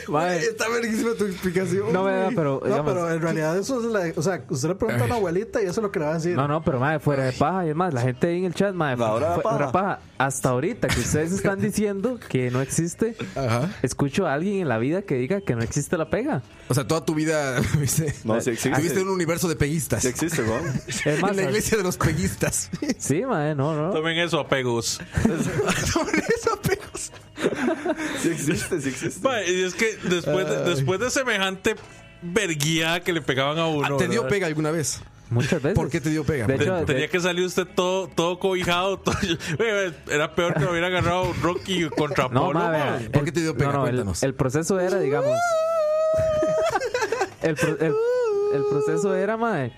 [SPEAKER 6] Mae,
[SPEAKER 1] Está verguísima tu explicación.
[SPEAKER 6] no, vea,
[SPEAKER 1] güey.
[SPEAKER 6] pero,
[SPEAKER 3] No,
[SPEAKER 6] digamos,
[SPEAKER 3] pero en realidad eso es la, o sea, usted le pregunta a una abuelita y eso es lo que le va a decir.
[SPEAKER 6] No, no, pero madre, fuera de paja. Y es más, la gente ahí en el chat, madre,
[SPEAKER 5] La hora de
[SPEAKER 6] fu- fuera
[SPEAKER 5] paja.
[SPEAKER 6] de paja. Hasta ahorita que ustedes están diciendo que no existe,
[SPEAKER 1] Ajá.
[SPEAKER 6] escucho a alguien en la vida que diga que no existe la pega.
[SPEAKER 1] O sea, toda tu vida viste,
[SPEAKER 5] No, sí existe.
[SPEAKER 1] tuviste un universo de peguistas.
[SPEAKER 5] Sí existe, weón.
[SPEAKER 6] Es más,
[SPEAKER 1] en la iglesia de los peguistas.
[SPEAKER 6] sí, madre, no, no.
[SPEAKER 4] Tomen eso, apegos.
[SPEAKER 1] Sobre eso, pegas.
[SPEAKER 5] Sí existe, sí existe.
[SPEAKER 4] Ma, y es que después de, después de semejante verguía que le pegaban a uno.
[SPEAKER 1] Ah, ¿Te dio
[SPEAKER 4] ¿verdad?
[SPEAKER 1] pega alguna vez?
[SPEAKER 6] Muchas veces.
[SPEAKER 1] ¿Por qué te dio pega?
[SPEAKER 6] De hecho,
[SPEAKER 4] Te- Tenía que salir usted todo, todo cobijado. todo- Güey, güey, Era peor que me hubiera agarrado Rocky contra
[SPEAKER 6] No,
[SPEAKER 4] Polo.
[SPEAKER 6] madre,
[SPEAKER 4] ma.
[SPEAKER 6] vea,
[SPEAKER 1] ¿Por
[SPEAKER 6] el-
[SPEAKER 1] qué te dio pena?
[SPEAKER 6] no, no, el-
[SPEAKER 1] Cuéntanos.
[SPEAKER 6] El, proceso era, digamos. el, pro- el- el proceso era, madre.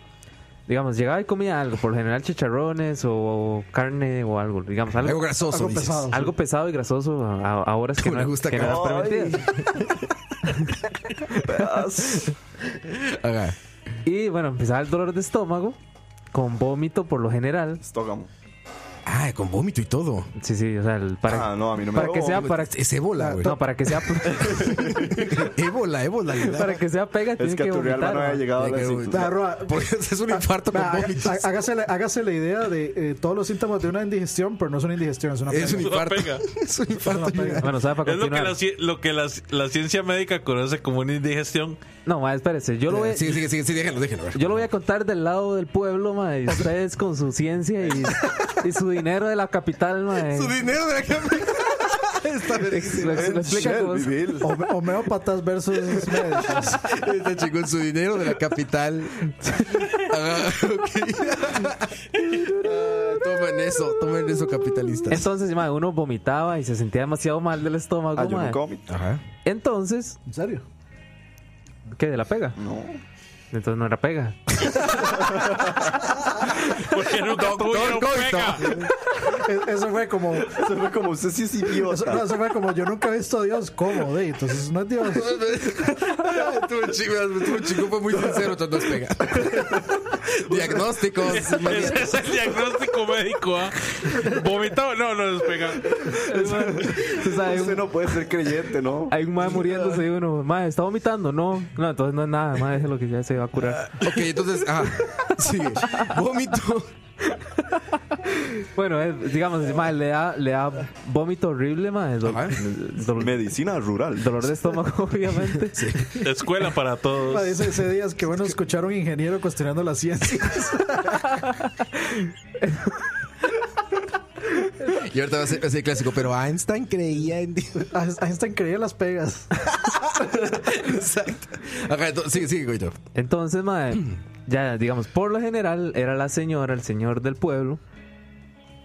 [SPEAKER 6] Digamos, llegaba y comía algo, por lo general chicharrones o carne o algo, digamos, algo,
[SPEAKER 1] Algo grasoso.
[SPEAKER 3] Algo
[SPEAKER 1] dices.
[SPEAKER 3] pesado.
[SPEAKER 6] algo pesado y grasoso a, a horas que
[SPEAKER 1] Como
[SPEAKER 6] no,
[SPEAKER 1] le gusta
[SPEAKER 6] que no
[SPEAKER 1] a
[SPEAKER 6] eran
[SPEAKER 5] Carlos.
[SPEAKER 6] permitidas.
[SPEAKER 1] Ajá.
[SPEAKER 6] Y bueno, empezaba el dolor de estómago con vómito por lo general.
[SPEAKER 5] Estógamo.
[SPEAKER 1] Ah, con vómito y todo.
[SPEAKER 6] Sí, sí, o sea, el- para,
[SPEAKER 5] Ah, no, a mí no me
[SPEAKER 6] para que
[SPEAKER 5] dio
[SPEAKER 6] sea
[SPEAKER 5] vómito.
[SPEAKER 6] para
[SPEAKER 1] Es ébola, güey.
[SPEAKER 6] no, para que sea
[SPEAKER 1] ébola, ébola. le da.
[SPEAKER 6] para que sea pega
[SPEAKER 5] Es
[SPEAKER 6] tiene
[SPEAKER 5] que
[SPEAKER 6] que
[SPEAKER 5] a tu Real
[SPEAKER 6] vomitar.
[SPEAKER 5] no había
[SPEAKER 6] ¿no?
[SPEAKER 5] llegado a la
[SPEAKER 1] Tiene que
[SPEAKER 5] cintura.
[SPEAKER 3] Da, Roa,
[SPEAKER 1] Porque es un infarto con
[SPEAKER 3] Vea, haga-
[SPEAKER 1] vómitos.
[SPEAKER 3] há- hágase, la, hágase la idea de eh, todos los síntomas de una indigestión, pero no es una indigestión, es una
[SPEAKER 1] Es un
[SPEAKER 3] pega.
[SPEAKER 1] infarto.
[SPEAKER 4] pega.
[SPEAKER 1] Es un infarto.
[SPEAKER 3] Es una pega.
[SPEAKER 6] Bueno, o sea, para
[SPEAKER 4] Es lo que,
[SPEAKER 6] continuar.
[SPEAKER 4] la, ci- lo que la, la ciencia médica conoce como una indigestión.
[SPEAKER 6] No, ma, espérese, yo lo voy
[SPEAKER 1] Sí, sí, sí, sí, déjenlo, déjenlo. a ver.
[SPEAKER 6] yo lo voy a contar del lado del pueblo, ma, y ustedes con su ciencia y, y su dinero de la capital, ma.
[SPEAKER 1] Su dinero de la camisa. Está
[SPEAKER 6] Lo,
[SPEAKER 1] verguísima.
[SPEAKER 6] lo explica como-
[SPEAKER 5] Shelby Bill.
[SPEAKER 3] Home- Homeópatas versus médicos.
[SPEAKER 1] Está chingón Este su dinero de la capital. Ajá, ok. Ah, Tomen eso, tomen eso, capitalistas.
[SPEAKER 6] Entonces, ma, uno vomitaba y se sentía demasiado mal del estómago,
[SPEAKER 5] Ah, yo
[SPEAKER 6] ma.
[SPEAKER 5] nunca vomito.
[SPEAKER 1] Ajá.
[SPEAKER 6] Entonces,
[SPEAKER 3] ¿En serio?
[SPEAKER 6] ¿qué de la pega?
[SPEAKER 5] No.
[SPEAKER 6] Entonces no era pega.
[SPEAKER 4] Porque nunca tuvieron pega.
[SPEAKER 3] E- Eso fue como.
[SPEAKER 5] Eso fue como, usted sí es
[SPEAKER 3] Eso, no,
[SPEAKER 5] idiota.
[SPEAKER 3] eso fue como yo nunca he visto a Dios como, de, entonces no es Dios.
[SPEAKER 1] Tuvo chico, fue muy sincero, entonces no pega. Diagnósticos.
[SPEAKER 4] Ese es el diagnóstico médico, ¿ah? Vomitado, no, no despega.
[SPEAKER 6] Usted sabe,
[SPEAKER 5] Usted
[SPEAKER 6] un-
[SPEAKER 5] no puede ser creyente, ¿no?
[SPEAKER 6] hay un mae muriéndose y uno, mae, ¿está vomitando? No, no, entonces no es nada, mae, es lo que ya se va a curar.
[SPEAKER 1] ok, entonces, ah, sigue. Vómito.
[SPEAKER 6] Bueno, es- digamos, mae, le da, le da vómito horrible, mae, do-
[SPEAKER 1] Ajá.
[SPEAKER 6] do-
[SPEAKER 5] Medicina rural.
[SPEAKER 6] dolor de estómago, obviamente.
[SPEAKER 4] Escuela para
[SPEAKER 3] Ma,
[SPEAKER 4] todos.
[SPEAKER 3] Dice ese día es que bueno escuchar a un ingeniero cuestionando la ciencia.
[SPEAKER 1] Y ahorita va a ser, va a ser clásico, pero Einstein creía en Dios.
[SPEAKER 3] Einstein creía las pegas.
[SPEAKER 1] Exacto. Ajá, entonces, sigue, sigue, coito.
[SPEAKER 6] Entonces, mae, ya, digamos, por lo general era la señora, el señor del pueblo,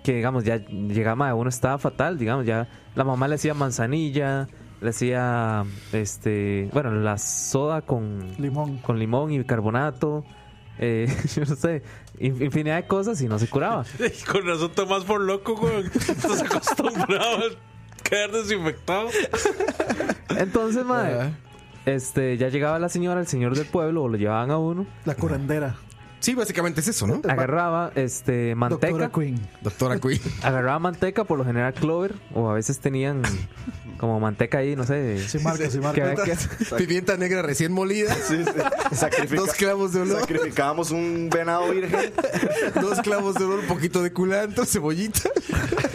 [SPEAKER 6] que, digamos, ya llegaba, mae, uno estaba fatal, digamos, ya la mamá le hacía manzanilla, le hacía, este, bueno, la soda con,
[SPEAKER 3] Limón.
[SPEAKER 6] con limón y bicarbonato. eh, yo no sé, in- infinidad de cosas y no se curaba.
[SPEAKER 4] Con razón tomás por loco, güey. Estás acostumbrado a quedar desinfectado.
[SPEAKER 6] Entonces, madre,
[SPEAKER 1] Ajá.
[SPEAKER 6] este, ya llegaba la señora, el señor del pueblo, o lo llevaban a uno,
[SPEAKER 3] La curandera.
[SPEAKER 1] Sí, básicamente es eso, ¿no?
[SPEAKER 6] agarraba este manteca,
[SPEAKER 3] Doctora Queen.
[SPEAKER 1] Doctora Queen.
[SPEAKER 6] agarraba manteca, por lo general clover, o a veces tenían como manteca ahí, no sé,
[SPEAKER 3] Sí, Marcos, sí,
[SPEAKER 6] que había
[SPEAKER 3] Marcos.
[SPEAKER 6] que-
[SPEAKER 1] Pimienta negra recién molida.
[SPEAKER 5] Sí, sí. Sacrifica-
[SPEAKER 1] Dos clavos de olor.
[SPEAKER 5] Sacrificábamos un venado virgen.
[SPEAKER 1] Dos clavos de olor, un poquito de culantro, cebollita.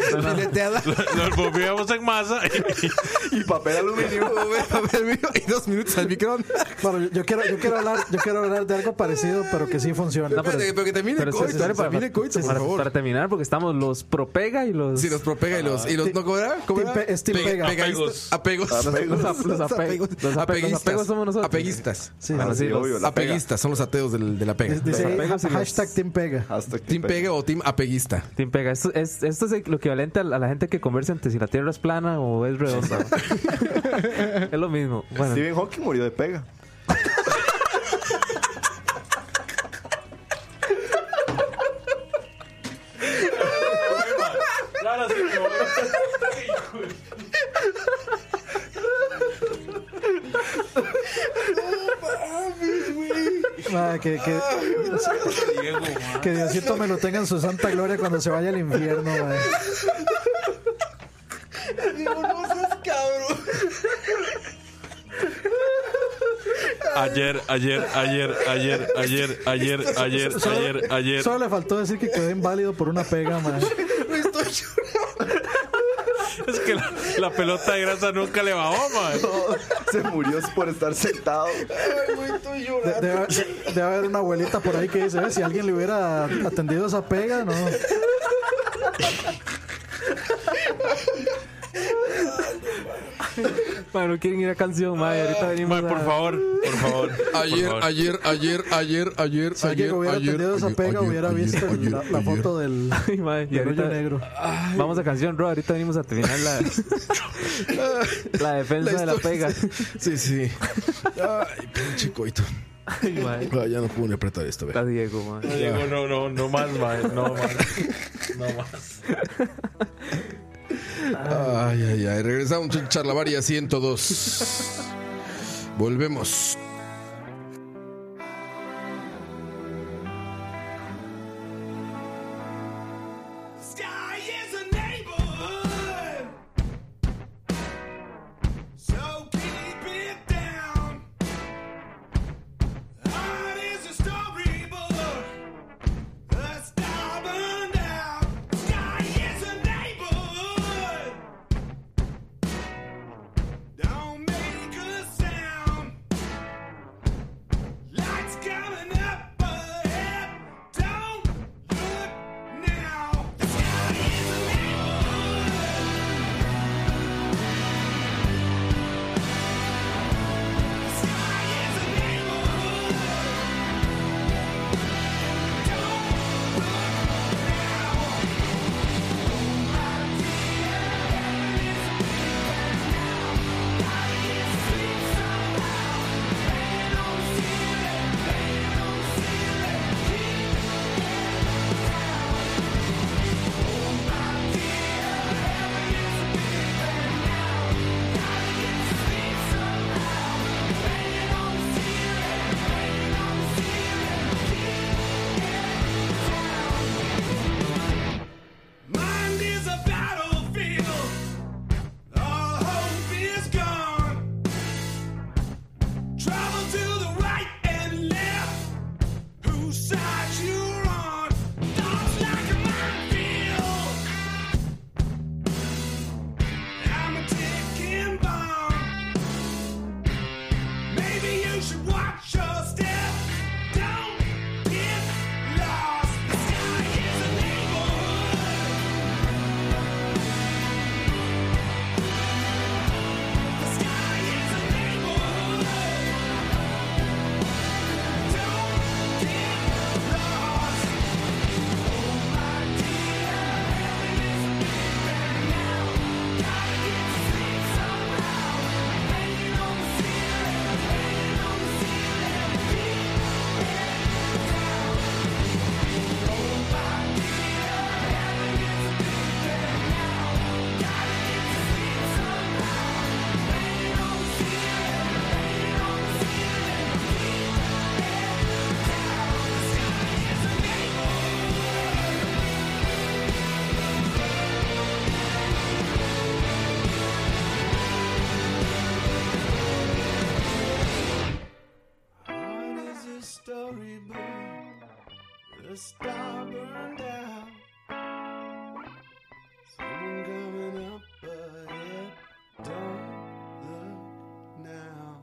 [SPEAKER 1] Fileteada.
[SPEAKER 4] Nos volvíamos en masa.
[SPEAKER 5] y papel aluminio.
[SPEAKER 1] Y dos minutos al microondas.
[SPEAKER 3] Bueno, yo- yo quiero, yo quiero hablar, yo quiero hablar de algo parecido, pero que sí funciona.
[SPEAKER 6] No, pero-
[SPEAKER 1] Espérate, pero que termine
[SPEAKER 6] pero
[SPEAKER 1] el
[SPEAKER 6] sí,
[SPEAKER 1] coito.
[SPEAKER 6] sí, sí,
[SPEAKER 1] que
[SPEAKER 6] para-
[SPEAKER 1] termine el coito, por
[SPEAKER 6] para, para
[SPEAKER 1] favor.
[SPEAKER 6] terminar, porque estamos los propega y los,
[SPEAKER 1] Si los propega y los, y los no cobra, ¿cómo
[SPEAKER 3] Ah. Team
[SPEAKER 1] era?
[SPEAKER 3] pe- es team pega. Ah,
[SPEAKER 1] Apegos. Apegos.
[SPEAKER 5] Apegos.
[SPEAKER 6] los ap- los ape- los ape- los apegos somos nosotros.
[SPEAKER 1] Apeguistas.
[SPEAKER 3] Sí,
[SPEAKER 6] Bueno,
[SPEAKER 3] sí.
[SPEAKER 6] sí, los-
[SPEAKER 5] obvio, la pega.
[SPEAKER 1] Apeguistas, son los ateos del- de la pega.
[SPEAKER 3] Dice
[SPEAKER 6] los
[SPEAKER 3] ahí,
[SPEAKER 6] apegos y los-
[SPEAKER 3] hashtag Team Pega.
[SPEAKER 5] Hasta que
[SPEAKER 1] Team pega o team apeguista.
[SPEAKER 6] Team Pega. Esto es, esto es lo equivalente a la a la gente que conversa entre si la Tierra es plana o es redonda. es lo mismo. Bueno,
[SPEAKER 5] Stephen Hawking murió de pega.
[SPEAKER 3] Ma, Ah, que, que,
[SPEAKER 6] Ah.
[SPEAKER 3] que Diosito me lo tenga en su santa gloria cuando se vaya al infierno. ma.
[SPEAKER 4] Ayer, ayer, ayer, ayer, ayer, ayer, ayer, ayer, ayer.
[SPEAKER 3] Solo le faltó decir que quedó inválido por una pega. ma.
[SPEAKER 4] Es que la, la pelota de grasa nunca le bajó, man.
[SPEAKER 5] Se murió por estar sentado.
[SPEAKER 3] De- Debe, debe haber una abuelita por ahí que dice, "Eh, si alguien le hubiera atendido esa pega, no.
[SPEAKER 6] Mae, no quieren ir a canción, mae. Ahorita venimos.
[SPEAKER 4] Man, por
[SPEAKER 6] a-
[SPEAKER 4] favor, por favor.
[SPEAKER 1] Ayer,
[SPEAKER 4] por favor.
[SPEAKER 1] ayer, ayer, ayer, ayer,
[SPEAKER 3] Si
[SPEAKER 1] ayer,
[SPEAKER 3] alguien hubiera
[SPEAKER 1] ayer,
[SPEAKER 3] atendido esa
[SPEAKER 1] ayer,
[SPEAKER 3] pega,
[SPEAKER 1] ayer,
[SPEAKER 3] hubiera
[SPEAKER 1] ayer,
[SPEAKER 3] visto
[SPEAKER 1] ayer,
[SPEAKER 3] la, la
[SPEAKER 1] ayer.
[SPEAKER 3] foto del,
[SPEAKER 6] Ay, mae, y
[SPEAKER 3] del hoyo
[SPEAKER 6] ahorita
[SPEAKER 3] negro.
[SPEAKER 6] vamos a canción, bro. Ahorita venimos a terminar la, la defensa de la
[SPEAKER 1] historia.
[SPEAKER 6] pega.
[SPEAKER 1] Sí, sí. Ay, pinche coito.
[SPEAKER 6] Ay, mae.
[SPEAKER 1] Ah, ya no puedo ni apretar esto, ve.
[SPEAKER 6] Está Diego, mae.
[SPEAKER 4] Diego, no, no, no más, man. No más. No más.
[SPEAKER 1] Ay, ay, ay. Regresamos a Charlavaria 102. Volvemos.
[SPEAKER 8] Sky is a neighborhood. So keep it down. Art is a storyboard. A stubborn down. Sky is a neighborhood. Don't make a sound.
[SPEAKER 10] the star burned out. Someone coming up, but it don't look now.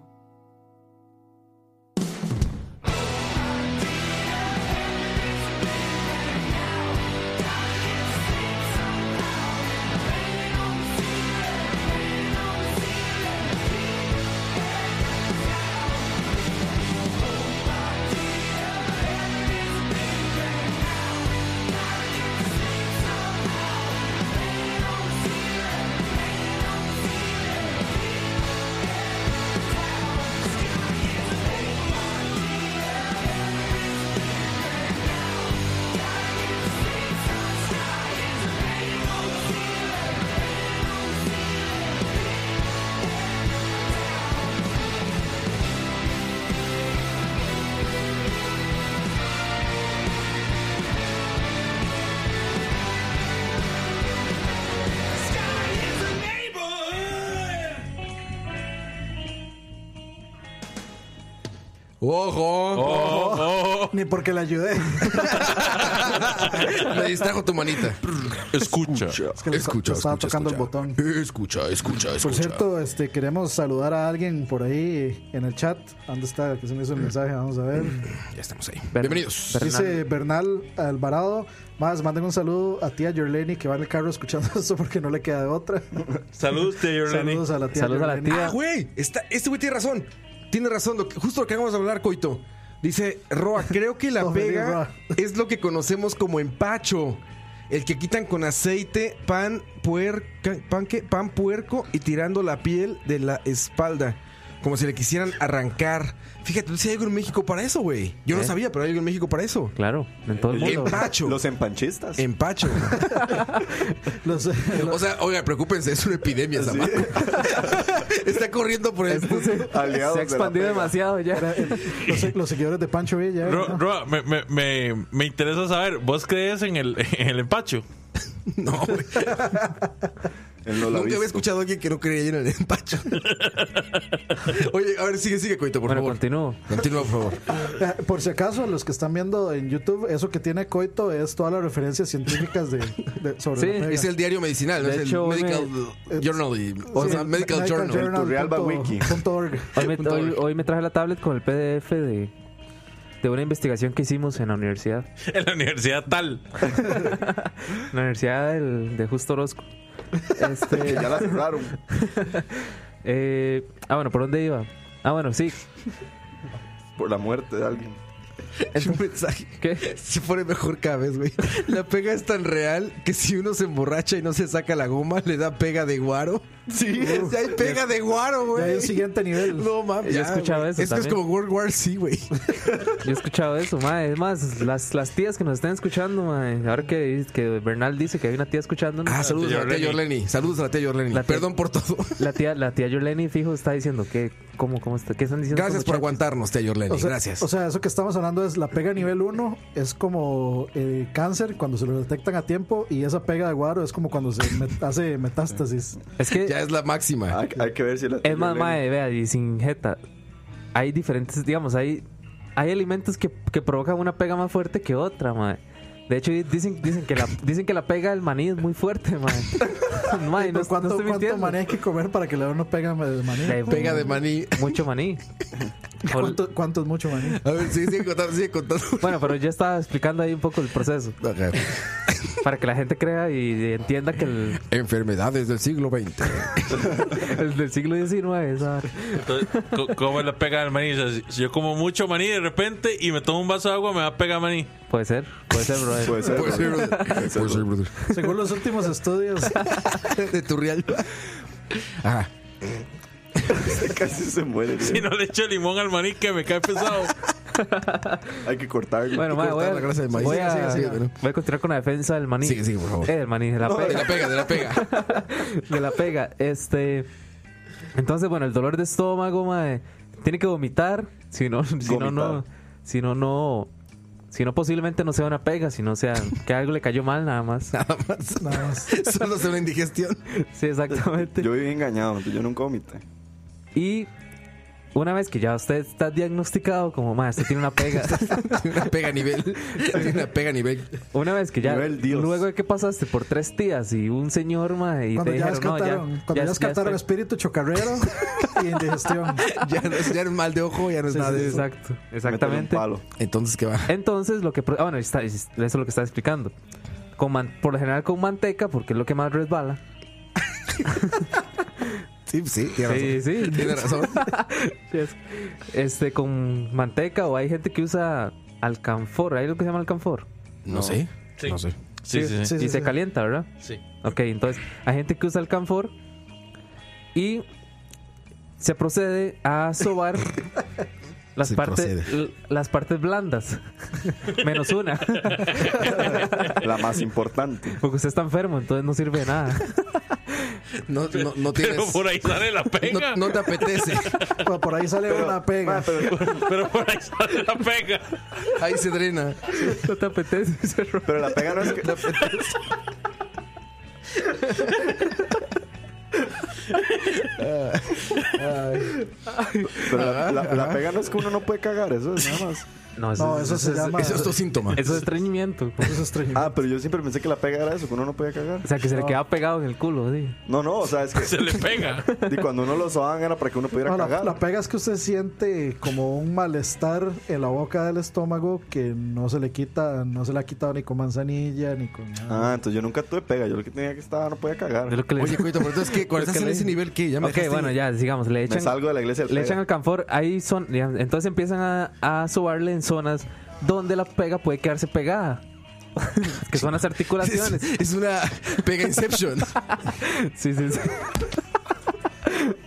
[SPEAKER 1] ¡Ojo!
[SPEAKER 3] Ni porque le ayudé.
[SPEAKER 1] Me distrajo tu manita. Escucha.
[SPEAKER 3] que le- le estaba tocando el botón.
[SPEAKER 1] Escucha, escucha, escucha.
[SPEAKER 3] Por cierto, este, queremos saludar a alguien por ahí en el chat. ¿Dónde está? Que se me hizo el mensaje. Vamos a ver.
[SPEAKER 1] ya estamos ahí. Bienvenidos.
[SPEAKER 3] Dice Bernal Alvarado. Más, manden un saludo a tía Yorleni que va en el carro escuchando esto porque no le queda de otra.
[SPEAKER 4] Saludos, tío Lenny.
[SPEAKER 3] Saludos a la tía. Yorleni.
[SPEAKER 1] Ah, güey. Está, este güey tiene razón. Tiene razón. lo que- justo lo que acabamos de hablar, Coito. Dice, Roa, creo que la
[SPEAKER 3] No me
[SPEAKER 1] pega
[SPEAKER 3] digas.
[SPEAKER 1] es lo que conocemos como empacho. El que quitan con aceite, pan, puerca, pan, ¿qué? pan puerco y tirando la piel de la espalda. Como si le quisieran arrancar. Fíjate, si hay algo en México para eso, güey. Yo no
[SPEAKER 6] ¿Eh?
[SPEAKER 1] sabía, pero hay algo en México para eso.
[SPEAKER 6] Claro, en todo el mundo.
[SPEAKER 1] Empacho.
[SPEAKER 5] Los empanchistas.
[SPEAKER 1] Empacho.
[SPEAKER 3] Los-
[SPEAKER 1] O sea, oiga, preocúpense, es una epidemia esa madre. Está corriendo por el
[SPEAKER 5] Aliados
[SPEAKER 6] Se
[SPEAKER 5] de
[SPEAKER 6] ha
[SPEAKER 5] la
[SPEAKER 6] expandido
[SPEAKER 5] pega.
[SPEAKER 6] demasiado ya.
[SPEAKER 3] eh, los, los seguidores de Pancho Villa. ¿eh?
[SPEAKER 4] Ro-
[SPEAKER 3] ¿no?
[SPEAKER 4] Roa, me, me, me, me interesa saber, ¿vos crees en el, en el empacho?
[SPEAKER 1] No, güey.
[SPEAKER 5] Él no
[SPEAKER 1] Nunca había
[SPEAKER 5] la ha visto.
[SPEAKER 1] escuchado a alguien que no creía en el empacho. Oye, a ver, sigue, sigue, Coito, por
[SPEAKER 6] Bueno,
[SPEAKER 1] favor.
[SPEAKER 6] continúo.
[SPEAKER 1] Continúa, por favor.
[SPEAKER 3] Eh, Por si acaso, los que están viendo en YouTube, eso que tiene Coito es todas las referencias científicas de, de- sobre
[SPEAKER 6] Sí,
[SPEAKER 3] la pega.
[SPEAKER 1] Es el diario medicinal, no
[SPEAKER 6] De
[SPEAKER 1] es el
[SPEAKER 6] hecho,
[SPEAKER 1] Medical
[SPEAKER 3] me-
[SPEAKER 1] Journal. y- o
[SPEAKER 3] Sí,
[SPEAKER 1] sea,
[SPEAKER 3] el
[SPEAKER 1] Medical, Journal.
[SPEAKER 5] Turrialba
[SPEAKER 3] punto-
[SPEAKER 5] Wiki.
[SPEAKER 3] punto org.
[SPEAKER 6] Hoy me, hoy- hoy me traje la tablet con el PDF de, de una investigación que hicimos en la universidad.
[SPEAKER 4] En la universidad tal.
[SPEAKER 6] En la universidad del- de Justo Orozco.
[SPEAKER 5] Que
[SPEAKER 6] Este,
[SPEAKER 5] ya la cerraron.
[SPEAKER 6] eh, ah, bueno, ¿por dónde iba? Ah, bueno, sí.
[SPEAKER 5] Por la muerte de alguien.
[SPEAKER 1] Es un mensaje.
[SPEAKER 6] ¿Qué?
[SPEAKER 1] Se pone mejor cada vez, güey. La pega es tan real que si uno se emborracha y no se saca la goma, le da pega de guaro. Sí, ya hay pega de guaro,
[SPEAKER 3] Ya
[SPEAKER 1] güey.
[SPEAKER 3] hay un siguiente nivel.
[SPEAKER 1] No mames.
[SPEAKER 6] Yo he
[SPEAKER 1] ya,
[SPEAKER 6] escuchado
[SPEAKER 1] güey.
[SPEAKER 6] eso
[SPEAKER 1] Es que es
[SPEAKER 6] también.
[SPEAKER 1] como World War C, güey.
[SPEAKER 6] Yo he escuchado eso, madre. Es más, las, las tías que nos están escuchando, madre. Ahora que, que Bernal dice que hay una tía escuchándonos.
[SPEAKER 1] Ah, saludos
[SPEAKER 4] tía
[SPEAKER 1] a la tía
[SPEAKER 4] Yorleni.
[SPEAKER 1] Yorleni. Saludos a la tía Yorleni.
[SPEAKER 6] La tía-
[SPEAKER 1] Perdón por todo.
[SPEAKER 6] La tía, la tía Yoleni, fijo, está diciendo que, ¿cómo, cómo está? ¿Qué están diciendo?
[SPEAKER 1] Gracias
[SPEAKER 6] estos
[SPEAKER 1] por
[SPEAKER 6] muchachos?
[SPEAKER 1] aguantarnos, tía Yorleni.
[SPEAKER 3] O sea,
[SPEAKER 1] Gracias.
[SPEAKER 3] o sea, eso que estamos hablando es la pega nivel 1, es como eh, cáncer cuando se lo detectan a tiempo y esa pega de guaro es como cuando se met- hace metástasis.
[SPEAKER 6] Es que
[SPEAKER 1] ya es la máxima.
[SPEAKER 5] Hay, hay que ver si la
[SPEAKER 6] Es más, mae, vea, y sin jeta. Hay diferentes, digamos, hay, hay alimentos que, que provocan una pega más fuerte que otra, mae. De hecho, dicen, dicen, que la, dicen que la pega del maní es muy fuerte, mae. Mae,
[SPEAKER 3] Pero ¿Cuánto,
[SPEAKER 6] no, no estoy
[SPEAKER 3] cuánto
[SPEAKER 6] mintiendo.
[SPEAKER 3] maní hay que comer para que le dé una pega de maní?
[SPEAKER 6] Le-
[SPEAKER 1] Pega de maní.
[SPEAKER 6] Mucho maní. Por-
[SPEAKER 3] ¿Cuánto, cuánto es mucho maní?
[SPEAKER 1] A ver, sigue, sigue contando, sigue contando.
[SPEAKER 6] bueno, pero yo estaba explicando ahí un poco el proceso.
[SPEAKER 1] Ok.
[SPEAKER 6] Para que la gente crea y entienda que el,
[SPEAKER 1] Enfermedades del siglo XX.
[SPEAKER 6] el del siglo XIX es ahora.
[SPEAKER 4] Entonces, co- ¿Cómo es la pega del maní? O sea, si- si yo como mucho maní de repente y me tomo un vaso de agua, me va a pegar maní.
[SPEAKER 6] Puede ser, puede ser, brother.
[SPEAKER 5] Puede ser.
[SPEAKER 1] Puede ser,
[SPEAKER 5] ¿no?
[SPEAKER 1] brother. Puede ser, brother.
[SPEAKER 3] Según los últimos estudios,
[SPEAKER 1] De tu real. Ajá.
[SPEAKER 5] Casi se muere.
[SPEAKER 4] Si no le echo limón al maní, que me cae pesado.
[SPEAKER 5] Hay que cortarlo.
[SPEAKER 6] Bueno, mae, voy a,
[SPEAKER 1] Cortar la grasa del maíz.
[SPEAKER 6] voy a-
[SPEAKER 1] Sigue, sigue, sigue, ¿no?
[SPEAKER 6] voy a continuar con la defensa del maní.
[SPEAKER 1] Sigue, sigue, por favor.
[SPEAKER 6] Eh, del maní, de la
[SPEAKER 1] De
[SPEAKER 6] pega.
[SPEAKER 1] la pega, de la pega.
[SPEAKER 6] de la pega. Este. Entonces, bueno, el dolor de estómago, mae. Tiene que vomitar. Si no, si no, no.
[SPEAKER 5] Vomitar.
[SPEAKER 6] Si no, no. Si no, posiblemente no sea una pega, sino sea que algo le cayó mal, nada más.
[SPEAKER 1] Nada más.
[SPEAKER 3] nada más.
[SPEAKER 1] Solo se una indigestión.
[SPEAKER 6] Sí, exactamente.
[SPEAKER 5] Yo viví engañado, yo nunca vomité.
[SPEAKER 6] Y una vez que ya usted está diagnosticado como, madre, usted tiene una pega.
[SPEAKER 1] una pega a nivel. una pega a nivel.
[SPEAKER 6] Una vez que ya,
[SPEAKER 1] Nivel Dios.
[SPEAKER 6] luego de que pasaste por tres tías y un señor, madre, y
[SPEAKER 3] Cuando
[SPEAKER 6] te
[SPEAKER 3] ya
[SPEAKER 6] dijeron, no, ya,
[SPEAKER 3] descartaron, cuando ya, descartaron
[SPEAKER 6] estoy-
[SPEAKER 3] espíritu chocarrero y indigestión.
[SPEAKER 1] Ya no es, ya no es mal de ojo, ya no es
[SPEAKER 6] Sí,
[SPEAKER 1] nada
[SPEAKER 6] sí,
[SPEAKER 1] de eso.
[SPEAKER 6] Exacto, exactamente.
[SPEAKER 1] Entonces, ¿qué va?
[SPEAKER 6] Entonces, lo que. pro- Ah, bueno, está- eso es lo que está explicando. Con man- por lo general con manteca, porque es lo que más resbala.
[SPEAKER 1] Sí, sí, tiene
[SPEAKER 6] Sí,
[SPEAKER 1] razón.
[SPEAKER 6] sí.
[SPEAKER 1] Tiene razón.
[SPEAKER 6] Yes. Este, con manteca, o hay gente que usa alcanfor. ¿Hay lo que se llama alcanfor?
[SPEAKER 1] No sé.
[SPEAKER 4] Sí.
[SPEAKER 1] No sé.
[SPEAKER 4] Sí, sí, sí.
[SPEAKER 6] y se calienta, ¿verdad?
[SPEAKER 4] Sí.
[SPEAKER 6] Ok, entonces hay gente que usa alcanfor y se procede a sobar las,
[SPEAKER 1] Se
[SPEAKER 6] partes,
[SPEAKER 1] procede.
[SPEAKER 6] l- las partes blandas, menos una,
[SPEAKER 5] La más importante.
[SPEAKER 6] porque usted está enfermo, entonces no sirve de nada.
[SPEAKER 1] No, no, no tienes.
[SPEAKER 4] Pero por ahí sale la pega.
[SPEAKER 1] no, no te apetece.
[SPEAKER 3] Pero por ahí sale una
[SPEAKER 6] Ah,
[SPEAKER 3] pega.
[SPEAKER 4] Pero por ahí sale la pega.
[SPEAKER 1] Ahí se drena.
[SPEAKER 6] No te apetece ese rollo.
[SPEAKER 5] Pero la pega no es que. Pero la, la- la pega no es que uno no puede cagar, eso es nada más.
[SPEAKER 6] No, eso,
[SPEAKER 3] No,
[SPEAKER 6] es,
[SPEAKER 3] eso se llama.
[SPEAKER 1] Eso es tu síntoma.
[SPEAKER 6] eso es estreñimiento. pues.
[SPEAKER 3] eso es estreñimiento.
[SPEAKER 5] Ah, pero yo siempre pensé que la pega era eso, que uno no podía cagar.
[SPEAKER 6] O sea, que se le queda pegado en el culo, sí.
[SPEAKER 5] No, no, o sea, es
[SPEAKER 4] Se
[SPEAKER 5] que
[SPEAKER 4] le pega.
[SPEAKER 5] y cuando uno lo soban era para que uno pudiera
[SPEAKER 3] No,
[SPEAKER 6] Ah,
[SPEAKER 3] la,
[SPEAKER 5] cagar.
[SPEAKER 3] la pega es que usted siente como un malestar en la boca del estómago que no se le quita, no se le ha quitado ni con manzanilla ni con nada.
[SPEAKER 5] Ah, entonces yo nunca tuve pega, yo lo que tenía que estaba no podía
[SPEAKER 6] Es
[SPEAKER 5] cagar.
[SPEAKER 6] lo que le-
[SPEAKER 1] Oye, Coito, pero entonces, ¿qué? ¿Cuál
[SPEAKER 6] Pero
[SPEAKER 1] estás en
[SPEAKER 6] que le-
[SPEAKER 1] ese nivel que ya me
[SPEAKER 6] ok,
[SPEAKER 1] dejaste-
[SPEAKER 6] bueno, ya, digamos, le
[SPEAKER 5] Me
[SPEAKER 6] echan,
[SPEAKER 5] salgo de la iglesia del
[SPEAKER 6] le echan
[SPEAKER 5] pega.
[SPEAKER 6] alcanfor, ahí son, ya, entonces empiezan a, a sobarle en zonas donde la pega puede quedarse pegada. que son las
[SPEAKER 1] Es,
[SPEAKER 6] articulaciones.
[SPEAKER 1] es una pega inception.
[SPEAKER 6] Sí, sí, sí.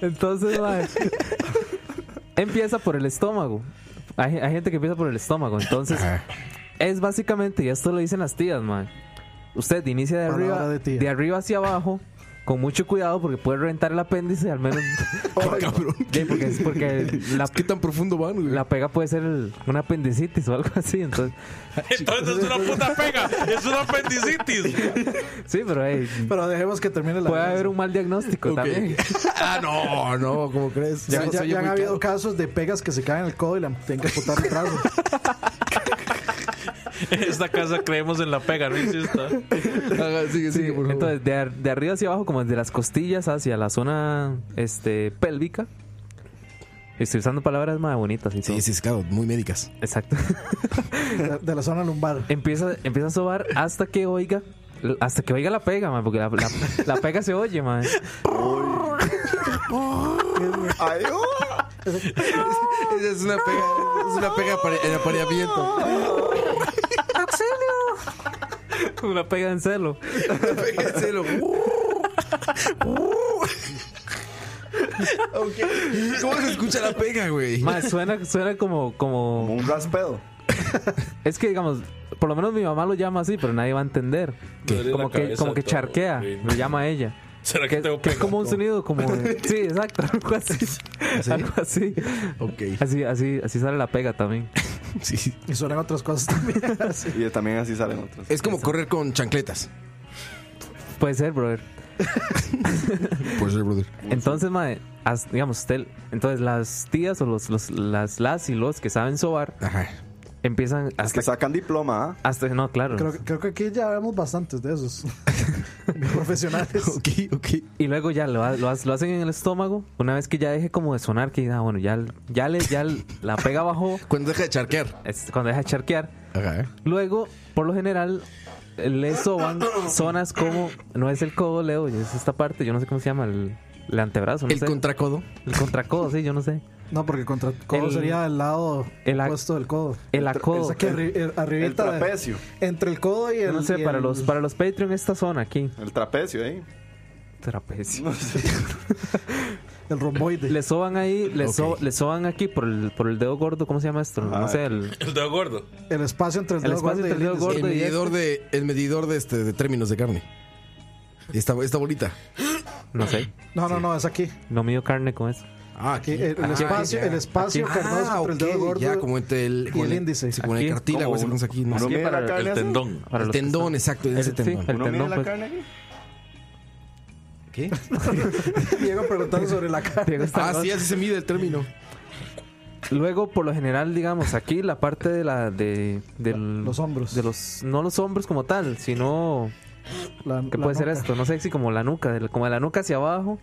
[SPEAKER 6] Entonces, mae, empieza por el estómago. Hay, hay gente que empieza por el estómago. Entonces,
[SPEAKER 1] Ajá.
[SPEAKER 6] es básicamente, y esto lo dicen las tías, man. Usted inicia de
[SPEAKER 3] Palabra
[SPEAKER 6] arriba,
[SPEAKER 3] de
[SPEAKER 6] de,
[SPEAKER 3] tía.
[SPEAKER 6] arriba hacia abajo, con mucho cuidado, porque puede reventar el apéndice, al menos.
[SPEAKER 1] Ay, Oh, cabrón.
[SPEAKER 6] Sí, porque es porque la,
[SPEAKER 1] ¿Qué tan profundo van, güey?
[SPEAKER 6] la pega puede ser el- una apendicitis o algo así. Entonces,
[SPEAKER 4] Entonces es una puta pega. Es una apendicitis.
[SPEAKER 6] sí, pero hey,
[SPEAKER 3] Pero dejemos que termine la.
[SPEAKER 6] puede haber un mal diagnóstico
[SPEAKER 1] Ok.
[SPEAKER 6] también.
[SPEAKER 1] ah, no, no, ¿cómo crees?
[SPEAKER 3] Ya,
[SPEAKER 1] Soy-
[SPEAKER 3] ya-
[SPEAKER 1] soy
[SPEAKER 3] ya han
[SPEAKER 1] muy
[SPEAKER 3] habido
[SPEAKER 1] claro.
[SPEAKER 3] casos de pegas que se caen en el codo y le tienen que amputar el brazo.
[SPEAKER 4] En esta casa creemos en la pega, no insista.
[SPEAKER 1] Ajá, sigue,
[SPEAKER 6] Sí,
[SPEAKER 1] sigue, por favor.
[SPEAKER 6] entonces de, ar- de arriba hacia abajo, como desde las costillas hacia la zona este pélvica. Estoy usando palabras más bonitas y todo.
[SPEAKER 1] sí, sí, sí, claro, muy médicas.
[SPEAKER 6] Exacto.
[SPEAKER 3] de, de la zona lumbar.
[SPEAKER 6] empieza, empieza a sobar hasta que oiga. Hasta que oiga la pega, man, porque la, la- la pega se oye, man.
[SPEAKER 5] Ay, oh,
[SPEAKER 1] Esa es una pega, es una pega apare- en apareamiento.
[SPEAKER 6] La pega en celo.
[SPEAKER 1] Se lo- Ok. ¿Cómo se escucha la pega, güey?
[SPEAKER 6] Man, suena, suena como,
[SPEAKER 5] como
[SPEAKER 6] como.
[SPEAKER 5] un raspedo.
[SPEAKER 6] Es que digamos, por lo menos mi mamá lo llama así, pero nadie va a entender.
[SPEAKER 4] Duele
[SPEAKER 6] Como
[SPEAKER 4] la
[SPEAKER 6] que,
[SPEAKER 4] cabeza
[SPEAKER 6] como que
[SPEAKER 4] todo,
[SPEAKER 6] charquea,
[SPEAKER 4] güey.
[SPEAKER 6] lo llama ella.
[SPEAKER 4] ¿Será que,
[SPEAKER 6] que,
[SPEAKER 4] tengo
[SPEAKER 6] que
[SPEAKER 4] pega?
[SPEAKER 6] es como un sonido como de- sí exacto algo así algo así
[SPEAKER 1] Ok.
[SPEAKER 6] así así así sale la pega también
[SPEAKER 1] Sí, sí.
[SPEAKER 3] Y suenan otras cosas también. Sí.
[SPEAKER 5] Y también así salen otras.
[SPEAKER 1] Es como correr con chancletas.
[SPEAKER 6] puede ser brother
[SPEAKER 1] Por ser brother.
[SPEAKER 6] entonces mae, as- digamos usted entonces las tías o los, los las las y los que saben sobar
[SPEAKER 1] Ajá.
[SPEAKER 6] empiezan hasta
[SPEAKER 5] Que sacan diploma, ¿ah?
[SPEAKER 6] hasta no claro
[SPEAKER 3] Creo, que- creo que aquí ya vemos bastantes de esos. profesionales.
[SPEAKER 1] Ok, ok.
[SPEAKER 6] y luego ya lo, ha- lo, ha- lo hacen en el estómago una vez que ya deje como de sonar que ah, bueno ya ya le ya la pega bajó
[SPEAKER 1] Cuando deja de charquear.
[SPEAKER 6] es cuando deja de charquear
[SPEAKER 1] Ajá.
[SPEAKER 6] Luego, por lo general, le soban zonas como. No es el codo, Leo, es esta parte, yo no sé cómo se llama, el, el antebrazo, no
[SPEAKER 1] El
[SPEAKER 6] sé.
[SPEAKER 1] contracodo.
[SPEAKER 6] el contracodo, sí, yo no sé.
[SPEAKER 3] No, porque el contra codo
[SPEAKER 6] El-
[SPEAKER 3] sería el lado
[SPEAKER 6] el ac-
[SPEAKER 3] opuesto del codo.
[SPEAKER 6] El
[SPEAKER 3] Es
[SPEAKER 6] acodo.
[SPEAKER 3] aquí arri- eh,
[SPEAKER 5] El
[SPEAKER 3] arribita de-
[SPEAKER 5] trapecio.
[SPEAKER 3] entre el codo y
[SPEAKER 6] Yo
[SPEAKER 3] el.
[SPEAKER 6] no sé,
[SPEAKER 3] y
[SPEAKER 6] para
[SPEAKER 3] el-
[SPEAKER 6] los, para los Patreon, esta zona aquí,
[SPEAKER 5] El trapecio, ¿eh?
[SPEAKER 6] trapecio.
[SPEAKER 5] No sé.
[SPEAKER 3] El romboide.
[SPEAKER 6] Le soban ahí, le, so-
[SPEAKER 1] Ok.
[SPEAKER 6] le soban aquí por el, por el dedo gordo, ¿cómo se llama esto? No
[SPEAKER 5] Ah.
[SPEAKER 6] sé, el,
[SPEAKER 4] El dedo gordo.
[SPEAKER 3] el espacio entre el,
[SPEAKER 6] el
[SPEAKER 3] dedo
[SPEAKER 6] espacio
[SPEAKER 3] gordo y este.
[SPEAKER 6] entre el dedo
[SPEAKER 3] índice.
[SPEAKER 6] gordo
[SPEAKER 1] El
[SPEAKER 6] y
[SPEAKER 1] medidor de, el medidor de este de términos de carne. Esta, esta bolita.
[SPEAKER 6] no sé,
[SPEAKER 3] No, no, no, es aquí.
[SPEAKER 6] no mido carne con eso.
[SPEAKER 1] Ah,
[SPEAKER 3] Aquí, el, el
[SPEAKER 1] Ah,
[SPEAKER 3] espacio,
[SPEAKER 1] ya.
[SPEAKER 3] el espacio carnoso
[SPEAKER 1] Ah,
[SPEAKER 3] entre el dedo
[SPEAKER 1] ok,
[SPEAKER 3] gordo.
[SPEAKER 1] Ya, como entre el,
[SPEAKER 3] y
[SPEAKER 1] con
[SPEAKER 3] el índice.
[SPEAKER 1] sí, como en el
[SPEAKER 6] Aquí.
[SPEAKER 1] cartílago,
[SPEAKER 5] Como
[SPEAKER 1] esa
[SPEAKER 5] un-
[SPEAKER 1] cosa aquí. no
[SPEAKER 5] Uno
[SPEAKER 1] sé.
[SPEAKER 5] mide la
[SPEAKER 6] para
[SPEAKER 5] carne
[SPEAKER 4] El
[SPEAKER 5] así.
[SPEAKER 4] tendón.
[SPEAKER 6] Para
[SPEAKER 1] El
[SPEAKER 6] los que
[SPEAKER 1] tendón, exacto,
[SPEAKER 6] están-
[SPEAKER 1] ese
[SPEAKER 6] el- sí,
[SPEAKER 1] tendón.
[SPEAKER 6] el
[SPEAKER 5] Uno mide
[SPEAKER 6] tendón,
[SPEAKER 5] la
[SPEAKER 6] pues.
[SPEAKER 5] carne aquí.
[SPEAKER 1] ¿Qué?
[SPEAKER 3] Diego preguntando sobre la cara.
[SPEAKER 1] Ah, sí, así se mide el término.
[SPEAKER 6] Luego, por lo general, digamos, aquí la parte de la de, del-
[SPEAKER 3] Los hombros.
[SPEAKER 6] de los no los hombros como tal, sino
[SPEAKER 3] La-
[SPEAKER 6] ¿Qué
[SPEAKER 3] la
[SPEAKER 6] puede ser
[SPEAKER 3] nuca.
[SPEAKER 6] esto? No sé si como la nuca, del- como de la nuca hacia abajo.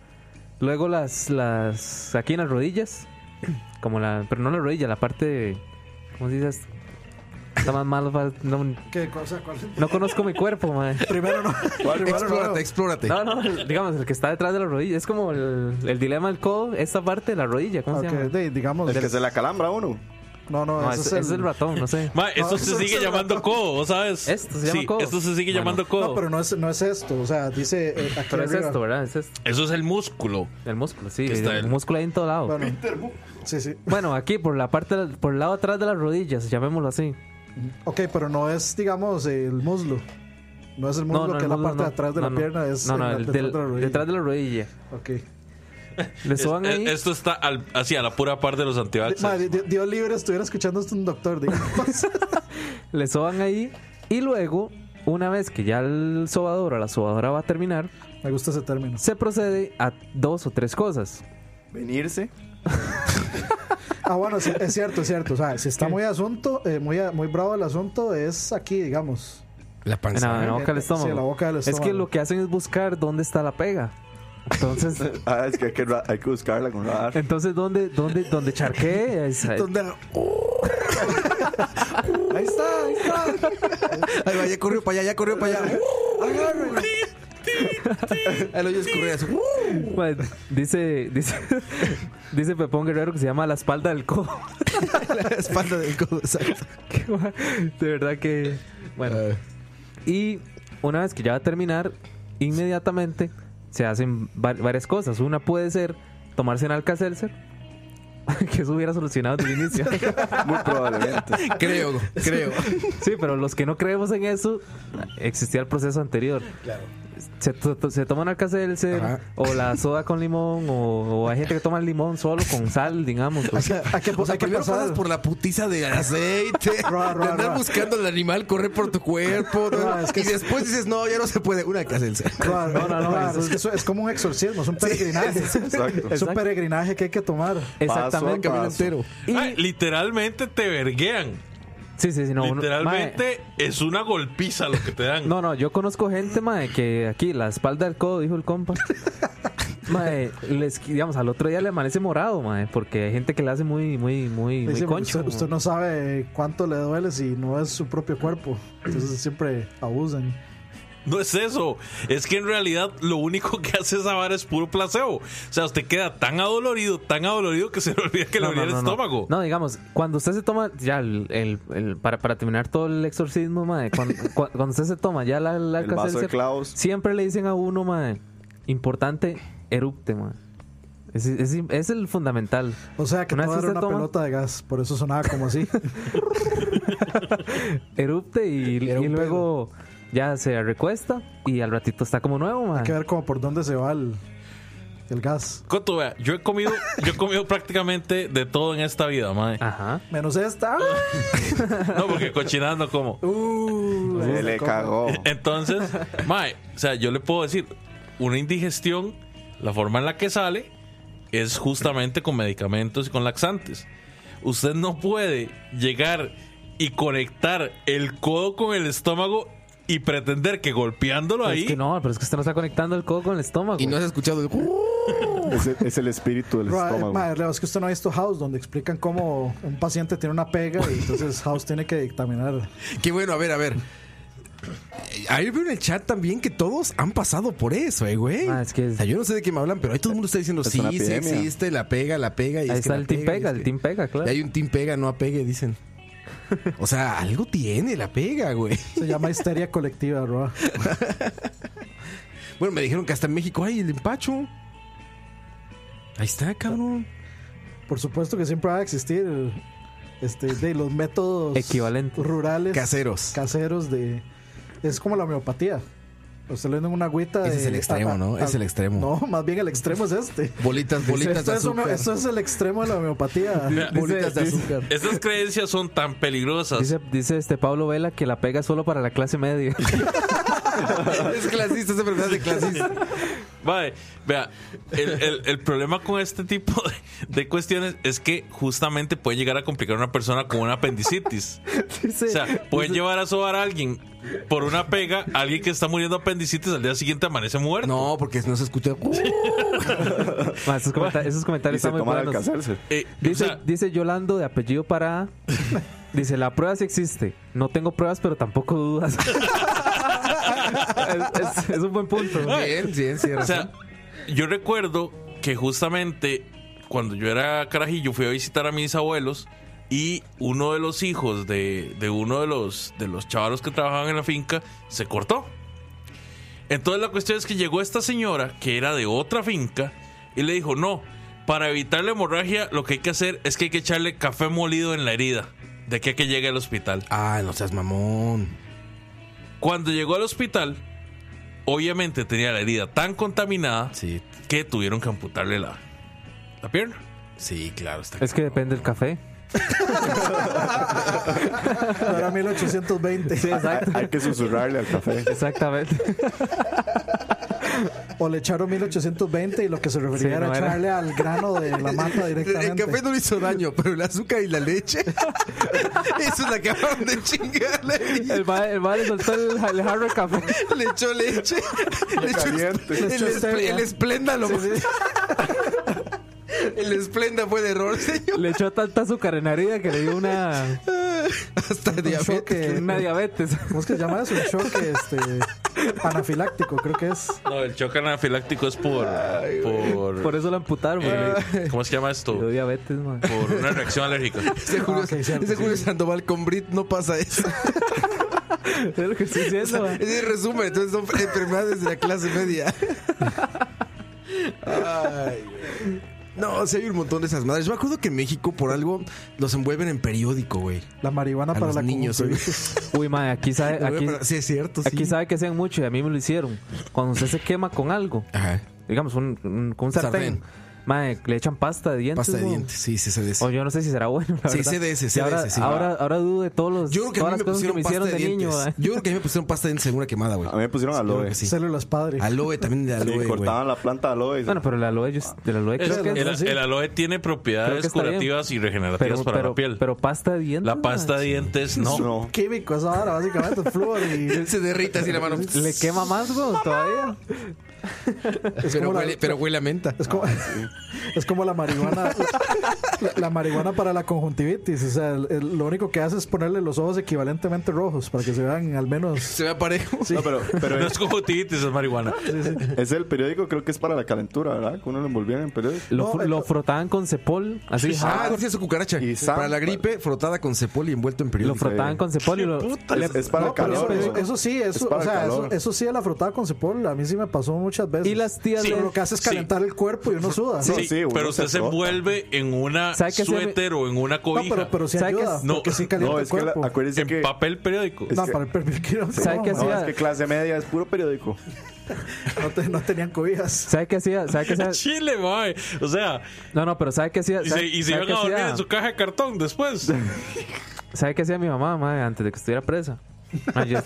[SPEAKER 6] Luego las, las, aquí en las rodillas. Como la, pero no la rodilla, la parte, de- ¿cómo se dice? esto? Está más mal, va- no,
[SPEAKER 3] ¿Qué cosa? ¿Cuál?
[SPEAKER 6] no conozco mi cuerpo, mae.
[SPEAKER 3] Primero no. Primero no.
[SPEAKER 1] Explórate, explórate.
[SPEAKER 6] No, no, el- digamos, el que está detrás de la rodilla. Es como el, el dilema del codo, esta parte de la rodilla, ¿cómo
[SPEAKER 3] Ok,
[SPEAKER 6] se llama?
[SPEAKER 3] de- digamos.
[SPEAKER 5] El que se la calambra a uno.
[SPEAKER 3] No, no,
[SPEAKER 6] No,
[SPEAKER 3] ese
[SPEAKER 6] es,
[SPEAKER 3] es, el.
[SPEAKER 6] ratón, no sé.
[SPEAKER 4] Ma, esto
[SPEAKER 3] No,
[SPEAKER 4] se
[SPEAKER 3] eso
[SPEAKER 4] sigue
[SPEAKER 3] es el
[SPEAKER 4] llamando
[SPEAKER 3] ratón.
[SPEAKER 4] codo, ¿vos ¿sabes?
[SPEAKER 6] Esto se llama
[SPEAKER 4] Sí,
[SPEAKER 6] codo.
[SPEAKER 4] Esto se sigue
[SPEAKER 6] Bueno.
[SPEAKER 4] llamando codo.
[SPEAKER 3] No, pero no es, no es esto. O sea, dice. eh, aquí
[SPEAKER 6] Pero es
[SPEAKER 3] arriba.
[SPEAKER 6] esto, ¿verdad? Es esto.
[SPEAKER 4] Eso es el músculo.
[SPEAKER 6] El músculo, sí.
[SPEAKER 4] Está
[SPEAKER 6] El
[SPEAKER 4] el-
[SPEAKER 6] músculo ahí en todo lado.
[SPEAKER 3] Bueno, sí, sí.
[SPEAKER 6] Bueno, aquí por la parte, del- por el lado atrás de las rodillas, llamémoslo así.
[SPEAKER 3] Ok, pero no es, digamos, el muslo. No es el muslo que
[SPEAKER 6] el
[SPEAKER 3] es la
[SPEAKER 6] muslo
[SPEAKER 3] parte de atrás de
[SPEAKER 6] No,
[SPEAKER 3] la
[SPEAKER 6] no.
[SPEAKER 3] pierna, es
[SPEAKER 6] No, no,
[SPEAKER 3] en la-
[SPEAKER 6] el
[SPEAKER 3] detrás
[SPEAKER 6] del-
[SPEAKER 3] de la rodilla.
[SPEAKER 6] detrás de la rodilla.
[SPEAKER 3] Ok.
[SPEAKER 6] Le suban
[SPEAKER 4] Es- eh,
[SPEAKER 6] ahí.
[SPEAKER 4] esto está al, hacia la pura parte de los
[SPEAKER 3] Di- ma,
[SPEAKER 4] antivaxxers.
[SPEAKER 3] di- Dios libre estuviera escuchando esto un doctor, digamos.
[SPEAKER 6] Le soban ahí. Y luego, una vez que ya el sobador o la sobadora va a terminar,
[SPEAKER 3] Me gusta ese término.
[SPEAKER 6] se procede a dos o tres cosas.
[SPEAKER 5] Venirse.
[SPEAKER 3] Ah, bueno, sí, es cierto, es cierto. O sea, si está muy asunto, eh, muy, muy bravo el asunto, es aquí, digamos.
[SPEAKER 1] La
[SPEAKER 6] En la, en
[SPEAKER 1] panza.
[SPEAKER 6] la boca del estómago.
[SPEAKER 3] Sí, la boca del
[SPEAKER 6] Es que
[SPEAKER 3] estómago.
[SPEAKER 6] lo que hacen es buscar dónde está la pega. Entonces,
[SPEAKER 5] Ah, es que hay que, ra- hay que buscarla con radar.
[SPEAKER 6] entonces ¿dónde, dónde, dónde charqué? Es-
[SPEAKER 1] ¿Dónde?
[SPEAKER 3] Ahí está, ahí está.
[SPEAKER 1] Ahí va, ya corrió para allá, ya corrió para allá. Ahí lo oyes correr así.
[SPEAKER 6] Bueno, dice, dice, dice Pepón Guerrero que se llama la espalda del codo.
[SPEAKER 1] La espalda del codo, exacto.
[SPEAKER 6] Qué ma- De verdad que. Bueno.
[SPEAKER 1] Eh,
[SPEAKER 6] Y una vez que ya va a terminar, inmediatamente se hacen va- varias cosas. Una puede ser tomarse un Alka-Seltzer, que eso hubiera solucionado desde el inicio.
[SPEAKER 5] Muy probablemente.
[SPEAKER 1] creo, creo.
[SPEAKER 6] sí, pero los que no creemos en eso, existía el proceso anterior. Claro. Se, to- to- se toman
[SPEAKER 1] Ajá.
[SPEAKER 6] Alka-Seltzer o la soda con limón, o, o hay gente que toma el limón solo con sal, digamos.
[SPEAKER 3] Hay que, hay que,
[SPEAKER 1] O sea, que
[SPEAKER 3] hay que
[SPEAKER 1] primero
[SPEAKER 3] pasar.
[SPEAKER 1] pasas por la putiza de aceite,
[SPEAKER 3] Ra, ra,
[SPEAKER 1] de andar
[SPEAKER 3] ra.
[SPEAKER 1] buscando al animal, correr por tu cuerpo, ¿no?
[SPEAKER 3] Ra, es que
[SPEAKER 1] y
[SPEAKER 3] es-
[SPEAKER 1] después dices, no, ya no se puede. Una casa del
[SPEAKER 3] Claro,
[SPEAKER 6] No, no, no,
[SPEAKER 3] claro,
[SPEAKER 6] eso
[SPEAKER 3] es, que eso es como un exorcismo, es un peregrinaje.
[SPEAKER 5] Exacto.
[SPEAKER 3] Es un peregrinaje que hay que tomar.
[SPEAKER 5] Paso
[SPEAKER 6] Exactamente.
[SPEAKER 5] a
[SPEAKER 1] camino
[SPEAKER 5] paso.
[SPEAKER 1] entero.
[SPEAKER 6] Y-
[SPEAKER 4] Ah, literalmente te verguean.
[SPEAKER 6] sí, sí, sí, no, uno- mae,
[SPEAKER 4] literalmente es una golpiza lo que te dan.
[SPEAKER 6] No, no, yo conozco gente, mae, que aquí la espalda del codo, dijo el compa. Mae, les, digamos, al otro día le amanece morado, mae, porque hay gente que le hace muy, muy, muy, muy
[SPEAKER 3] Dice, pues,
[SPEAKER 6] concho.
[SPEAKER 3] usted, usted no sabe cuánto le duele si no es su propio cuerpo. Entonces siempre abusan.
[SPEAKER 4] No es eso. Es que en realidad lo único que hace esa vara es puro placebo. O sea, usted queda tan adolorido, tan adolorido que se le olvida que
[SPEAKER 6] No,
[SPEAKER 4] le
[SPEAKER 6] no,
[SPEAKER 4] dolía el
[SPEAKER 6] no, no.
[SPEAKER 4] estómago.
[SPEAKER 6] No, digamos, cuando usted se toma, ya, el, el- el- para, para terminar todo el exorcismo, mae, cuan- cua- cuando, usted se toma ya la, la
[SPEAKER 5] El vaso de
[SPEAKER 6] Alka-Seltzer,
[SPEAKER 5] clavos.
[SPEAKER 6] siempre le dicen a uno, mae, importante, erupte, mae. Es, es- es el fundamental.
[SPEAKER 3] O sea que
[SPEAKER 6] Una
[SPEAKER 3] no
[SPEAKER 6] vez
[SPEAKER 3] era
[SPEAKER 6] usted
[SPEAKER 3] una
[SPEAKER 6] toma-
[SPEAKER 3] pelota de gas, por eso sonaba como así.
[SPEAKER 6] Erupte y,
[SPEAKER 1] Era un
[SPEAKER 6] y luego ya se recuesta y al ratito está como nuevo, mae.
[SPEAKER 3] hay que ver como por dónde se va el, el gas.
[SPEAKER 4] Coto, vea, yo he comido, yo he comido prácticamente de todo en esta vida, madre.
[SPEAKER 6] Ajá.
[SPEAKER 3] Menos esta.
[SPEAKER 4] No, porque cochinadas no como.
[SPEAKER 3] Uh,
[SPEAKER 5] Se le cagó.
[SPEAKER 4] Entonces, mae, o sea, yo le puedo decir, una indigestión, la forma en la que sale es justamente con medicamentos y con laxantes. Usted no puede llegar y conectar el codo con el estómago y pretender que golpeándolo ahí
[SPEAKER 6] Es que no, pero es que usted no está conectando el codo con el estómago.
[SPEAKER 1] Y no has escuchado el...
[SPEAKER 5] Es el, es el espíritu del
[SPEAKER 3] Ra- eh,
[SPEAKER 5] estómago.
[SPEAKER 3] madre, Leo, es que usted no ha visto House, donde explican cómo un paciente tiene una pega y entonces House tiene que dictaminar.
[SPEAKER 1] Qué bueno, a ver, a ver. Ahí veo en el chat también que todos han pasado por eso, eh, güey.
[SPEAKER 6] Ah, es que-
[SPEAKER 1] O sea, yo no sé de qué me hablan, pero ahí todo el mundo está diciendo,
[SPEAKER 5] Es
[SPEAKER 1] sí,
[SPEAKER 5] una
[SPEAKER 1] sí
[SPEAKER 5] epidemia.
[SPEAKER 1] existe, la pega, la pega. Y
[SPEAKER 6] Ahí
[SPEAKER 1] es
[SPEAKER 6] está
[SPEAKER 1] que la
[SPEAKER 6] el team
[SPEAKER 1] y
[SPEAKER 6] pega,
[SPEAKER 1] es
[SPEAKER 6] el
[SPEAKER 1] que-
[SPEAKER 6] team pega,
[SPEAKER 1] Y
[SPEAKER 6] claro.
[SPEAKER 1] hay un team pega, no apegue, dicen. O sea, algo tiene la pega, güey.
[SPEAKER 3] Se llama histeria colectiva, Roa.
[SPEAKER 1] Bueno, me dijeron que hasta en México hay el empacho. Ahí está, cabrón.
[SPEAKER 3] Por supuesto que siempre va a existir este, de los métodos
[SPEAKER 6] Equivalente.
[SPEAKER 3] rurales
[SPEAKER 1] Caseros.
[SPEAKER 3] caseros de es como la homeopatía. Usted le dan una agüita.
[SPEAKER 1] Ese
[SPEAKER 3] de-
[SPEAKER 1] es el extremo, ¿no? Es el extremo.
[SPEAKER 3] No, más bien el extremo es este.
[SPEAKER 1] Bolitas, bolitas
[SPEAKER 3] esto,
[SPEAKER 1] de
[SPEAKER 3] es
[SPEAKER 1] azúcar.
[SPEAKER 3] homeo- esto es el extremo de la homeopatía.
[SPEAKER 1] Bolitas de azúcar.
[SPEAKER 4] Estas creencias son tan peligrosas.
[SPEAKER 6] Dice, dice este Pablo Vela que la pega es solo para la clase media.
[SPEAKER 1] es clasista, es enfermedad de clasista.
[SPEAKER 4] Vale, vea, el, el- el problema con este tipo de, de cuestiones es que justamente puede llegar a complicar a una persona con una apendicitis. O sea, pueden llevar a sobar a alguien por una pega, a alguien que está muriendo de apendicitis al día siguiente amanece muerto.
[SPEAKER 1] No, porque no se escucha.
[SPEAKER 6] Ma, esos, comenta- esos comentarios están muy buenos.
[SPEAKER 4] Eh, o
[SPEAKER 6] Dice,
[SPEAKER 4] sea,
[SPEAKER 6] dice Yolando de apellido para. Dice, la prueba sí existe. No tengo pruebas, pero tampoco dudas. es, es- es un buen punto.
[SPEAKER 1] Bien, bien, sí,
[SPEAKER 4] o sea, yo recuerdo que justamente cuando yo era carajillo fui a visitar a mis abuelos y uno de los hijos de, de uno de los, de los chavalos que trabajaban en la finca se cortó. Entonces la cuestión es que llegó esta señora que era de otra finca y le dijo, no, para evitar la hemorragia lo que hay que hacer es que hay que echarle café molido en la herida de aquí a que llegue al hospital.
[SPEAKER 1] Ah, no seas mamón.
[SPEAKER 4] Cuando llegó al hospital, obviamente tenía la herida tan contaminada
[SPEAKER 1] Sí,
[SPEAKER 4] que tuvieron que amputarle la, la pierna.
[SPEAKER 1] sí, claro, está.
[SPEAKER 6] Es que depende del café.
[SPEAKER 3] Era 1820.
[SPEAKER 6] Sí, exacto.
[SPEAKER 5] Hay que susurrarle al café.
[SPEAKER 6] Exactamente.
[SPEAKER 3] O le echaron 1820 y lo que se refería
[SPEAKER 6] Sí,
[SPEAKER 3] era
[SPEAKER 6] no era.
[SPEAKER 3] echarle al grano de la mata
[SPEAKER 1] El
[SPEAKER 3] directamente.
[SPEAKER 1] café no le hizo daño, pero el azúcar y la leche. Eso la acabaron de chingar. la herida.
[SPEAKER 6] El va, el va le soltó el, el jarro de café.
[SPEAKER 1] Le echó leche. Le echó
[SPEAKER 5] caliente.
[SPEAKER 1] el,
[SPEAKER 3] Le echó
[SPEAKER 1] espl-
[SPEAKER 3] stevia.
[SPEAKER 1] el esplenda lo El esplenda fue de error, señor.
[SPEAKER 6] Le echó tanta azúcar en la herida que le dio una,
[SPEAKER 1] Hasta diabetes.
[SPEAKER 3] choque.
[SPEAKER 6] una diabetes.
[SPEAKER 3] ¿Cómo es que se llama eso? Un choque este, anafiláctico, creo que es.
[SPEAKER 4] No, el choque anafiláctico es por. por,
[SPEAKER 6] Por eso la amputaron.
[SPEAKER 4] eh,
[SPEAKER 1] Ah.
[SPEAKER 6] porque
[SPEAKER 4] ¿Cómo se llama esto?
[SPEAKER 6] le dio diabetes, man.
[SPEAKER 4] Por una reacción alérgica.
[SPEAKER 1] Ese Julio,
[SPEAKER 3] Ah, ok, cierto,
[SPEAKER 1] ese
[SPEAKER 3] sí,
[SPEAKER 1] Julio Sandoval con Brit no pasa eso.
[SPEAKER 6] Es lo que estoy diciendo, man.
[SPEAKER 1] Ese es el resumen. Entonces son enfermedades de la clase media. Ay, güey. no, sí hay un montón de esas madres. Yo me acuerdo que en México por algo los envuelven en periódico, güey.
[SPEAKER 3] La marihuana
[SPEAKER 6] Ah,
[SPEAKER 1] A
[SPEAKER 3] para
[SPEAKER 1] los
[SPEAKER 3] la
[SPEAKER 1] niños, güey.
[SPEAKER 3] conjuntivitis.
[SPEAKER 6] Uy, man, aquí sabe. Aquí,
[SPEAKER 1] Pero sí, es cierto, sí.
[SPEAKER 6] aquí sabe que sean mucho y a mí me lo hicieron. Cuando usted se quema con algo,
[SPEAKER 1] Ajá.
[SPEAKER 6] digamos, un, un- con un sartén,
[SPEAKER 1] Sartén.
[SPEAKER 6] mae, le echan pasta de dientes.
[SPEAKER 1] Pasta de
[SPEAKER 6] weón.
[SPEAKER 1] dientes. Sí, sí, CDS.
[SPEAKER 6] O yo no sé si será bueno. la
[SPEAKER 1] Sí,
[SPEAKER 6] verdad.
[SPEAKER 1] CDS,
[SPEAKER 6] Y Ahora,
[SPEAKER 1] sí.
[SPEAKER 6] ahora, ahora dudo de todos los,
[SPEAKER 1] Yo creo que a
[SPEAKER 6] todas
[SPEAKER 1] mí
[SPEAKER 6] las
[SPEAKER 1] me
[SPEAKER 6] cosas que
[SPEAKER 1] pusieron
[SPEAKER 6] me hicieron
[SPEAKER 1] pasta
[SPEAKER 6] de,
[SPEAKER 1] de
[SPEAKER 6] niño. ¿eh?
[SPEAKER 1] dientes.
[SPEAKER 6] mae.
[SPEAKER 1] Yo creo que a mí me pusieron pasta de dientes en una quemada, güey.
[SPEAKER 5] A mí me pusieron
[SPEAKER 1] Yo creo
[SPEAKER 5] aloe.
[SPEAKER 1] que sí.
[SPEAKER 3] Células padre.
[SPEAKER 1] Aloe también de
[SPEAKER 5] Sí,
[SPEAKER 1] aloe, güey.
[SPEAKER 5] cortaban la planta de aloe. y-
[SPEAKER 6] Bueno, pero el aloe, yo, del aloe
[SPEAKER 4] Es-
[SPEAKER 6] creo que es-
[SPEAKER 4] el, el aloe tiene
[SPEAKER 6] Creo que
[SPEAKER 4] propiedades
[SPEAKER 6] está bien.
[SPEAKER 4] curativas y regenerativas
[SPEAKER 6] pero,
[SPEAKER 4] para
[SPEAKER 6] pero,
[SPEAKER 4] la piel.
[SPEAKER 6] pero pasta de dientes.
[SPEAKER 4] la pasta
[SPEAKER 6] mae.
[SPEAKER 4] de dientes, no.
[SPEAKER 5] no.
[SPEAKER 3] Químico esa vara, básicamente, flúor y
[SPEAKER 1] Se derrita así la mano.
[SPEAKER 6] Le quema más, güey, todavía.
[SPEAKER 1] Pero
[SPEAKER 3] como la-
[SPEAKER 1] huele, pero huele a menta.
[SPEAKER 3] es como, es como la marihuana la, la marihuana para la conjuntivitis, o sea, el- el- lo único que hace es ponerle los ojos equivalentemente rojos para que se vean al menos
[SPEAKER 1] Se ve parejo.
[SPEAKER 5] No, pero, pero
[SPEAKER 4] No
[SPEAKER 5] es,
[SPEAKER 4] es conjuntivitis, es marihuana.
[SPEAKER 5] es el periódico, creo que es para la calentura, ¿verdad? Que uno lo envolvían en periódico.
[SPEAKER 6] Lo,
[SPEAKER 3] No,
[SPEAKER 6] fr-
[SPEAKER 3] eh,
[SPEAKER 6] lo frotaban con cepol, así.
[SPEAKER 1] Ah, dice su cucaracha.
[SPEAKER 5] Y Sam-
[SPEAKER 1] Para la gripe, frotada con cepol y envuelto en
[SPEAKER 6] lo
[SPEAKER 1] periódico.
[SPEAKER 6] frotaban con cepol y lo. le-
[SPEAKER 5] Es, es para el
[SPEAKER 3] No, pero
[SPEAKER 5] calor.
[SPEAKER 3] eso,
[SPEAKER 5] ¿no?
[SPEAKER 3] eso sí, eso,
[SPEAKER 5] Es para
[SPEAKER 3] o sea,
[SPEAKER 5] el
[SPEAKER 3] eso,
[SPEAKER 5] calor.
[SPEAKER 3] eso sí, la frotada con cepol, a mí sí me pasó muchas veces.
[SPEAKER 6] y las tías
[SPEAKER 4] Sí.
[SPEAKER 6] de.
[SPEAKER 3] Pero lo que hace es
[SPEAKER 4] Sí.
[SPEAKER 3] calentar el cuerpo y uno suda.
[SPEAKER 5] Sí,
[SPEAKER 3] No,
[SPEAKER 4] Sí,
[SPEAKER 5] uno
[SPEAKER 4] pero
[SPEAKER 5] se
[SPEAKER 4] usted se
[SPEAKER 5] frota.
[SPEAKER 4] envuelve en una
[SPEAKER 6] ¿Sabe qué se me-
[SPEAKER 4] suéter o en una
[SPEAKER 3] No,
[SPEAKER 4] cobija.
[SPEAKER 3] pero, pero sí
[SPEAKER 6] ¿Sabe qué
[SPEAKER 3] ayuda,
[SPEAKER 6] es?
[SPEAKER 4] No,
[SPEAKER 3] porque sí calienta
[SPEAKER 5] No,
[SPEAKER 3] el
[SPEAKER 5] es que la-
[SPEAKER 3] cuerpo.
[SPEAKER 5] acuérdense
[SPEAKER 4] en
[SPEAKER 5] que.
[SPEAKER 4] papel periódico.
[SPEAKER 5] es
[SPEAKER 3] no,
[SPEAKER 5] que-
[SPEAKER 3] para el perfil
[SPEAKER 6] ¿Sabe qué
[SPEAKER 5] No,
[SPEAKER 6] hacía?
[SPEAKER 5] es que clase media es puro periódico.
[SPEAKER 3] No, te- no tenían cobijas.
[SPEAKER 6] ¿Sabe qué hacía? ¿Sabe qué hacía?
[SPEAKER 4] Chile, mae. O sea,
[SPEAKER 6] No, no, pero ¿sabe qué hacía?
[SPEAKER 4] y
[SPEAKER 6] ¿Sabe-
[SPEAKER 4] se, y se
[SPEAKER 6] sabe
[SPEAKER 4] iban
[SPEAKER 6] qué
[SPEAKER 4] a dormir
[SPEAKER 6] hacía?
[SPEAKER 4] en su caja de cartón después.
[SPEAKER 6] ¿Sabe qué hacía mi mamá, madre, antes de que estuviera presa? Ma, yo-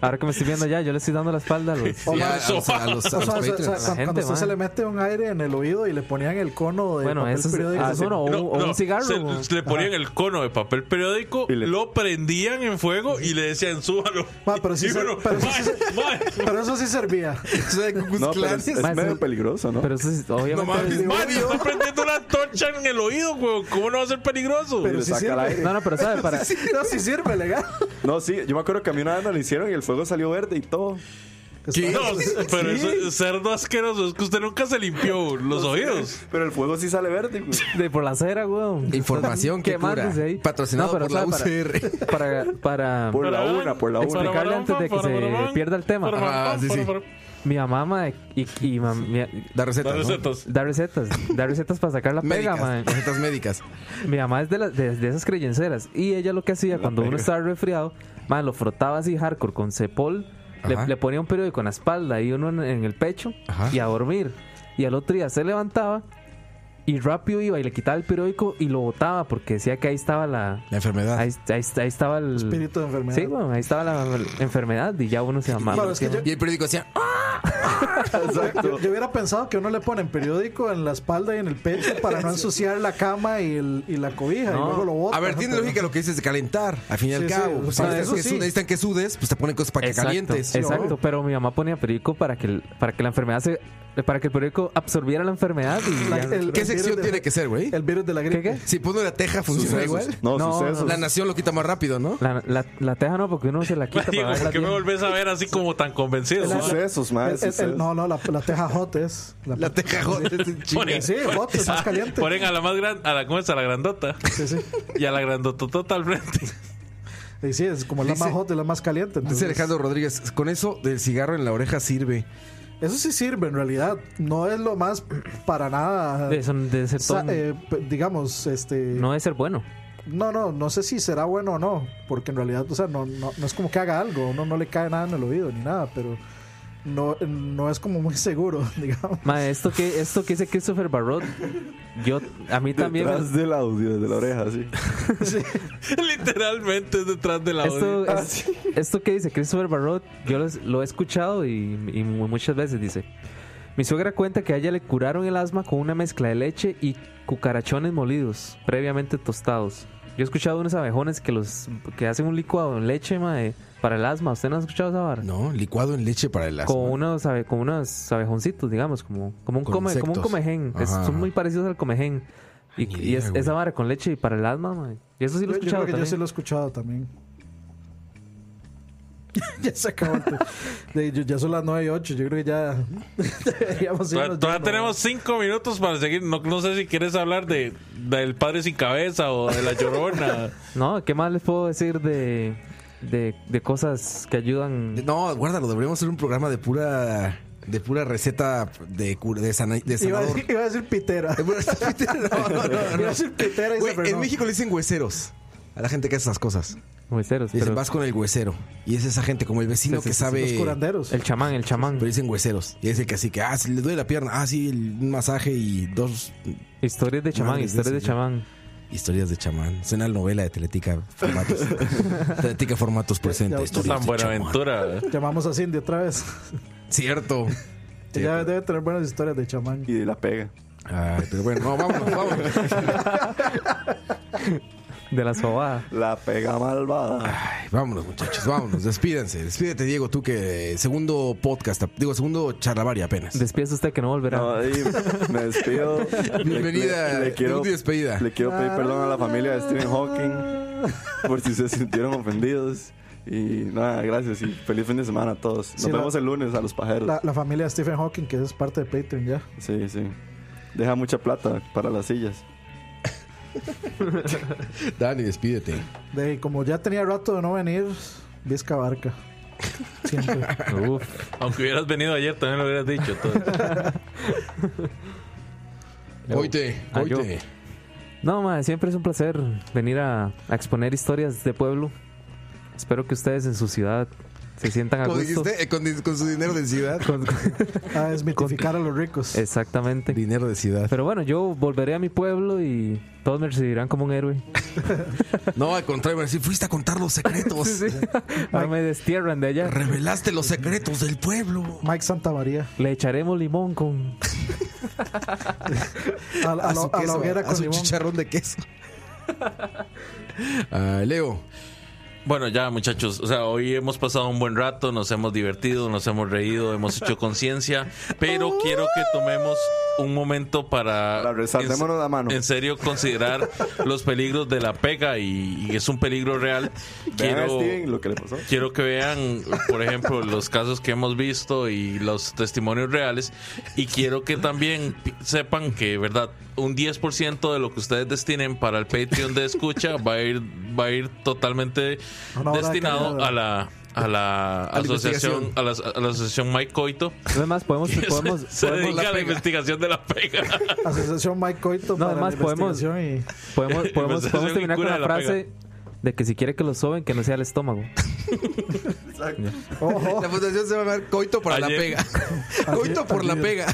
[SPEAKER 6] ahora que me estoy viendo ya, yo le estoy dando la espalda a los...
[SPEAKER 1] Sí, a- a los- a los- a
[SPEAKER 3] O
[SPEAKER 1] los
[SPEAKER 3] sea, o sea, o sea,
[SPEAKER 1] Patreons.
[SPEAKER 3] cuando- cuando
[SPEAKER 6] gente,
[SPEAKER 3] usted se
[SPEAKER 6] man.
[SPEAKER 3] le mete un aire en el oído y le ponían el cono de
[SPEAKER 6] Bueno,
[SPEAKER 3] papel
[SPEAKER 6] eso es,
[SPEAKER 3] periódico.
[SPEAKER 6] ah, es uno, o, un-
[SPEAKER 4] No,
[SPEAKER 6] o
[SPEAKER 4] no,
[SPEAKER 6] un cigarro.
[SPEAKER 4] se-
[SPEAKER 6] ma.
[SPEAKER 4] le ponían el cono de papel periódico,
[SPEAKER 5] Y le-
[SPEAKER 4] lo prendían en fuego y le decían, súbalo.
[SPEAKER 3] Ma, pero sí
[SPEAKER 4] Y
[SPEAKER 3] se-
[SPEAKER 4] uno,
[SPEAKER 3] pero sí
[SPEAKER 4] "Mae,
[SPEAKER 3] se-
[SPEAKER 4] mae,
[SPEAKER 3] Pero eso sí servía.
[SPEAKER 1] Eso de Ku Klux
[SPEAKER 5] No, pero
[SPEAKER 1] Klan.
[SPEAKER 5] es, es
[SPEAKER 6] Más-
[SPEAKER 5] medio peligroso, ¿no?
[SPEAKER 6] Pero eso es,
[SPEAKER 1] No
[SPEAKER 6] obviamente...
[SPEAKER 1] mames,
[SPEAKER 6] es-
[SPEAKER 4] mae, se está prendiendo una antorcha en el oído, güey. ¿Cómo no va a ser peligroso?
[SPEAKER 5] Y
[SPEAKER 3] Pero
[SPEAKER 5] le
[SPEAKER 3] sí
[SPEAKER 5] saca el
[SPEAKER 3] sirve.
[SPEAKER 5] aire.
[SPEAKER 6] No, no, pero ¿sabe? Para,
[SPEAKER 3] No, sí sirve, legal.
[SPEAKER 5] No, sí, yo me acuerdo que a mí una vez me lo hicieron y el fuego salió verde y todo.
[SPEAKER 3] Está-
[SPEAKER 4] No, pero eso es cerdo asqueroso. Es que usted nunca se limpió los oídos.
[SPEAKER 5] Pero el fuego sí sale verde. güey.
[SPEAKER 6] de por la acera, weón.
[SPEAKER 1] Información que cura.
[SPEAKER 6] Quemándose ahí.
[SPEAKER 1] Patrocinado
[SPEAKER 6] No, pero
[SPEAKER 1] por la
[SPEAKER 6] ¿sabe?
[SPEAKER 1] UCR.
[SPEAKER 6] Para... para, para-
[SPEAKER 5] Por la una, por la una.
[SPEAKER 6] Explicarle antes de que se pierda el tema.
[SPEAKER 1] Ah, sí, sí.
[SPEAKER 6] Mi mamá, madre, y, y ma- mi-
[SPEAKER 1] Da recetas.
[SPEAKER 4] Las
[SPEAKER 1] ¿no?
[SPEAKER 4] recetas.
[SPEAKER 6] da recetas. Da recetas para sacar la pega,
[SPEAKER 1] Médicas.
[SPEAKER 6] madre.
[SPEAKER 1] Recetas médicas.
[SPEAKER 6] Mi mamá es de, las de, de esas creyenceras. Y ella lo que hacía cuando uno estaba resfriado, man, lo frotaba así hardcore con cepol,
[SPEAKER 1] Ajá.
[SPEAKER 6] le, le ponía un periódico en la espalda y uno en, en el pecho
[SPEAKER 1] Ajá.
[SPEAKER 6] y a dormir. Y al otro día se levantaba Y rápido iba y le quitaba el periódico y lo botaba porque decía que ahí estaba la,
[SPEAKER 1] La enfermedad.
[SPEAKER 6] Ahí, ahí- ahí estaba el
[SPEAKER 3] Ah. Espíritu de enfermedad.
[SPEAKER 6] Sí, bueno, ahí estaba la enfermedad y ya uno se llamaba.
[SPEAKER 3] Claro, es que yo-
[SPEAKER 1] Y el periódico decía, "Ah,
[SPEAKER 3] Yo, yo hubiera pensado que uno le ponen periódico en la espalda y en el pecho para no ensuciar la cama y, el- y la cobija y luego lo botan.
[SPEAKER 1] A ver, tiene
[SPEAKER 3] Pero-
[SPEAKER 1] lógica lo que dices de calentar. Al fin y al
[SPEAKER 3] Sí, sí,
[SPEAKER 1] cabo,
[SPEAKER 3] o
[SPEAKER 1] pues,
[SPEAKER 3] sea,
[SPEAKER 1] necesitas
[SPEAKER 3] eso
[SPEAKER 1] que
[SPEAKER 3] sí.
[SPEAKER 1] sudes, necesitan que sudes, pues te ponen cosas para que
[SPEAKER 6] Exacto,
[SPEAKER 1] calientes.
[SPEAKER 6] Exacto, pero mi mamá ponía periódico para que el- para que la enfermedad se para que el periódico absorbiera la enfermedad y
[SPEAKER 3] La-
[SPEAKER 6] ya-
[SPEAKER 3] el-
[SPEAKER 1] ¿Qué
[SPEAKER 3] el
[SPEAKER 1] sección
[SPEAKER 3] virus de-
[SPEAKER 1] tiene que ser, güey?
[SPEAKER 3] El virus de la
[SPEAKER 6] ¿Qué
[SPEAKER 3] gripe.
[SPEAKER 6] qué?
[SPEAKER 1] Si pone la teja, funciona
[SPEAKER 5] Sucesos.
[SPEAKER 1] igual.
[SPEAKER 5] No,
[SPEAKER 6] No, no,
[SPEAKER 5] sucesos.
[SPEAKER 1] La nación lo quita más rápido, ¿no?
[SPEAKER 6] La, la, la teja no, porque uno se la quita
[SPEAKER 4] Digo,
[SPEAKER 6] para verla
[SPEAKER 4] ¿por qué me
[SPEAKER 6] bien.
[SPEAKER 4] volvés a ver así como tan convencido?
[SPEAKER 3] La-
[SPEAKER 4] ma?
[SPEAKER 5] Sucesos,
[SPEAKER 1] Ah,
[SPEAKER 5] madre,
[SPEAKER 3] El- el- el-
[SPEAKER 5] sucesos.
[SPEAKER 3] no, no, la, la teja hot es. La,
[SPEAKER 1] La teja, joder, es
[SPEAKER 4] Ponen-
[SPEAKER 3] Sí, hot, es más caliente.
[SPEAKER 4] Ponen a la más grande, a la, ¿cómo es? A la grandota.
[SPEAKER 3] Sí, sí.
[SPEAKER 4] Y a la grandototota al frente.
[SPEAKER 3] Y sí, es como la
[SPEAKER 1] Dice-
[SPEAKER 3] más hot, es la más caliente.
[SPEAKER 1] Dice
[SPEAKER 3] entonces-
[SPEAKER 1] Alejandro Rodríguez, con eso del cigarro en la oreja sirve.
[SPEAKER 3] Eso sí sirve en realidad. No es lo más para nada.
[SPEAKER 6] De- son- debe ser
[SPEAKER 3] sa-
[SPEAKER 6] todo-
[SPEAKER 3] eh, p- digamos, este.
[SPEAKER 6] no debe ser bueno.
[SPEAKER 3] No, no, no sé si será bueno o no, porque en realidad, o sea, no, no, no es como que haga algo, a uno no le cae nada en el oído ni nada, pero no, no es como muy seguro, digamos.
[SPEAKER 6] Ma, esto que esto que dice Christopher Barrot, yo a mí también me-
[SPEAKER 5] Detrás del audio, desde la oreja, así.
[SPEAKER 4] Literalmente es detrás de la
[SPEAKER 6] esto,
[SPEAKER 4] oreja.
[SPEAKER 3] Ah,
[SPEAKER 6] es- esto que dice Christopher Barrot, yo los- lo he escuchado y, y mu- muchas veces dice. Mi suegra cuenta que a ella le curaron el asma con una mezcla de leche y cucarachones molidos, previamente tostados. Yo he escuchado unos abejones que los que hacen un licuado en leche mae, para el asma. ¿Usted no ha escuchado esa vara?
[SPEAKER 1] No, licuado en leche para el asma.
[SPEAKER 6] Con unos, abe- con unos abejoncitos, digamos, como, como, un,
[SPEAKER 1] Con
[SPEAKER 6] come, como un
[SPEAKER 1] insectos.
[SPEAKER 6] comején. Es-
[SPEAKER 1] Ajá, ajá.
[SPEAKER 6] son muy parecidos al comején. Y,
[SPEAKER 1] Ni
[SPEAKER 6] y es-
[SPEAKER 1] idea, güey.
[SPEAKER 6] esa vara con leche y para el asma, mae. Y eso sí lo he
[SPEAKER 3] Yo- yo, creo
[SPEAKER 6] escuchado.
[SPEAKER 3] que yo sí
[SPEAKER 6] también.
[SPEAKER 3] lo he escuchado también. ya se acabó. el tiempo. De- yo- ya son las 9 y 8, yo creo que ya deberíamos irnos
[SPEAKER 4] Todavía, todavía
[SPEAKER 3] ya, ¿no?
[SPEAKER 4] tenemos cinco minutos para seguir. No, no sé si quieres hablar de del padre sin cabeza o de la llorona.
[SPEAKER 6] No, ¿qué más les puedo decir de, de, de cosas que ayudan?
[SPEAKER 1] No, guárdalo, deberíamos hacer un programa de pura de pura receta de cura- de, sana- de
[SPEAKER 3] Iba a,
[SPEAKER 1] sanador.
[SPEAKER 3] decir, iba a decir pitera.
[SPEAKER 1] De pura receta- no, no, no,
[SPEAKER 3] Iba a
[SPEAKER 1] no.
[SPEAKER 3] decir pitera y
[SPEAKER 1] Güey,
[SPEAKER 3] se frenó.
[SPEAKER 1] en México le dicen hueseros a la gente que hace esas cosas.
[SPEAKER 6] Hueseros,
[SPEAKER 1] Le dicen,
[SPEAKER 6] pero
[SPEAKER 1] vas con el huesero. Y es esa gente como el vecino
[SPEAKER 3] Pues,
[SPEAKER 6] Sí, sí,
[SPEAKER 1] que
[SPEAKER 6] sí, sí,
[SPEAKER 1] sabe...
[SPEAKER 3] Los curanderos.
[SPEAKER 6] el chamán, el chamán.
[SPEAKER 1] Pero dicen hueseros. Y es el que así que, ah, si le duele la pierna, ah, sí, el- un masaje y dos
[SPEAKER 6] Historias de chamán,
[SPEAKER 1] Madre,
[SPEAKER 6] historias de
[SPEAKER 1] sí, sí.
[SPEAKER 6] chamán.
[SPEAKER 1] historias de chamán. Suena la novela de Teletica Formatos. Teletica Formatos presenta
[SPEAKER 3] Ya-
[SPEAKER 4] Esto es
[SPEAKER 1] historias
[SPEAKER 4] tan
[SPEAKER 1] de chamán.
[SPEAKER 4] Buenaventura. ¿eh?
[SPEAKER 3] Llamamos a Cindy otra vez.
[SPEAKER 1] Cierto.
[SPEAKER 3] Ella
[SPEAKER 1] Cierto.
[SPEAKER 3] debe tener buenas historias de chamán.
[SPEAKER 5] Y de la pega.
[SPEAKER 1] Ay, pero bueno, no, vámonos, vámonos.
[SPEAKER 6] De la sobada.
[SPEAKER 5] La pega malvada.
[SPEAKER 1] Ay, vámonos, muchachos, vámonos. Despídense. Despídete, Diego, tú que segundo podcast, digo, segundo charlavaria apenas.
[SPEAKER 6] Despídese usted que no volverá.
[SPEAKER 5] No, ahí me despido.
[SPEAKER 1] Bienvenida,
[SPEAKER 5] Le, le quiero,
[SPEAKER 1] debut y despedida.
[SPEAKER 5] le quiero pedir perdón a la familia de Stephen Hawking por si se sintieron ofendidos. Y nada, gracias y feliz fin de semana a todos. Nos
[SPEAKER 3] Sí, la-
[SPEAKER 5] vemos el lunes a los pajeros.
[SPEAKER 3] La, la familia de Stephen Hawking, que es parte de Patreon ya.
[SPEAKER 5] Sí, sí. Deja mucha plata para las sillas.
[SPEAKER 1] Dani, despídete.
[SPEAKER 3] De, como ya tenía rato de no venir, Vizca Barca. Siempre.
[SPEAKER 6] Uf.
[SPEAKER 4] Aunque hubieras venido ayer, también lo hubieras dicho. todo.
[SPEAKER 1] Oite,
[SPEAKER 6] Ah, yo.
[SPEAKER 1] oite.
[SPEAKER 6] No, ma, siempre es un placer venir a, a exponer historias de pueblo. Espero que ustedes en su ciudad se sientan a
[SPEAKER 1] Como
[SPEAKER 6] Ah, gusto.
[SPEAKER 1] dijiste, eh, con, dis- con su dinero de ciudad.
[SPEAKER 6] Con- con-
[SPEAKER 3] A desmitificar Ah, a los ricos.
[SPEAKER 6] exactamente.
[SPEAKER 1] Dinero de ciudad.
[SPEAKER 6] Pero bueno, yo volveré a mi pueblo y todos me recibirán como un héroe.
[SPEAKER 1] No, al contrario, van a decir, fuiste a contar los secretos.
[SPEAKER 6] Ahora Ah, me destierran de allá.
[SPEAKER 1] Revelaste los secretos del pueblo.
[SPEAKER 3] Mike Santamaría.
[SPEAKER 6] Le echaremos limón con...
[SPEAKER 3] A, a,
[SPEAKER 1] A
[SPEAKER 3] la-
[SPEAKER 1] Ah, su
[SPEAKER 3] a la
[SPEAKER 1] queso,
[SPEAKER 3] hoguera
[SPEAKER 1] a
[SPEAKER 3] con
[SPEAKER 1] su
[SPEAKER 3] limón.
[SPEAKER 1] chicharrón de queso. Ah, Leo,
[SPEAKER 4] Bueno, ya muchachos, o sea, hoy hemos pasado un buen rato, nos hemos divertido, nos hemos reído, hemos hecho conciencia, pero quiero que tomemos un momento para...
[SPEAKER 5] Para rezar,
[SPEAKER 4] en-
[SPEAKER 5] démonos la mano.
[SPEAKER 4] En serio, considerar los peligros de la pega y, y es un peligro real.
[SPEAKER 5] Vean a
[SPEAKER 4] Quiero...
[SPEAKER 5] Steven lo que le pasó.
[SPEAKER 4] Quiero que vean, por ejemplo, los casos que hemos visto y los testimonios reales. Y quiero que también pi- sepan que, ¿verdad? Un 10% de lo que ustedes destinen para el Patreon de escucha va a ir, va a ir totalmente
[SPEAKER 3] A una hora de
[SPEAKER 4] destinado
[SPEAKER 3] cada-
[SPEAKER 4] a la, a la
[SPEAKER 1] la
[SPEAKER 4] asociación, a la, a la asociación Mike Coito.
[SPEAKER 6] Además, podemos...
[SPEAKER 4] que se-
[SPEAKER 6] podemos,
[SPEAKER 4] se
[SPEAKER 6] podemos-
[SPEAKER 4] dedica a la
[SPEAKER 1] pega.
[SPEAKER 4] investigación de la pega.
[SPEAKER 3] Asociación Mike Coito.
[SPEAKER 6] No,
[SPEAKER 3] para
[SPEAKER 6] además
[SPEAKER 3] la
[SPEAKER 6] podemos-
[SPEAKER 3] investigación Y,
[SPEAKER 6] Podemos, podemos,
[SPEAKER 4] Pues,
[SPEAKER 6] podemos
[SPEAKER 4] es
[SPEAKER 6] terminar con
[SPEAKER 4] locura
[SPEAKER 6] la
[SPEAKER 4] de la
[SPEAKER 6] frase de que si quiere que lo soben, que no sea el estómago.
[SPEAKER 1] La fundación se va a llamar Coito por la
[SPEAKER 6] Ayer.
[SPEAKER 1] pega. Coito por la pega.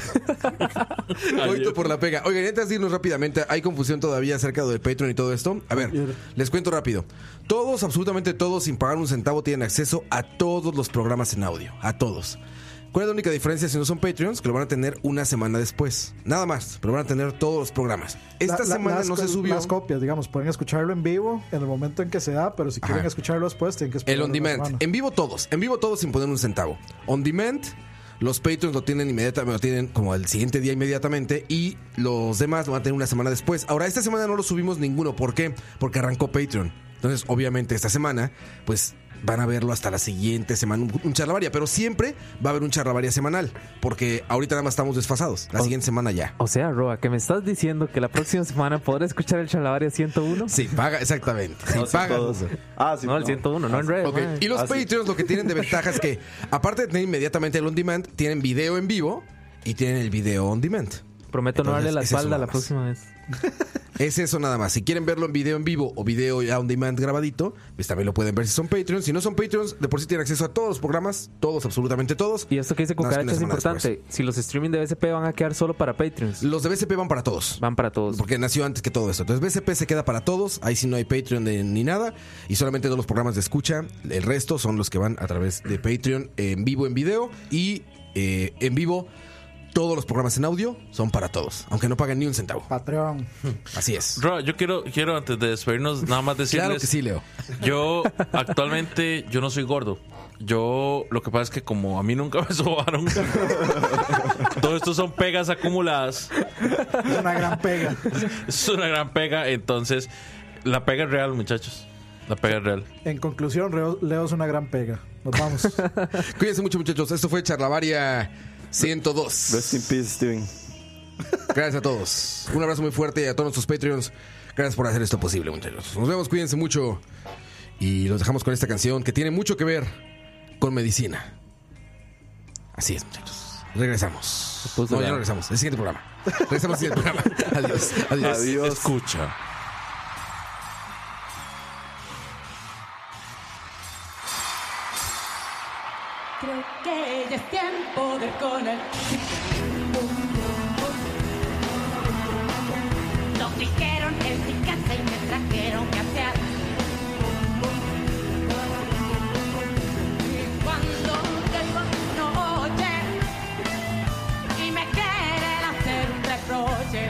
[SPEAKER 1] Coito por la pega. Oigan, antes de irnos rápidamente, hay confusión todavía acerca del Patreon y todo esto. A ver, les cuento rápido. Todos, absolutamente todos, sin pagar un centavo, tienen acceso a todos los programas en audio. A todos. ¿Cuál es la única diferencia si no son Patreons? Que lo van a tener una semana después. Nada más, pero van a tener todos los programas. Esta
[SPEAKER 3] La- la-
[SPEAKER 1] semana
[SPEAKER 3] las
[SPEAKER 1] no se
[SPEAKER 3] co-
[SPEAKER 1] subió.
[SPEAKER 3] Las copias, digamos, pueden escucharlo en vivo en el momento en que se da, pero si quieren escucharlo después, tienen que esperar.
[SPEAKER 1] El on
[SPEAKER 3] una
[SPEAKER 1] demand.
[SPEAKER 3] semana.
[SPEAKER 1] En vivo todos. En vivo todos sin poner un centavo. On demand. Los Patreons lo tienen inmediatamente, lo tienen como el siguiente día inmediatamente y los demás lo van a tener una semana después. Ahora, esta semana no lo subimos ninguno. ¿Por qué? Porque arrancó Patreon. Entonces, obviamente, esta semana, pues van a verlo hasta la siguiente semana, un, un charlavaria. Pero siempre va a haber un charlavaria semanal, porque ahorita nada más estamos desfasados. La siguiente semana ya.
[SPEAKER 6] O sea, Roa, que me estás diciendo que la próxima semana podré escuchar el Chalabaria 101.
[SPEAKER 1] Sí, paga, exactamente. Sí, paga.
[SPEAKER 5] Ah,
[SPEAKER 6] no, el 101, no en redes.
[SPEAKER 1] Ok,
[SPEAKER 6] mae.
[SPEAKER 1] Y los Patreons lo que tienen de ventaja es que, aparte de tener inmediatamente el on demand, tienen video en vivo y tienen el video on demand.
[SPEAKER 6] Prometo no
[SPEAKER 1] Entonces,
[SPEAKER 6] darle la
[SPEAKER 1] es eso
[SPEAKER 6] espalda
[SPEAKER 1] nada
[SPEAKER 6] la
[SPEAKER 1] más.
[SPEAKER 6] próxima vez.
[SPEAKER 1] Es eso nada más. Si quieren verlo en video en vivo o video ya on demand grabadito, pues también lo pueden ver si son Patreons. Si no son Patreons, de por sí tienen acceso a todos los programas, todos, absolutamente todos.
[SPEAKER 6] Y esto que dice
[SPEAKER 1] Nada más que una
[SPEAKER 6] Cucaracha es
[SPEAKER 1] semana
[SPEAKER 6] importante.
[SPEAKER 1] después.
[SPEAKER 6] Si los streaming de BCP van a quedar solo para Patreons.
[SPEAKER 1] Los de BCP van para todos.
[SPEAKER 6] Van para todos.
[SPEAKER 1] Porque nació antes que todo eso. Entonces BCP se queda para todos. Ahí sí no hay Patreon de- ni nada. Y solamente todos los programas de escucha. El resto son los que van a través de Patreon en vivo, en video. Y eh, en vivo, todos los programas en audio son para todos. Aunque no paguen ni un centavo.
[SPEAKER 3] Patreon.
[SPEAKER 1] Así es.
[SPEAKER 4] Ro, yo quiero, quiero antes de despedirnos nada más decirles.
[SPEAKER 1] Claro que sí, Leo.
[SPEAKER 4] Yo actualmente yo no soy gordo. Yo lo que pasa es que como a mí nunca me sobaron, todo esto son pegas acumuladas.
[SPEAKER 3] Es una gran pega.
[SPEAKER 4] Es una gran pega, entonces la pega es real, muchachos. La pega es real.
[SPEAKER 3] En conclusión, Reo- Leo es una gran pega. Nos vamos.
[SPEAKER 1] Cuídense mucho, muchachos. Esto fue Charlavaria 102.
[SPEAKER 5] Rest in peace, Steven.
[SPEAKER 1] Gracias a todos. Un abrazo muy fuerte y a todos nuestros Patreons. Gracias por hacer esto posible, muchachos. Nos vemos, cuídense mucho. Y los dejamos con esta canción que tiene mucho que ver con medicina. Así es, muchachos. Regresamos.
[SPEAKER 6] puso
[SPEAKER 1] no, ya
[SPEAKER 6] la-
[SPEAKER 1] no regresamos. El siguiente programa. Regresamos al siguiente programa. Adiós. Adiós.
[SPEAKER 5] Adiós.
[SPEAKER 4] Escucha.
[SPEAKER 11] Creo que ya es tiempo de con él. Nos dijeron el picante y me trajeron gasear. Y cuando tengo noche y me quieren hacer un reproche,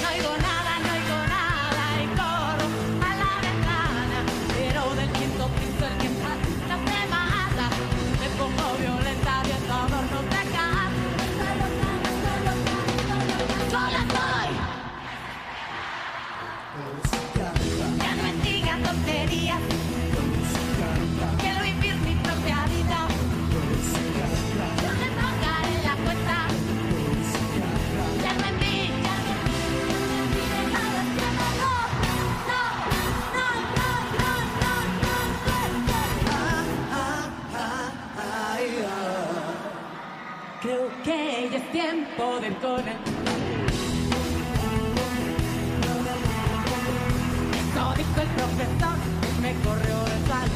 [SPEAKER 11] no oigo nada, no oigo nada y corro a la ventana. Pero del quinto piso el que pasa se mata. Me pongo violenta viendo amor no te casa. Sola soy. Ya no me digas tonterías. Quiero vivir mi propia vida. Yo te pagaré la cuenta. Ya no en mí, ya no en mí, ya no en mí, nada, ya no, no, no, no, no, no, no, no, no, no. Creo que ya es tiempo de cola. Eso dijo el profesor, me corrió el sal.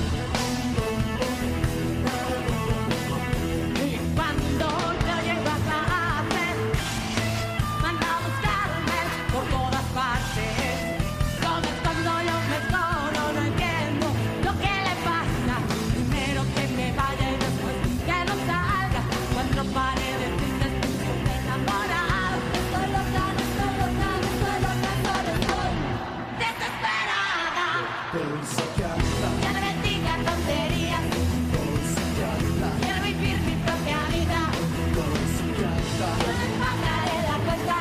[SPEAKER 11] Y cuando yo llego a clase, manda a buscarme por todas partes. Donde cuando yo me solo no entiendo lo que le pasa. Primero que me vaya y después que no salga. Cuando pare de decirte estoy enamorado. Estoy loca, estoy loca, estoy loca, estoy, estoy desesperada. Ya no me digas tonterías. Quiero vivir mi propia vida. Yo les pagaré la cuenta.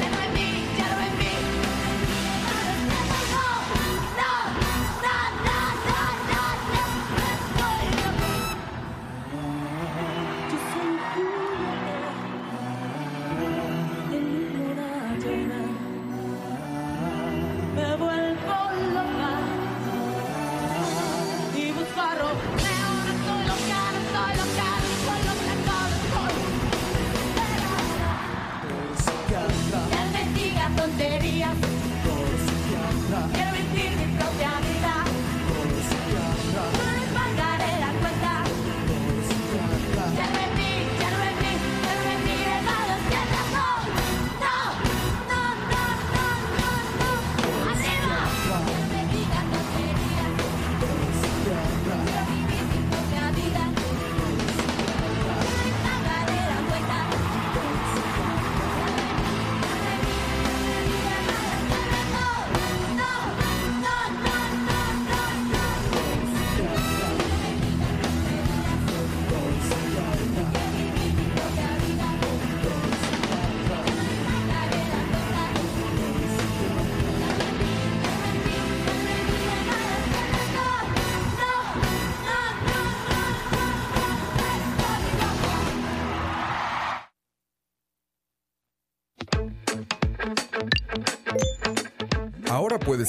[SPEAKER 11] Ya no en mí, ya no en mí. No, no, no, no, no, no, no, no estoy loco. Yo soy una de luna llena. Me vuelvo loca y busco a Romeo. No estoy loca, no estoy loca, no estoy loca, no estoy loca. Ya me diga tonterías. Quiero vivir mi
[SPEAKER 1] Ahora puedes